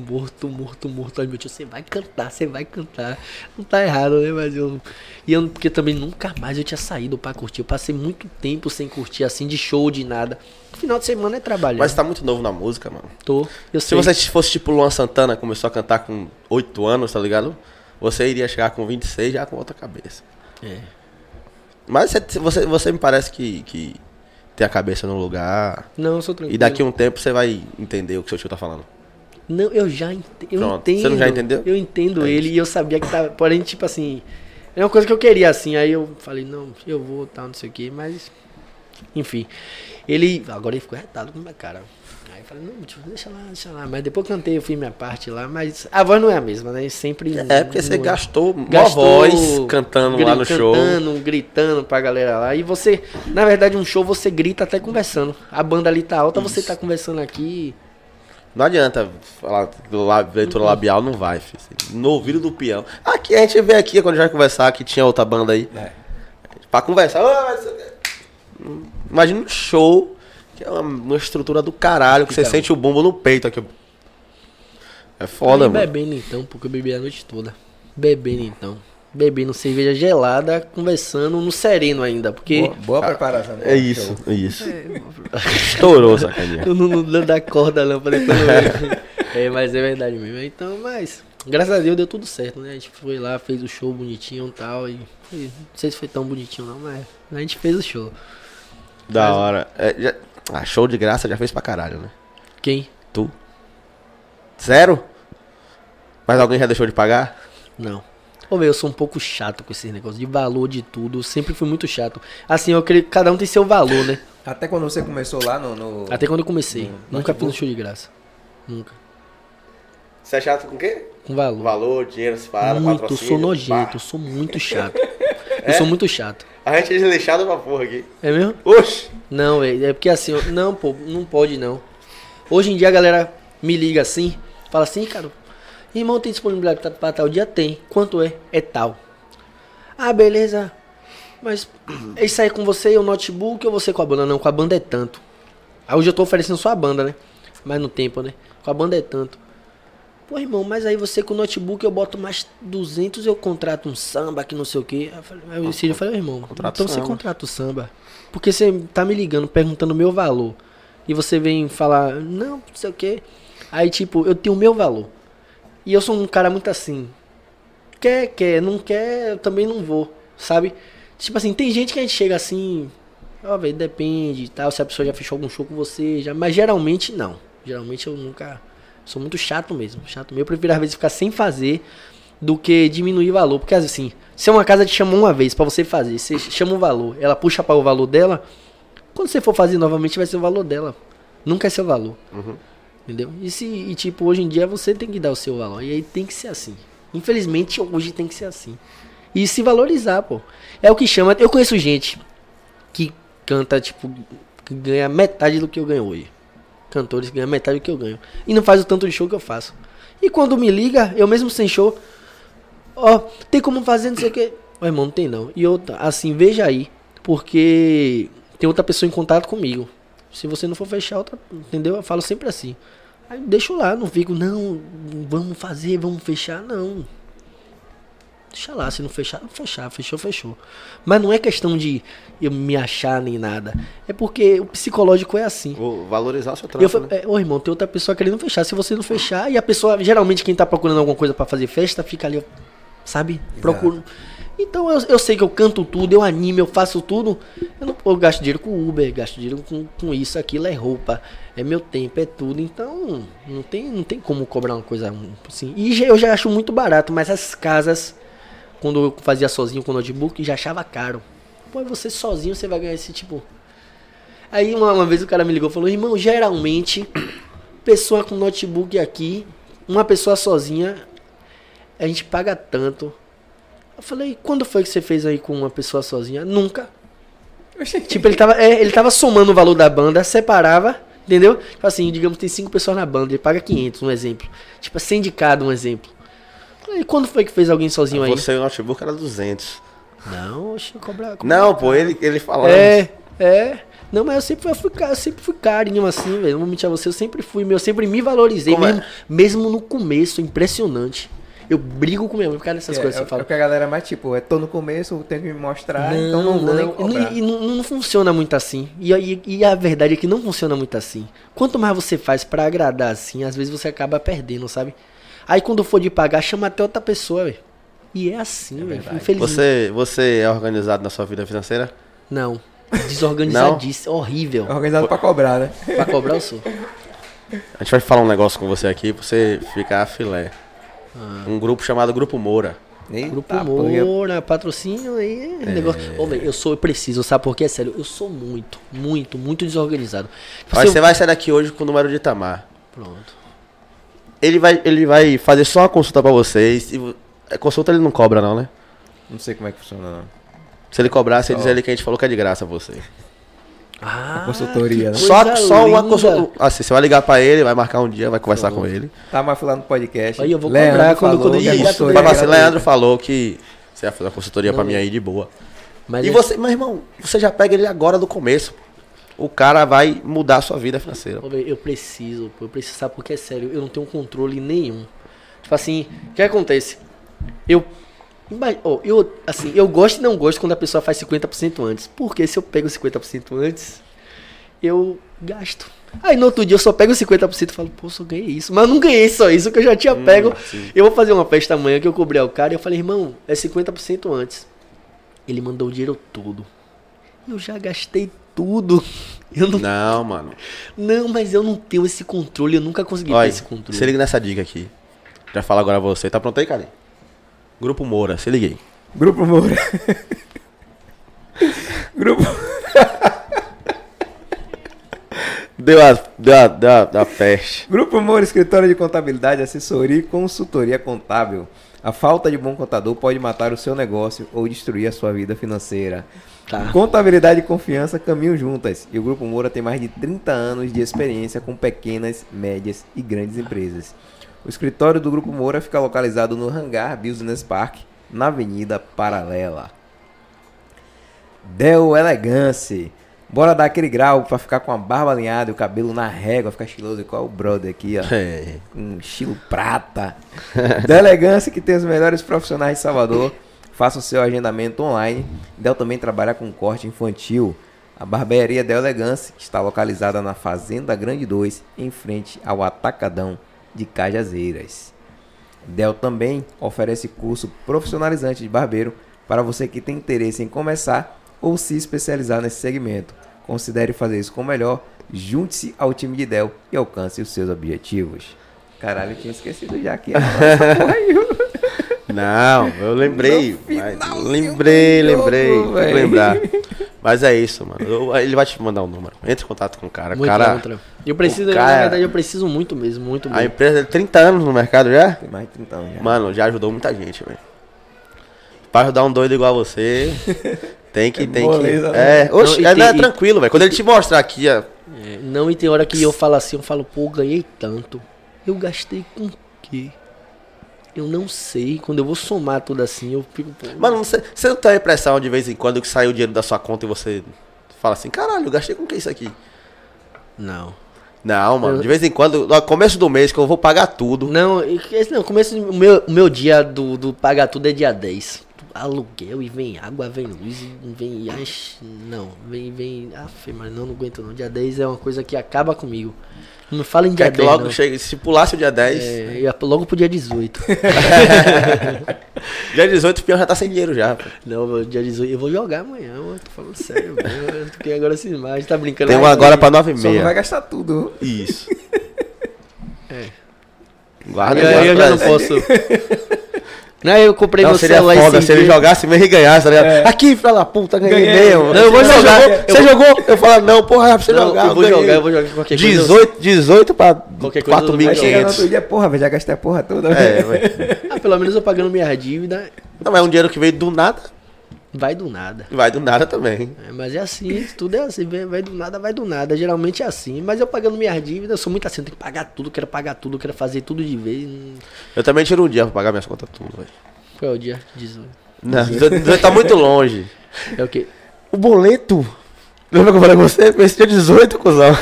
D: morto, morto, morto. Aí meu tio, você vai cantar, você vai cantar. Não tá errado, né? Mas eu. E eu, porque também nunca mais eu tinha saído pra curtir. Eu passei muito tempo sem curtir, assim, de show, de nada. Final de semana é trabalhar.
C: Mas você tá muito novo na música, mano.
D: tô. Eu
C: Se
D: sei.
C: você fosse tipo Luan Santana, começou a cantar com 8 anos, tá ligado? Você iria chegar com 26 já com outra cabeça.
D: É.
C: Mas você, você, você me parece que, que tem a cabeça no lugar.
D: Não, eu sou tranquilo.
C: E daqui a um tempo você vai entender o que seu tio tá falando.
D: Não, eu já ent... eu
C: Pronto.
D: entendo.
C: Você não já entendeu? É
D: Eu entendo ele e eu sabia que tava. Porém, tipo assim. Era uma coisa que eu queria, assim. Aí eu falei, não, eu vou, tal, não sei o quê, mas. Enfim. Ele. Agora ele ficou retado com a minha cara. Aí eu falei, não, tio, deixa lá, deixa lá. Mas depois eu cantei, eu fiz minha parte lá, mas a voz não é a mesma, né? Sempre.
C: É, porque você
D: não é.
C: gastou, uma voz cantando lá
D: gri-
C: no show.
D: Cantando, gritando pra galera lá. E você, na verdade, um show você grita até conversando. A banda ali tá alta, você tá conversando aqui.
C: Não adianta falar que la- leitura labial, não vai, filho. No ouvido do peão. Aqui, a gente veio aqui quando a gente vai conversar, que tinha outra banda aí.
B: É.
C: Pra conversar. Ah, mas- Imagina um show, que é uma, uma estrutura do caralho, que você sente o bumbo no peito aqui. É foda,
D: Aí
C: mano.
D: Bebendo então, porque eu bebi a noite toda. Bebendo então. Bebendo cerveja gelada, conversando no sereno ainda, porque
B: Boa, boa preparação.
C: É isso, é isso. Estourou, sacaninha.
D: eu não, não, não dá corda não pra depois não ver. É, mas é verdade mesmo. Então, mas graças a Deus deu tudo certo, né? A gente foi lá, fez o show bonitinho e tal. E foi- não sei se foi tão bonitinho não, mas a gente fez o show.
C: Da hora. É, já- ah, show de graça já fez pra caralho, né?
D: Quem?
C: Tu? Zero? Mas alguém já deixou de pagar?
D: Não. Ô, meu, eu sou um pouco chato com esses negócios de valor de tudo. Eu sempre fui muito chato. Assim, eu creio que cada um tem seu valor, né?
B: Até quando você começou lá no. no-
D: Até quando eu comecei.
B: Hum,
D: Nunca fiz um show de graça. Nunca.
C: Você é chato com o quê?
D: Com valor.
C: Valor, dinheiro, se para,
D: muito, eu sou nojento, eu sou muito chato. Eu sou muito chato.
C: A gente é desleixado pra porra aqui.
D: É mesmo?
C: Oxi!
D: Não, é, é porque assim, eu- não, pô, não pode não. Hoje em dia a galera me liga assim, fala assim, cara, irmão, tem disponibilidade pra, pra tal dia? Tem. Quanto é? É tal. Ah, beleza. Mas é isso aí com você e o notebook ou você com a banda? Não, com a banda é tanto. Aí hoje eu tô oferecendo só a banda, né? Mas no tempo, né? Com a banda é tanto. Pô, irmão, mas aí você com o notebook eu boto mais 200 eu contrato um samba que não sei o quê. Aí eu falei- Aí o Círio falou, irmão,
C: Contrata
D: então
C: o
D: você
C: samba.
D: contrata o samba. Porque você tá me ligando, perguntando o meu valor. E você vem falar, não, não sei o quê. Aí, tipo, eu tenho o meu valor. E eu sou um cara muito assim. Quer, quer, não quer, eu também não vou, sabe? Tipo assim, tem gente que a gente chega assim, ó, velho, depende e tal, se a pessoa já fechou algum show com você, já, mas geralmente não. Geralmente eu nunca sou muito chato mesmo, chato mesmo. Eu prefiro às vezes ficar sem fazer do que diminuir valor, porque assim, se uma casa te chamou uma vez pra você fazer, você chama o valor, ela puxa para o valor dela, quando você for fazer novamente vai ser o valor dela. Nunca é seu valor. Entendeu? E, se, e tipo, hoje em dia você tem que dar o seu valor. E aí tem que ser assim. Infelizmente, hoje tem que ser assim. e se valorizar, pô. É o que chama. Eu conheço gente que canta, tipo, que ganha metade do que eu ganho hoje. Cantores que ganham metade do que eu ganho. E não faz o tanto de show que eu faço. E quando me liga, eu mesmo sem show, ó, tem como fazer não sei o que. Ó, irmão, não tem não. E eu, assim, veja aí. Porque tem outra pessoa em contato comigo. Se você não for fechar outra, entendeu? Eu falo sempre assim. Aí eu deixo lá, não fico, não, vamos fazer, vamos fechar, não. Deixa lá, se não fechar, não fechar, fechou, fechou. Mas não é questão de eu me achar nem nada. É porque o psicológico é assim.
F: Vou valorizar o seu
D: E eu falei,
F: trampo, né?
D: é, ô irmão, tem outra pessoa querendo fechar. Se você não fechar, e a pessoa, geralmente quem tá procurando alguma coisa pra fazer festa, fica ali, ó, sabe? Procura. Então eu, eu sei que eu canto tudo, eu animo, eu faço tudo. Eu, não- eu gasto dinheiro com Uber, gasto dinheiro com, com isso, aquilo, é roupa, é meu tempo, é tudo. Então não tem, não tem como cobrar uma coisa assim. E já- eu já acho muito barato, mas as casas, quando eu fazia sozinho com o notebook, já achava caro. Pô, você sozinho você vai ganhar esse tipo. Aí uma, uma vez o cara me ligou e falou, irmão, geralmente, pessoa com notebook aqui, uma pessoa sozinha, a gente paga tanto. Eu falei, quando foi que você fez aí com uma pessoa sozinha? Nunca. Tipo, ele tava, é, ele tava somando o valor da banda, separava, entendeu? Tipo assim, digamos, tem cinco pessoas na banda, ele paga 500, um exemplo. Tipo, 100 de cada, um exemplo. Eu falei, quando foi que fez alguém sozinho aí?
C: Você e o notebook era 200.
D: Não, oxe, cobrar.
C: Não, pô, ele, ele falando.
D: É, é. Não, mas eu sempre fui, ca- eu sempre fui carinho assim, velho. Não vou mentir a você, eu sempre fui, meu, eu sempre me valorizei,
C: Como é?
D: mesmo, mesmo no começo, impressionante. Eu brigo com minha mãe por causa dessas
B: É,
D: coisas.
B: é,
D: eu falo,
B: porque a galera é mais tipo, é tô no começo, tem que me mostrar, então não vou nem cobrar.
D: E, e não, não funciona muito assim. E, aí- e a verdade é que não funciona muito assim. Quanto mais você faz pra agradar assim, às vezes você acaba perdendo, sabe? Aí quando for de pagar, chama até outra pessoa, velho. E é assim, velho. Infelizmente.
C: Você, você é organizado na sua vida financeira?
D: Não. Desorganizadíssimo. Horrível.
B: É Organizado pra cobrar, né?
D: pra cobrar o sou.
C: A gente vai falar um negócio com você aqui pra você ficar filé. Um grupo chamado Grupo Moura.
D: Grupo
B: né? Eita, pô, eu-
D: Moura, patrocínio aí,
B: É.
D: negócio. Ô, velho, eu sou, eu preciso, sabe por quê? Sério, eu sou muito, muito, muito desorganizado. Tipo,
C: Mas
D: se eu-
C: você vai sair daqui hoje com o número de Itamar.
D: Pronto.
C: Ele vai, ele vai fazer só uma consulta pra vocês. E, vo- é, consulta ele não cobra, não, né?
B: Não sei como é que funciona, não.
C: Se ele cobrasse, ele dizer ali que a gente falou que é de graça pra você.
D: Ah,
B: consultoria,
D: que
B: né?
C: Só,
D: coisa
C: só uma
D: linda.
C: consulta. Assim, você vai ligar pra ele, vai marcar um dia, vai conversar com ele.
B: Tá, mas fui lá no podcast.
D: Aí eu vou
B: Leandro
D: cobrar quando-
B: falou
D: quando
B: que a
D: ele-
B: consultoria
C: Vai falar
B: é
C: assim,
B: gratuita.
C: Leandro falou que você ia fazer uma consultoria pra mim aí de boa.
D: Mas
C: E
D: é-
C: você, meu irmão, você já pega ele agora do começo. O cara vai mudar a sua vida financeira.
D: Ô, velho, Eu preciso, pô, eu preciso, sabe? Porque é sério, eu não tenho controle nenhum. Tipo assim, o que acontece? Eu. ima- ó, eu, assim, eu gosto e não gosto quando a pessoa faz 50% antes. Porque se eu pego 50% antes, eu gasto. Aí no outro dia eu só pego 50% e falo, pô, só ganhei isso. Mas eu não ganhei só isso, que eu já tinha pego. eu vou fazer uma festa amanhã que eu cobrei ao cara e eu falei, irmão, é 50% antes. Ele mandou o dinheiro todo. Eu já gastei tudo. Eu não
C: Não, mano.
D: não, mas eu não tenho esse controle, eu nunca consegui ter
C: Olha,
D: esse controle.
C: se liga nessa dica aqui. Já falo agora pra você. Tá pronto aí, Karim? Grupo Moura, se liguei.
B: Grupo Moura. Grupo.
C: Deu a, deu a, deu a, deu a peste.
B: Grupo Moura, escritório de contabilidade, assessoria e consultoria contábil. A falta de bom contador pode matar o seu negócio ou destruir a sua vida financeira.
D: Tá.
B: Contabilidade e confiança caminham juntas. E o Grupo Moura tem mais de 30 anos de experiência com pequenas, médias e grandes empresas. O escritório do Grupo Moura fica localizado no Hangar Business Park, na Avenida Paralela. Del Elegance. Bora dar aquele grau pra ficar com a barba alinhada e o cabelo na régua, ficar estiloso igual o brother aqui, ó
C: É.
B: um estilo prata. da Elegância, que tem os melhores profissionais de Salvador. Faça o seu agendamento online. Del também trabalha com corte infantil. A barbearia Del Elegância está localizada na Fazenda Grande 2, em frente ao Atacadão de Cajazeiras. Del também oferece curso profissionalizante de barbeiro para você que tem interesse em começar ou se especializar nesse segmento. Considere fazer isso com o melhor, junte-se ao time de Del e alcance os seus objetivos. Caralho, eu tinha esquecido já que
C: Não, eu lembrei. mas-
B: finalzinho
C: lembrei,
B: do jogo,
C: lembrei. Tem que
B: véi.
C: lembrar. Mas é isso, mano. Eu- ele vai te mandar um número. Entre em contato com o cara.
D: Muito tá
C: cara,
D: contra. Eu preciso,
C: o cara-
D: na verdade, eu preciso muito mesmo, muito
C: a
D: mesmo.
C: empresa tem 30 anos no mercado É. já?
B: Tem mais de 30 anos então já.
C: Mano, já ajudou muita gente, velho. Pra ajudar um doido igual a você, tem que, tem
B: moleza,
C: que.
B: né?
C: É, oxe,
D: Não, e
C: é, não, é
D: tem- e-
C: tranquilo, velho. Quando ele te mostrar aqui, ó.
D: É, Não, e tem hora que eu falo assim, eu falo, pô, ganhei tanto. Eu gastei com o quê? Eu não sei. Quando eu vou somar tudo assim, eu fico, pô.
C: Mano, você, você não tem a impressão de vez em quando que sai o dinheiro da sua conta e você fala assim, caralho, eu gastei com o que isso aqui?
D: não.
C: Não, mano,
D: Eu-
C: de vez em quando, no começo do mês, que eu vou pagar tudo.
D: Não, e que- esse não, começo do meu, o meu dia do, do pagar tudo é dia 10. Aluguel e vem água, vem luz, e vem. Ai, não, vem, vem. Aff, mas não, não aguento não. Dia 10 é uma coisa que acaba comigo. Não me fala em dia
C: Quer que
D: 10.
C: logo
D: não.
C: chegue, se pulasse o dia 10,
D: É, ia logo pro dia 18.
C: dia 18 o peão já tá sem dinheiro já. pô.
D: Não, meu, dia 18. Eu vou jogar amanhã, mano. Tô falando sério, mano. Eu fiquei agora sem imagem, tá brincando.
C: Tem um
D: Ai,
C: agora pra 9 e
B: Só não vai
C: meia.
B: gastar tudo.
C: Isso.
D: É.
C: Guarda guarda
D: Eu, É, eu
C: pra
D: já não
C: ele.
D: posso. Não, eu comprei
C: Não,
D: meu
C: seria
D: celular
C: foda se ele
D: dias.
C: jogasse mesmo e ganhasse, tá ligado?
B: É.
C: Aqui, filha da puta, ganhei,
B: Ganhei.
C: mesmo.
D: Não, eu vou
C: Você
D: jogar.
C: jogou?
D: Eu-
C: Você jogou? Eu falo, não, porra, é pra você
D: Não,
C: jogar.
D: eu vou
C: ganhei.
D: jogar, eu vou jogar qualquer coisa.
C: 18, 18 pra
D: Qualquer coisa eu não vou
B: Aí chega no outro
C: 4.500.
B: dia, porra, velho, já gastei a porra toda.
C: É,
B: velho.
C: velho.
D: Ah, pelo menos eu pagando minha dívida,
C: Não, mas é um dinheiro que veio do nada
D: vai do nada.
C: e vai do nada também.
D: É, mas é assim, tudo é assim, vai, vai do nada, vai do nada. Geralmente é assim. Mas eu pagando minhas dívidas, eu sou muito assim, eu tenho que pagar tudo, quero pagar tudo, quero fazer tudo de vez. Hum,
C: Eu também tiro um dia pra pagar minhas contas tudo, velho.
D: Qual é o dia? 18.
C: Não, 18 tá muito longe.
D: É o quê?
C: O boleto. Lembra que eu falei com você? Esse dia 18, cuzão.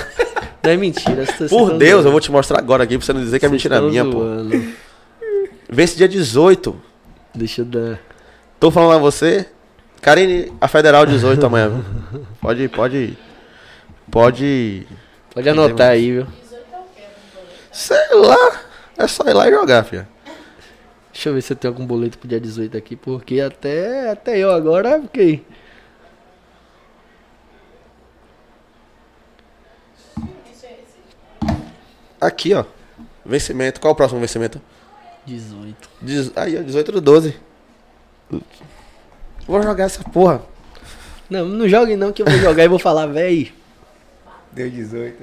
D: Não é mentira. vocês- vocês
C: Por
D: tão
C: Deus,
D: zoando.
C: eu vou te mostrar agora aqui pra você não dizer que é
D: Vocês
C: mentira
D: tão
C: minha, pô.
D: zoando.
C: Vê esse dia 18.
D: Deixa eu dar.
C: Tô falando a você. Karine, a Federal 18 amanhã. viu? Pode, pode. Pode.
D: Pode anotar aí, viu?
C: Sei lá. É só ir lá e jogar, filha.
D: Deixa eu ver se eu tenho algum boleto pro dia 18 aqui, porque até, até eu agora fiquei.
C: Aqui, ó. Vencimento. Qual o próximo vencimento?
D: 18.
C: Dez- Aí, ó, 18 do 12. Vou jogar essa porra.
D: Não, não jogue não, que eu vou jogar e vou falar, véi.
B: Deu 18.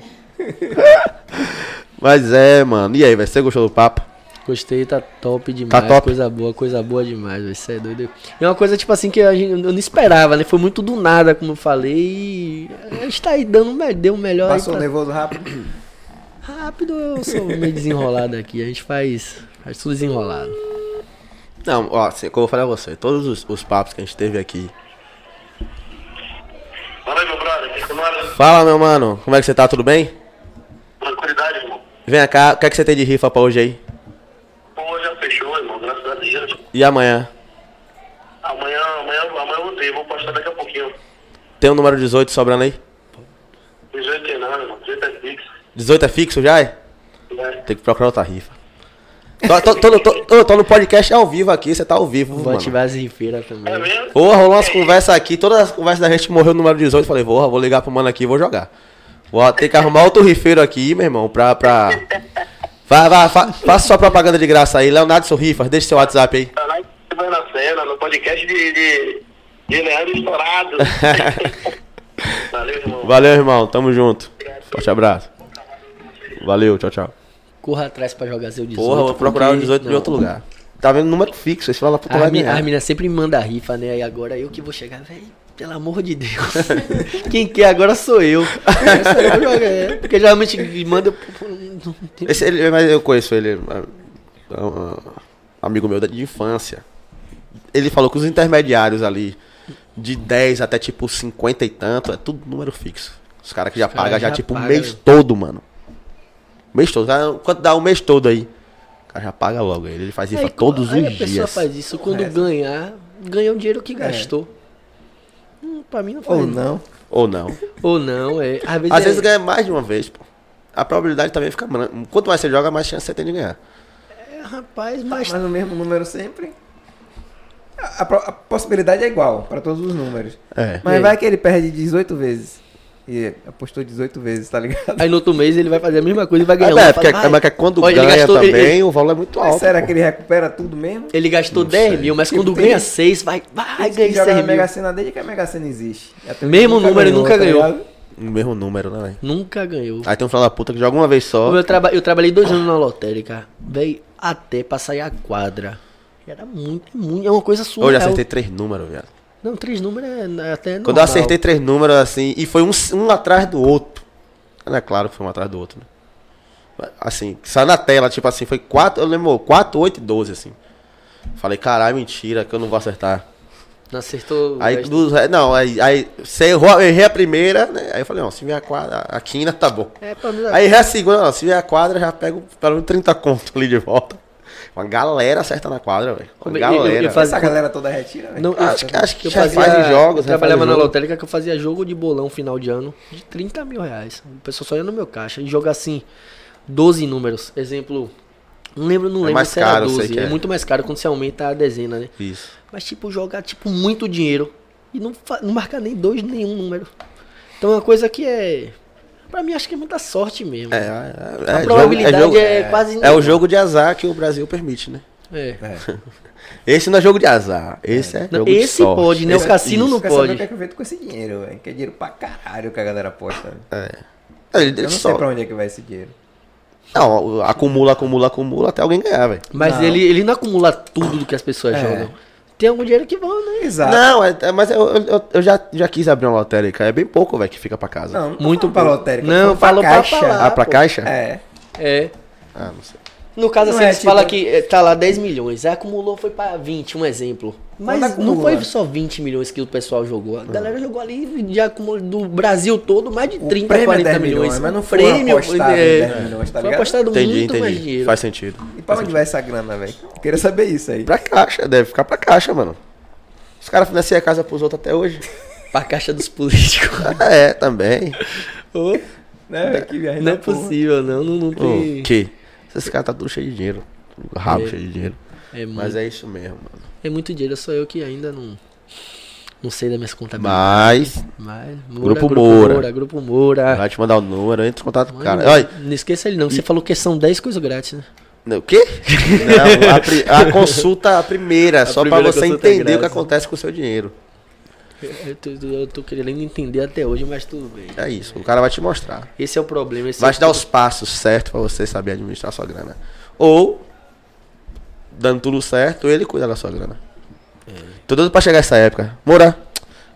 C: Mas é, mano. E aí, velho? Você gostou do papo?
D: Gostei, tá top demais.
C: top.
D: Coisa boa, coisa boa demais, velho. Isso é doido. É uma coisa, tipo assim, que a gente, eu não esperava, né? Foi muito do nada, como eu falei. E a gente tá aí dando, o me- deu o melhor aí
B: Passou
D: pra-
B: nervoso rápido.
D: Rápido, eu sou meio desenrolado aqui. A gente faz, faz tudo desenrolado.
C: Não, ó, assim, como eu falei a você, todos os, os papos que a gente teve aqui.
F: Fala aí, meu brother. Que comanda?
C: Fala, meu mano, como é que você tá? Tudo bem?
F: Tranquilidade, irmão.
C: Vem cá, o que é que você tem de rifa pra hoje aí?
F: Bom, hoje já fechou, irmão. Graças a Deus.
C: E amanhã?
F: Amanhã, amanhã, amanhã eu vou ter. Vou postar daqui a pouquinho.
C: Tem o número 18 sobrando aí?
F: 18 é nada, irmão. 18 é fixo.
C: 18 é fixo já? É?
F: Né?
C: Tem que procurar outra rifa. Tô, tô- tô no- tô- ô, tô no podcast ao vivo aqui, você tá ao vivo,
D: Vou
C: mano.
D: ativar as rifeiras
F: É
D: também.
F: mesmo?
C: Porra, rolou umas conversas aqui, todas as conversas da gente morreu no número 18, falei, porra, vou ligar pro mano aqui e vou jogar. Vou ter que arrumar outro rifeiro aqui, meu irmão, pra... pra... Vai, vai, fa- faça sua propaganda de graça aí, Leonardo Sorrifas, deixa seu WhatsApp aí.
F: Caralho, você vai na cena, no podcast de, de, de Leandro Estourado. Valeu, irmão.
C: Valeu, irmão. Tamo junto. Forte abraço. Valeu, tchau, tchau.
D: Corra atrás pra jogar seu 18.
C: Porra, vou procurar o
D: porque-
C: 18 em
D: não.
C: outro lugar. Tá vendo número fixo, esse fala puta
D: A
C: vai
D: minha,
C: ganhar.
D: a mina sempre me manda rifa, né? E agora eu que vou chegar, velho. Pelo amor de Deus. Quem quer agora sou eu. Eu sou eu que vou jogar, é. Porque geralmente me manda. eu- pô, não tem-
C: Esse, ele, mas eu conheço ele, é um, um amigo meu da- de infância. Ele falou que os intermediários ali, de 10 até tipo 50 e tanto, é tudo número fixo. Os caras que já
D: caras
C: pagam já,
D: já
C: tipo o
D: pagam,
C: mês
D: né?
C: todo, mano. Mês todo. Ah, Quanto dá o mês todo aí? O cara já paga logo ele. Ele faz rifa
D: Aí,
C: todos os
D: aí
C: dias.
D: A pessoa faz isso quando ganhar, ganha o dinheiro que gastou. Hum, pra mim não faz
B: Ou
D: nada.
B: não.
C: Ou não.
D: Ou não, é. Às vezes,
C: Às
D: é-
C: vezes ganha mais de uma vez, pô. A probabilidade também fica. man- Quanto mais você joga, mais chance você tem de ganhar.
D: é, rapaz,
B: Mas,
D: mas.
B: no mesmo número sempre. A, a pro- a possibilidade é igual para todos os números.
C: É.
B: Mas
D: É.
B: vai que ele perde 18 vezes. E apostou 18 vezes, tá ligado?
D: Aí no outro mês ele vai fazer a mesma coisa e vai ganhar.
C: Mas
D: um.
C: é,
D: Ele
C: porque
D: fala, "Ai,
C: mas que quando
D: olha, ele
C: ganha
D: gastou- ele-
C: também, o valor é muito
B: Mas
C: alto.
B: será
C: pô.
B: que ele recupera tudo mesmo?
D: Ele gastou
C: Não
D: 10
C: sei.
D: mil, mas
B: Tipo,
D: quando
B: tem-
D: ganha 6, vai. Vai,
B: Ele
D: ganha 6
B: joga na
D: mil.
B: Mega Sena desde que a Mega Sena existe. um Até hoje
D: Mesmo número, ele nunca ganhou.
B: tá ligado?
C: O mesmo número, né, velho?
D: Nunca ganhou.
C: Aí tem um filho da puta que joga uma vez
D: Ô,
C: só.
D: meu traba- eu trabalhei dois anos na lotérica. Véi, até pra sair a quadra. Era muito, muito. É uma coisa sua.
C: Hoje eu acertei três números, viado.
D: Não, três números é, é até.
C: Quando eu
D: normal.
C: acertei três números, assim, e foi um, um atrás do outro. Não é claro que foi um atrás do outro, né? Mas, Assim, saiu na tela, tipo assim, foi quatro, eu lembro, quatro, oito e 12, assim. Falei, caralho, mentira, que eu não vou acertar.
D: Não acertou. o
C: Aí,
D: resto.
C: dos, re- não, aí, aí você errou, eu errei a primeira, né? Aí eu falei, não, se vier a quadra, a quina, tá bom.
D: É, pelo menos.
C: Aí errei a segunda, não, se vier a quadra, já pego pelo menos 30 conto ali de volta. Uma galera acerta na quadra, velho. Uma
D: Como eu- eu- eu
C: galera.
D: fazia-
B: Essa galera toda retira, velho.
D: Não, eu-
C: Acho que- acho que
D: eu
C: já
D: fazia
C: fazem jogos,
D: eu
C: né? Fazem
D: Trabalhava na
C: jogo.
D: lotérica que eu fazia jogo de bolão final de ano de 30 mil reais. O pessoal só ia no meu caixa e joga assim, 12 números. Exemplo, não lembro, não
C: É
D: lembro
C: mais
D: se era
C: caro, eu sei
D: 12.
C: que
D: É.
C: é.
D: muito mais caro quando você aumenta a dezena, né?
C: Isso.
D: Mas tipo, jogar tipo muito dinheiro e não, fa- não marca nem dois, nenhum número. Então é uma coisa que é. Pra mim acho que é muita sorte mesmo.
C: É, é,
D: É.
C: é,
D: A
C: é
D: probabilidade
C: jogo-
D: é quase
C: É o
D: nenhuma.
C: jogo de azar que o Brasil permite, né?
D: É.
B: é.
C: Esse não é jogo de azar. Esse é,
D: Não,
C: jogo de
D: esse
C: sorte.
D: pode, né? O
C: Esse-
D: cassino não
C: isso.
B: Quer
D: pode.
B: saber o que é que eu vendo com esse dinheiro, velho? Que é dinheiro pra caralho que a galera aposta. velho.
C: É, Ele,
B: Eu
C: ele
B: não
C: só...
B: sei pra onde é que vai esse dinheiro.
C: Não, acumula, acumula, acumula até alguém ganhar, velho.
D: Mas
B: Não.
D: Ele, ele não acumula tudo do que as pessoas
B: É.
D: jogam. Tem algum dinheiro que vão, né?
B: Exato.
C: Não, é- é- mas eu, eu- eu já, já quis abrir uma lotérica. É bem pouco, velho, que fica pra casa.
B: Não, não tô
D: Muito
B: falando pra
D: bom.
B: lotérica.
D: Não,
B: tô falando
D: falou pra falar.
C: ah, pra
D: pô.
C: caixa?
B: É.
D: É.
C: Ah, não sei.
D: No caso,
B: Não
D: assim,
B: é,
D: eles
B: tipo-
D: falam que eh, tá lá 10 milhões, aí acumulou, foi pra 20, um exemplo.
B: Quando
D: Mas
B: acumula?
D: não foi só 20 milhões que o pessoal jogou. A galera jogou ali e já acumulou do Brasil todo mais de
B: O
D: 30,
B: prêmio é
D: 40
B: 10
D: milhões.
B: milhões, mas não
D: O
B: foi apostado em 10 milhões, tá
D: foi
B: ligado?
D: apostado
C: Entendi,
D: muito mais
C: entendi.
D: dinheiro.
C: Faz sentido.
B: E pra onde vai essa grana, velho? Queria saber isso aí.
C: Pra caixa, deve ficar pra caixa, mano. Os caras financiam a casa pros outros até hoje.
D: Pra caixa dos políticos.
C: Ah, é, também.
D: Ô,
B: Né, velho? Que viagem
D: não é
B: da porra.
D: possível, não. Não, não tem.
C: O que? Esses caras tá tudo cheio de dinheiro. Rabo
D: É.
C: cheio de dinheiro.
D: É muito,
C: Mas
D: Mas é...
C: é isso mesmo, mano.
D: muito dinheiro, sou eu que ainda não. Não sei das minhas contabilidades.
C: Mas,
D: Mas,
C: Grupo Moura.
D: Grupo Moura.
C: vai te mandar o número, entra em contato com o
D: Mano,
C: cara. Olha,
D: não esqueça ele não, que você falou que são 10 coisas grátis, né?
C: não, o quê? Não, a, pri- a consulta, a primeira, só
D: primeira
C: pra você
D: consulta é
C: entender o que
D: grátis.
C: acontece com o seu dinheiro.
D: Eu tô, eu tô querendo entender até hoje, mas tudo bem.
C: É isso, o cara vai te mostrar.
D: Esse é o problema. Esse
C: Vai
D: é o
C: te dar os passos certos pra você saber administrar sua grana. Ou, dando tudo certo, ele cuida da sua grana. Tô doido pra chegar essa época. Moura,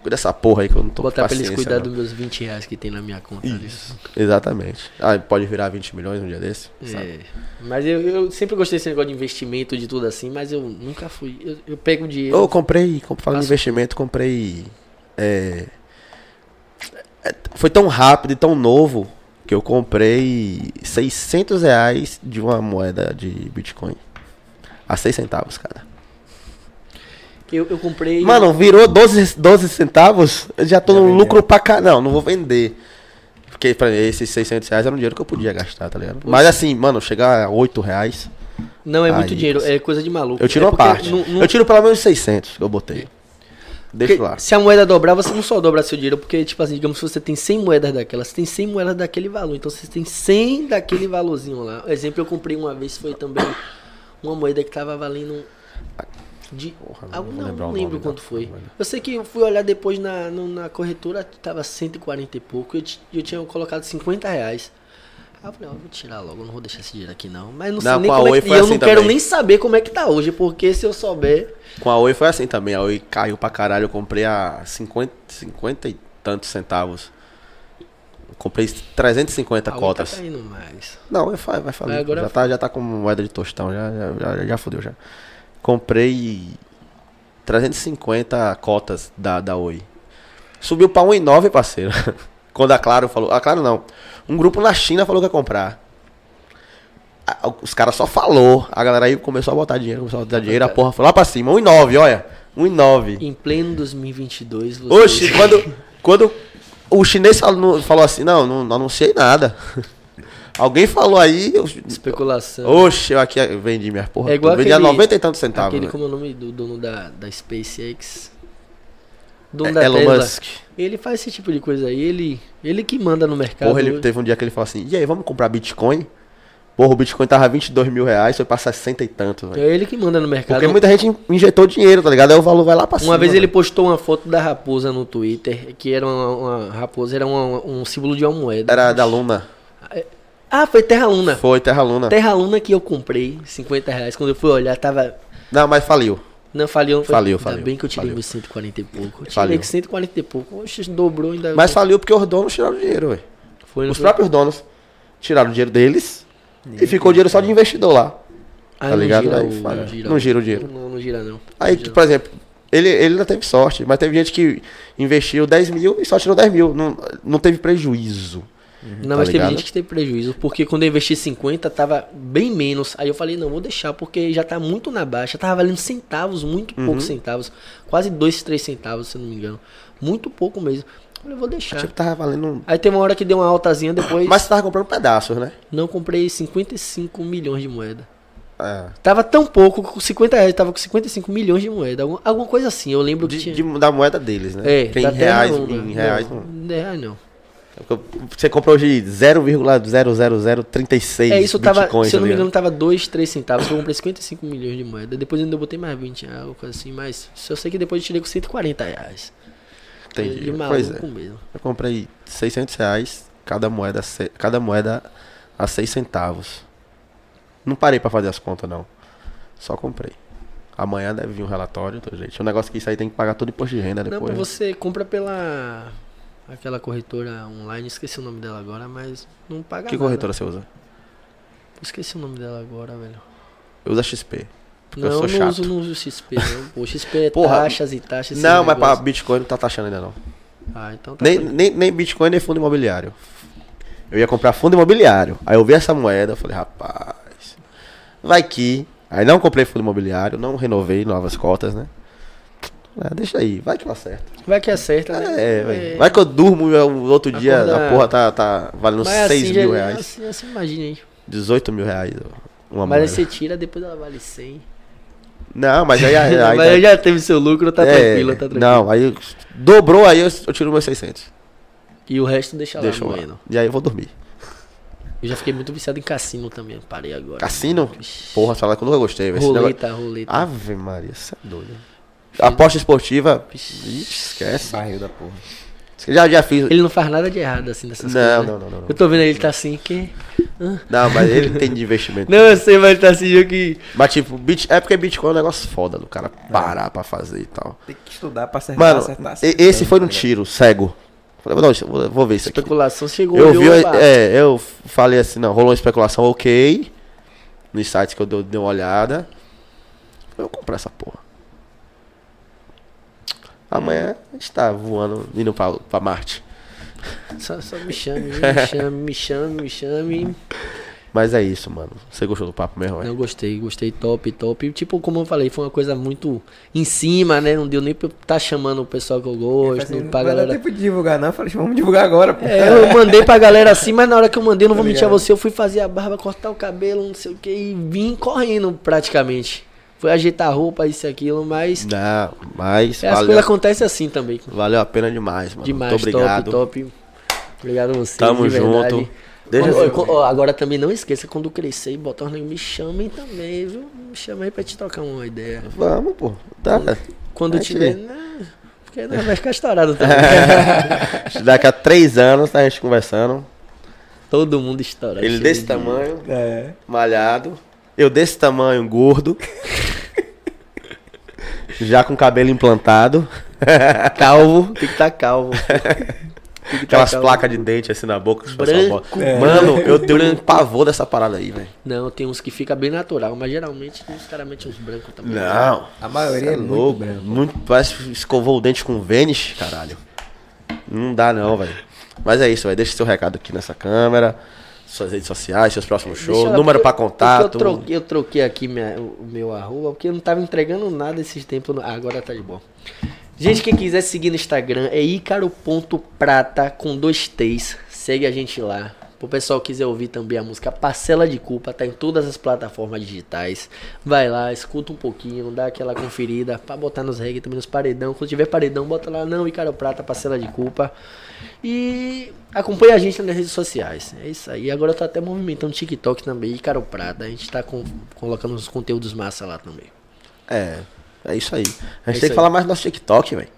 C: cuida dessa porra aí que eu não tô com
D: Botar pra eles
C: paciência,
D: cuidar
C: não.
D: dos meus 20 reais que tem na minha conta. né? ali.
C: Isso, exatamente. Ah, pode virar 20 milhões um dia desse, sabe?
D: É. Mas eu, eu sempre gostei desse negócio de investimento, de tudo assim, mas eu nunca fui. Eu, eu pego o dinheiro.
C: Eu comprei, com- falando de
D: Faço-
C: investimento, comprei. é, é, foi tão rápido e tão novo que eu comprei 600 reais de uma moeda de Bitcoin. A 6 centavos, cara.
D: Eu, eu comprei.
C: Mano, virou 12, 12 centavos, eu já tô
B: Já
C: no
B: vendeu.
C: lucro pra caralho. Não, não vou vender. Porque pra mim, esses 600 reais era um dinheiro que eu podia gastar, tá ligado? Mas assim, mano, chegar a 8 reais,
D: não, é muito
C: Aí,
D: dinheiro, é coisa de maluco.
C: eu tiro
D: é
C: uma
D: porque
C: parte.
D: não- não-
C: Eu tiro pelo menos 600 que eu botei. Deixa
D: Porque
C: lá.
D: Se a moeda dobrar, você não só dobra seu dinheiro, porque, tipo assim, digamos que você tem 100 moedas daquelas, você tem 100 moedas daquele valor. Então você tem 100 daquele valorzinho lá. Um Exemplo, eu comprei uma vez, foi também uma moeda que tava valendo. De,
C: Porra,
D: Ah,
C: não
D: não,
C: vou
D: não,
C: lembrar o
D: lembro
C: nome
D: quanto
C: da
D: foi.
C: moeda.
D: Eu sei que eu fui olhar depois na, no- na corretora, tava 140 e pouco. Eu, ti- eu tinha colocado 50 reais. Aí eu falei, ó, vou tirar logo, eu não vou deixar esse dinheiro aqui não. Mas não, sei
C: Não,
D: nem
C: com a
D: como é
C: Oi
D: que, e
C: foi
D: eu
C: assim
D: não quero
C: também.
D: nem saber como é que tá hoje, porque se eu souber.
C: Com a Oi foi assim também. A Oi caiu pra caralho. Eu comprei a 50, 50 e tantos centavos. Eu comprei 350
D: a Oi Tá
C: cotas.
D: caindo mais.
C: Não, eu fa- vai falar.
D: Vai, agora
C: já, tá, já tá com moeda de tostão. Já, já, já, já fodeu já. Comprei 350 cotas da, da Oi. Subiu pra 1,9, parceiro. Quando a Claro falou. A Claro não. Um grupo na China falou que ia comprar. A- Os caras só falou. A galera aí começou a botar dinheiro, começou a botar dinheiro. A porra foi lá pra cima. 1,9, olha. 1,9.
D: Em pleno 2022, você.
C: Oxi, quando, quando o chinês falou, falou assim, não, não, não anunciei nada. Alguém falou aí, eu,
D: Especulação.
C: oxe, eu aqui vendi minha porra.
D: É igual
C: toda. vendi a
D: aquele-
C: 90 e tantos centavos.
D: Aquele,
C: né?
D: como é o nome do dono da, da SpaceX? Dono da
C: É, Elon
D: Tesla.
C: Musk.
D: Ele faz esse tipo de coisa aí. Ele, ele que manda no mercado.
C: Porra, ele teve um dia que ele falou assim, e aí, vamos comprar Bitcoin? Porra, o Bitcoin tava 22 mil reais, foi pra 60 e tanto,
D: É
C: velho.
D: ele que manda no mercado.
C: Porque é muita gente injetou dinheiro, tá ligado? Aí o valor vai lá pra cima.
D: Uma vez ele
C: velho.
D: postou uma foto da raposa no Twitter, que era uma, uma raposa, era uma- um símbolo de uma moeda.
C: Era da Luna.
D: Ah, foi Terra Luna.
C: Foi Terra Luna.
D: Terra Luna que eu comprei, 50 reais. Quando eu fui olhar, tava.
C: Não, mas faliu.
D: Não, faliu. não foi-
C: Faliu,
D: ainda
C: faliu,
D: bem que eu tirei
C: faliu.
D: meus 140 e pouco. Eu tirei
C: Faliu.
D: meus 140 e pouco. Oxe, dobrou ainda. um
C: Mas faliu porque os donos tiraram dinheiro, ué.
D: foi, não
C: Os
D: foi?
C: próprios donos tiraram o dinheiro deles e ficou o dinheiro só de investidor lá.
D: Ah,
C: tá
D: não
C: ligado?
D: gira
C: Aí
D: o-
C: falha.
D: não gira
C: Não gira o dinheiro.
D: Não, não gira não.
C: Aí, tá
D: Não gira,
C: por exemplo, ele, ele ainda teve sorte, mas teve gente que investiu 10 mil e só tirou 10 mil. Não, não teve prejuízo.
D: não,
C: tá
D: mas teve
C: ligado?
D: gente que teve prejuízo, porque quando eu investi 50 tava bem menos. Aí eu falei, não, vou deixar porque já tá muito na baixa, tava valendo centavos, muito
C: Uhum.
D: poucos centavos, quase 2, 3 centavos, se eu não me engano. Muito pouco mesmo. Eu falei, vou deixar.
C: Tipo, tava valendo.
D: Aí teve uma hora que deu uma altazinha, depois
C: Mas você tava comprando pedaços, né?
D: não comprei 55 milhões de moeda.
C: É.
D: Tava tão pouco, com 50 reais, tava com 55 milhões de moeda. Alguma, alguma coisa assim, eu lembro que
C: De,
D: tinha.
C: de- da moeda deles, né?
D: É,
C: Porque em
D: da Terra
C: reais,
D: Luna.
C: em reais.
D: Não,
C: não.
D: em reais não.
C: Você comprou de 0,00036
D: É, isso tava,
C: bitcoins,
D: se eu não
C: tá
D: me
C: ligado?
D: engano, tava 2, 3 centavos. Eu comprei 55 milhões de moeda. Depois eu ainda botei mais 20, algo assim, mas só sei que depois eu tirei com 140 reais.
C: Entendi.
D: De
C: Pois
D: maluco
C: é.
D: mesmo.
C: Eu comprei 600 reais, cada moeda, se- cada moeda a 6 centavos. Não parei pra fazer as contas, não. Só comprei. Amanhã deve vir um relatório, tá, gente. É um negócio que isso aí tem que pagar todo imposto de renda
D: Não,
C: depois.
D: mas
C: né?
D: você compra pela. aquela corretora online, esqueci o nome dela agora, mas não paga
C: Que
D: nada.
C: corretora você usa?
D: Esqueci o nome dela agora, velho.
C: Eu uso a XP. Porque
D: não,
C: eu sou
D: não
C: chato.
D: uso, não uso XP, não. Pô, XP é
C: Porra,
D: taxas e taxas. esses
C: não, mas pra
D: negócios.
C: Bitcoin não tá taxando ainda, não.
D: Ah, então tá.
C: Nem,
D: bom.
C: nem, nem Bitcoin, nem fundo imobiliário. Eu ia comprar fundo imobiliário. Aí eu vi essa moeda, eu falei, rapaz, vai que. Aí não comprei fundo imobiliário, não renovei novas cotas, né? É, deixa aí, vai que eu acerto.
D: Vai que acerta, né?
C: É, velho. vai que eu durmo e o outro dia
D: Acorda-
C: a porra tá, tá valendo
D: Mas
C: 6
D: assim,
C: mil
D: já-
C: reais.
D: Assim, assim, imagina aí.
C: 18 mil reais uma
D: Mas
C: moeda.
D: aí você tira, depois ela vale 100.
C: Não, mas aí. aí, aí
D: Mas aí já teve seu lucro, tá
C: é,
D: tranquilo, tá tranquilo.
C: Não, aí eu- dobrou, aí eu, eu tiro meus 600.
D: E o resto deixa,
C: Deixa eu
D: Tá lá,
C: lá.
D: moendo.
C: E aí eu vou dormir.
D: Eu já fiquei muito viciado em cassino também, parei agora.
C: Cassino?
D: Ixi.
C: Porra, falar que eu nunca gostei, velho. Esse negócio- Ah,
D: Roleta, roleta.
C: Ave Maria, você é doido. Aposta esportiva. Ixi, esquece.
B: É Barril da porra.
C: Já, já fiz.
D: Ele não faz nada de errado assim dessas coisas.
C: Não,
D: né?
C: não, não, não, não.
D: Eu tô vendo ele tá assim que.
C: Não, mas ele tem de investimento.
D: Não, eu sei, mas ele tá assim eu que.
C: Mas tipo, bit... é porque Bitcoin é um negócio foda do cara parar pra fazer e tal.
B: Tem que estudar pra acertar,
C: Mano,
B: acertar,
C: e-
B: acertar,
C: esse foi
B: tá
C: um
B: ligado?
C: tiro, cego. Falei, não, deixa- vou- vou ver isso aqui.
D: Especulação chegou.
C: Eu
D: olhou,
C: vi,
D: opa.
C: é, eu falei assim, não, rolou uma especulação, ok. Nos sites que eu dou- dei uma olhada. Falei, Eu vou comprar essa porra. Amanhã a gente tá voando, indo pra, pra Marte.
D: Só, só me chame, me chame, me chame, me chame.
C: Mas é isso, mano. Você gostou do papo mesmo,
D: Não,
C: velho?
D: gostei, gostei, top, top. Tipo, como eu falei, foi uma coisa muito em cima, né? Não deu nem pra eu tá chamando o pessoal que eu
B: Eu falei
D: gosto,
B: assim,
D: não pra
B: vai dar
D: galera.
B: tempo de divulgar, não. Eu falei, vamos divulgar agora, pô.
D: É, eu mandei pra galera assim, mas na hora que eu mandei, não vou mentir
B: Tá
D: a
B: ligado?
D: você, eu fui fazer a barba, cortar o cabelo, não sei o que, e vim correndo praticamente. Fui ajeitar a roupa, isso e aquilo, mas
C: Não, mas
D: é, as
C: valeu,
D: coisas acontecem assim também.
C: valeu a pena demais, mano.
D: Demais,
C: Muito obrigado.
D: top, top. Obrigado a vocês,
C: Tamo
D: de verdade.
C: junto. Deixa
D: Ó,
C: eu-
D: ó, ó, agora também não esqueça, quando crescer e botar os negros, me chamem também, viu? Me chamem pra te trocar uma ideia.
C: Vamos, pô. Tá.
D: Quando
C: Vai
D: tiver.
C: te-
D: né? Porque não vai ficar estourado também.
C: É. Daqui a três anos tá a gente conversando.
D: Todo mundo estourado.
C: Ele
D: cheio
C: desse
D: de-
C: tamanho.
B: É.
C: malhado. Eu desse tamanho, gordo. já com cabelo implantado.
D: Calvo, tem que estar calvo. Tem que tá
C: Aquelas
D: calvo.
C: placas de dente assim na boca. que o pessoal
D: Branco,
C: bota.
D: é.
C: Mano, eu tenho um pavor dessa parada aí, velho.
D: Não, tem uns que fica bem natural, mas geralmente, sinceramente, os brancos também.
C: Não.
B: A maioria
C: Cê
B: é muito branco.
C: Muito, parece que escovou o dente com Vênus, caralho. Não dá não, velho. Mas é isso, velho. Deixa seu recado aqui nessa câmera. Suas redes sociais, seus próximos
D: Deixa
C: shows,
D: eu-
C: número pra
D: porque eu- porque
C: contato.
D: Eu troquei, eu troquei aqui minha- o o meu arroba, porque eu não tava entregando nada esses tempos. não. Ah, agora tá de boa. Gente, quem quiser seguir no Instagram é icaro.prata com dois T's. Segue a gente lá. Pro pessoal que quiser ouvir também a música Parcela de Culpa, tá em todas as plataformas digitais. Vai lá, escuta um pouquinho, dá aquela conferida pra botar nos reggae também, nos paredão. Quando tiver paredão, bota lá, não, Icaro Prata, Parcela de Culpa. E acompanha a gente nas redes sociais. É isso aí. Agora eu tô até movimentando o TikTok também, Icaro Prata. A gente tá com- colocando uns conteúdos massa lá também.
C: É, é isso aí. A gente
D: isso
C: tem que
D: aí.
C: falar mais do nosso TikTok, velho.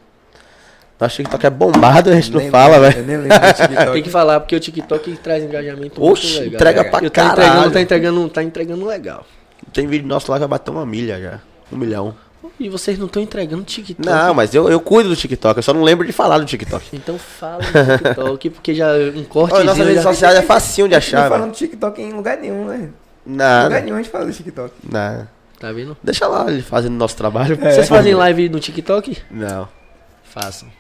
C: Eu achei que TikTok é bombado, a gente não
B: Nem-
C: fala,
B: Eu
C: velho.
B: nem lembro do TikTok.
D: Tem que falar, porque o TikTok traz engajamento
C: Então, Oxe,
D: muito legal.
C: entrega pra
D: Eu tá
C: caralho.
D: entregando, tá entregando, tá entregando legal.
C: Tem vídeo nosso lá que vai bater uma milha já. Um milhão.
D: E vocês não estão entregando TikTok.
C: Não, mas eu, eu cuido do TikTok, eu só não lembro de falar do TikTok.
D: Então fala do TikTok, porque já um
C: Olha,
D: cortezinho...
C: nossas
D: já...
C: redes sociais é facinho de
B: Não
C: achar,
B: falando
C: velho.
B: do TikTok em lugar nenhum, né? Em lugar
C: Nada,
B: nenhum a gente fala do TikTok.
C: nada.
D: Tá vendo?
C: Deixa lá ele fazendo nosso trabalho.
D: Vocês fazem live no TikTok?
C: Não.
D: Façam.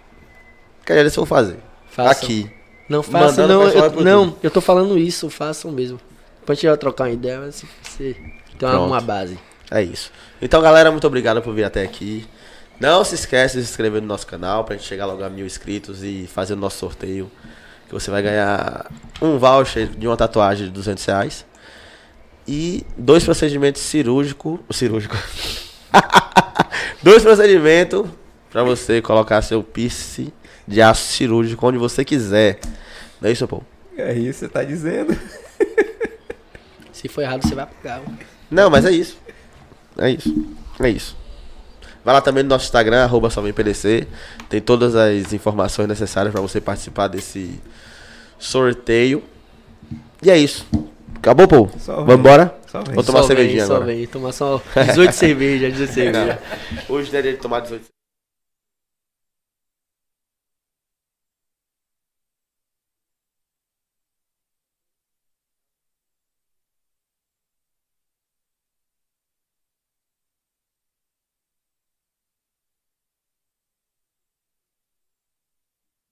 C: Quer dizer, se eu vou fazer.
D: Façam.
C: Aqui.
D: Não façam,
C: Mandando o
D: não.
C: pessoal
D: Eu,
C: ir pro
D: não, eu tô falando isso, façam mesmo. Pra gente já trocar uma ideia, mas se você tem uma,
C: Pronto.
D: uma base.
C: É isso. Então, galera, muito obrigado por vir até aqui. Não se esquece de se inscrever no nosso canal pra gente chegar logo a mil inscritos e fazer o nosso sorteio. Que você vai ganhar um voucher de uma tatuagem de 200 reais. E dois procedimentos cirúrgico, cirúrgico. dois procedimentos pra você colocar seu piercing de aço cirúrgico onde você quiser. Não é isso, pô?
B: É isso que você tá dizendo.
D: Se for errado, você vai um. pagar.
C: Não, mas é isso. É isso. É isso. Vai lá também no nosso Instagram, arroba só vem PDC. Tem todas as informações necessárias para você participar desse sorteio. E é isso. Acabou, pô?
B: Só vem.
C: Vamos embora?
B: Só vem.
C: Vou tomar
D: Só vem,
C: cervejinha
D: só
C: agora.
D: vem, tomar só 18 cerveja, 18 cerveja.
C: Hoje é dia de tomar 18.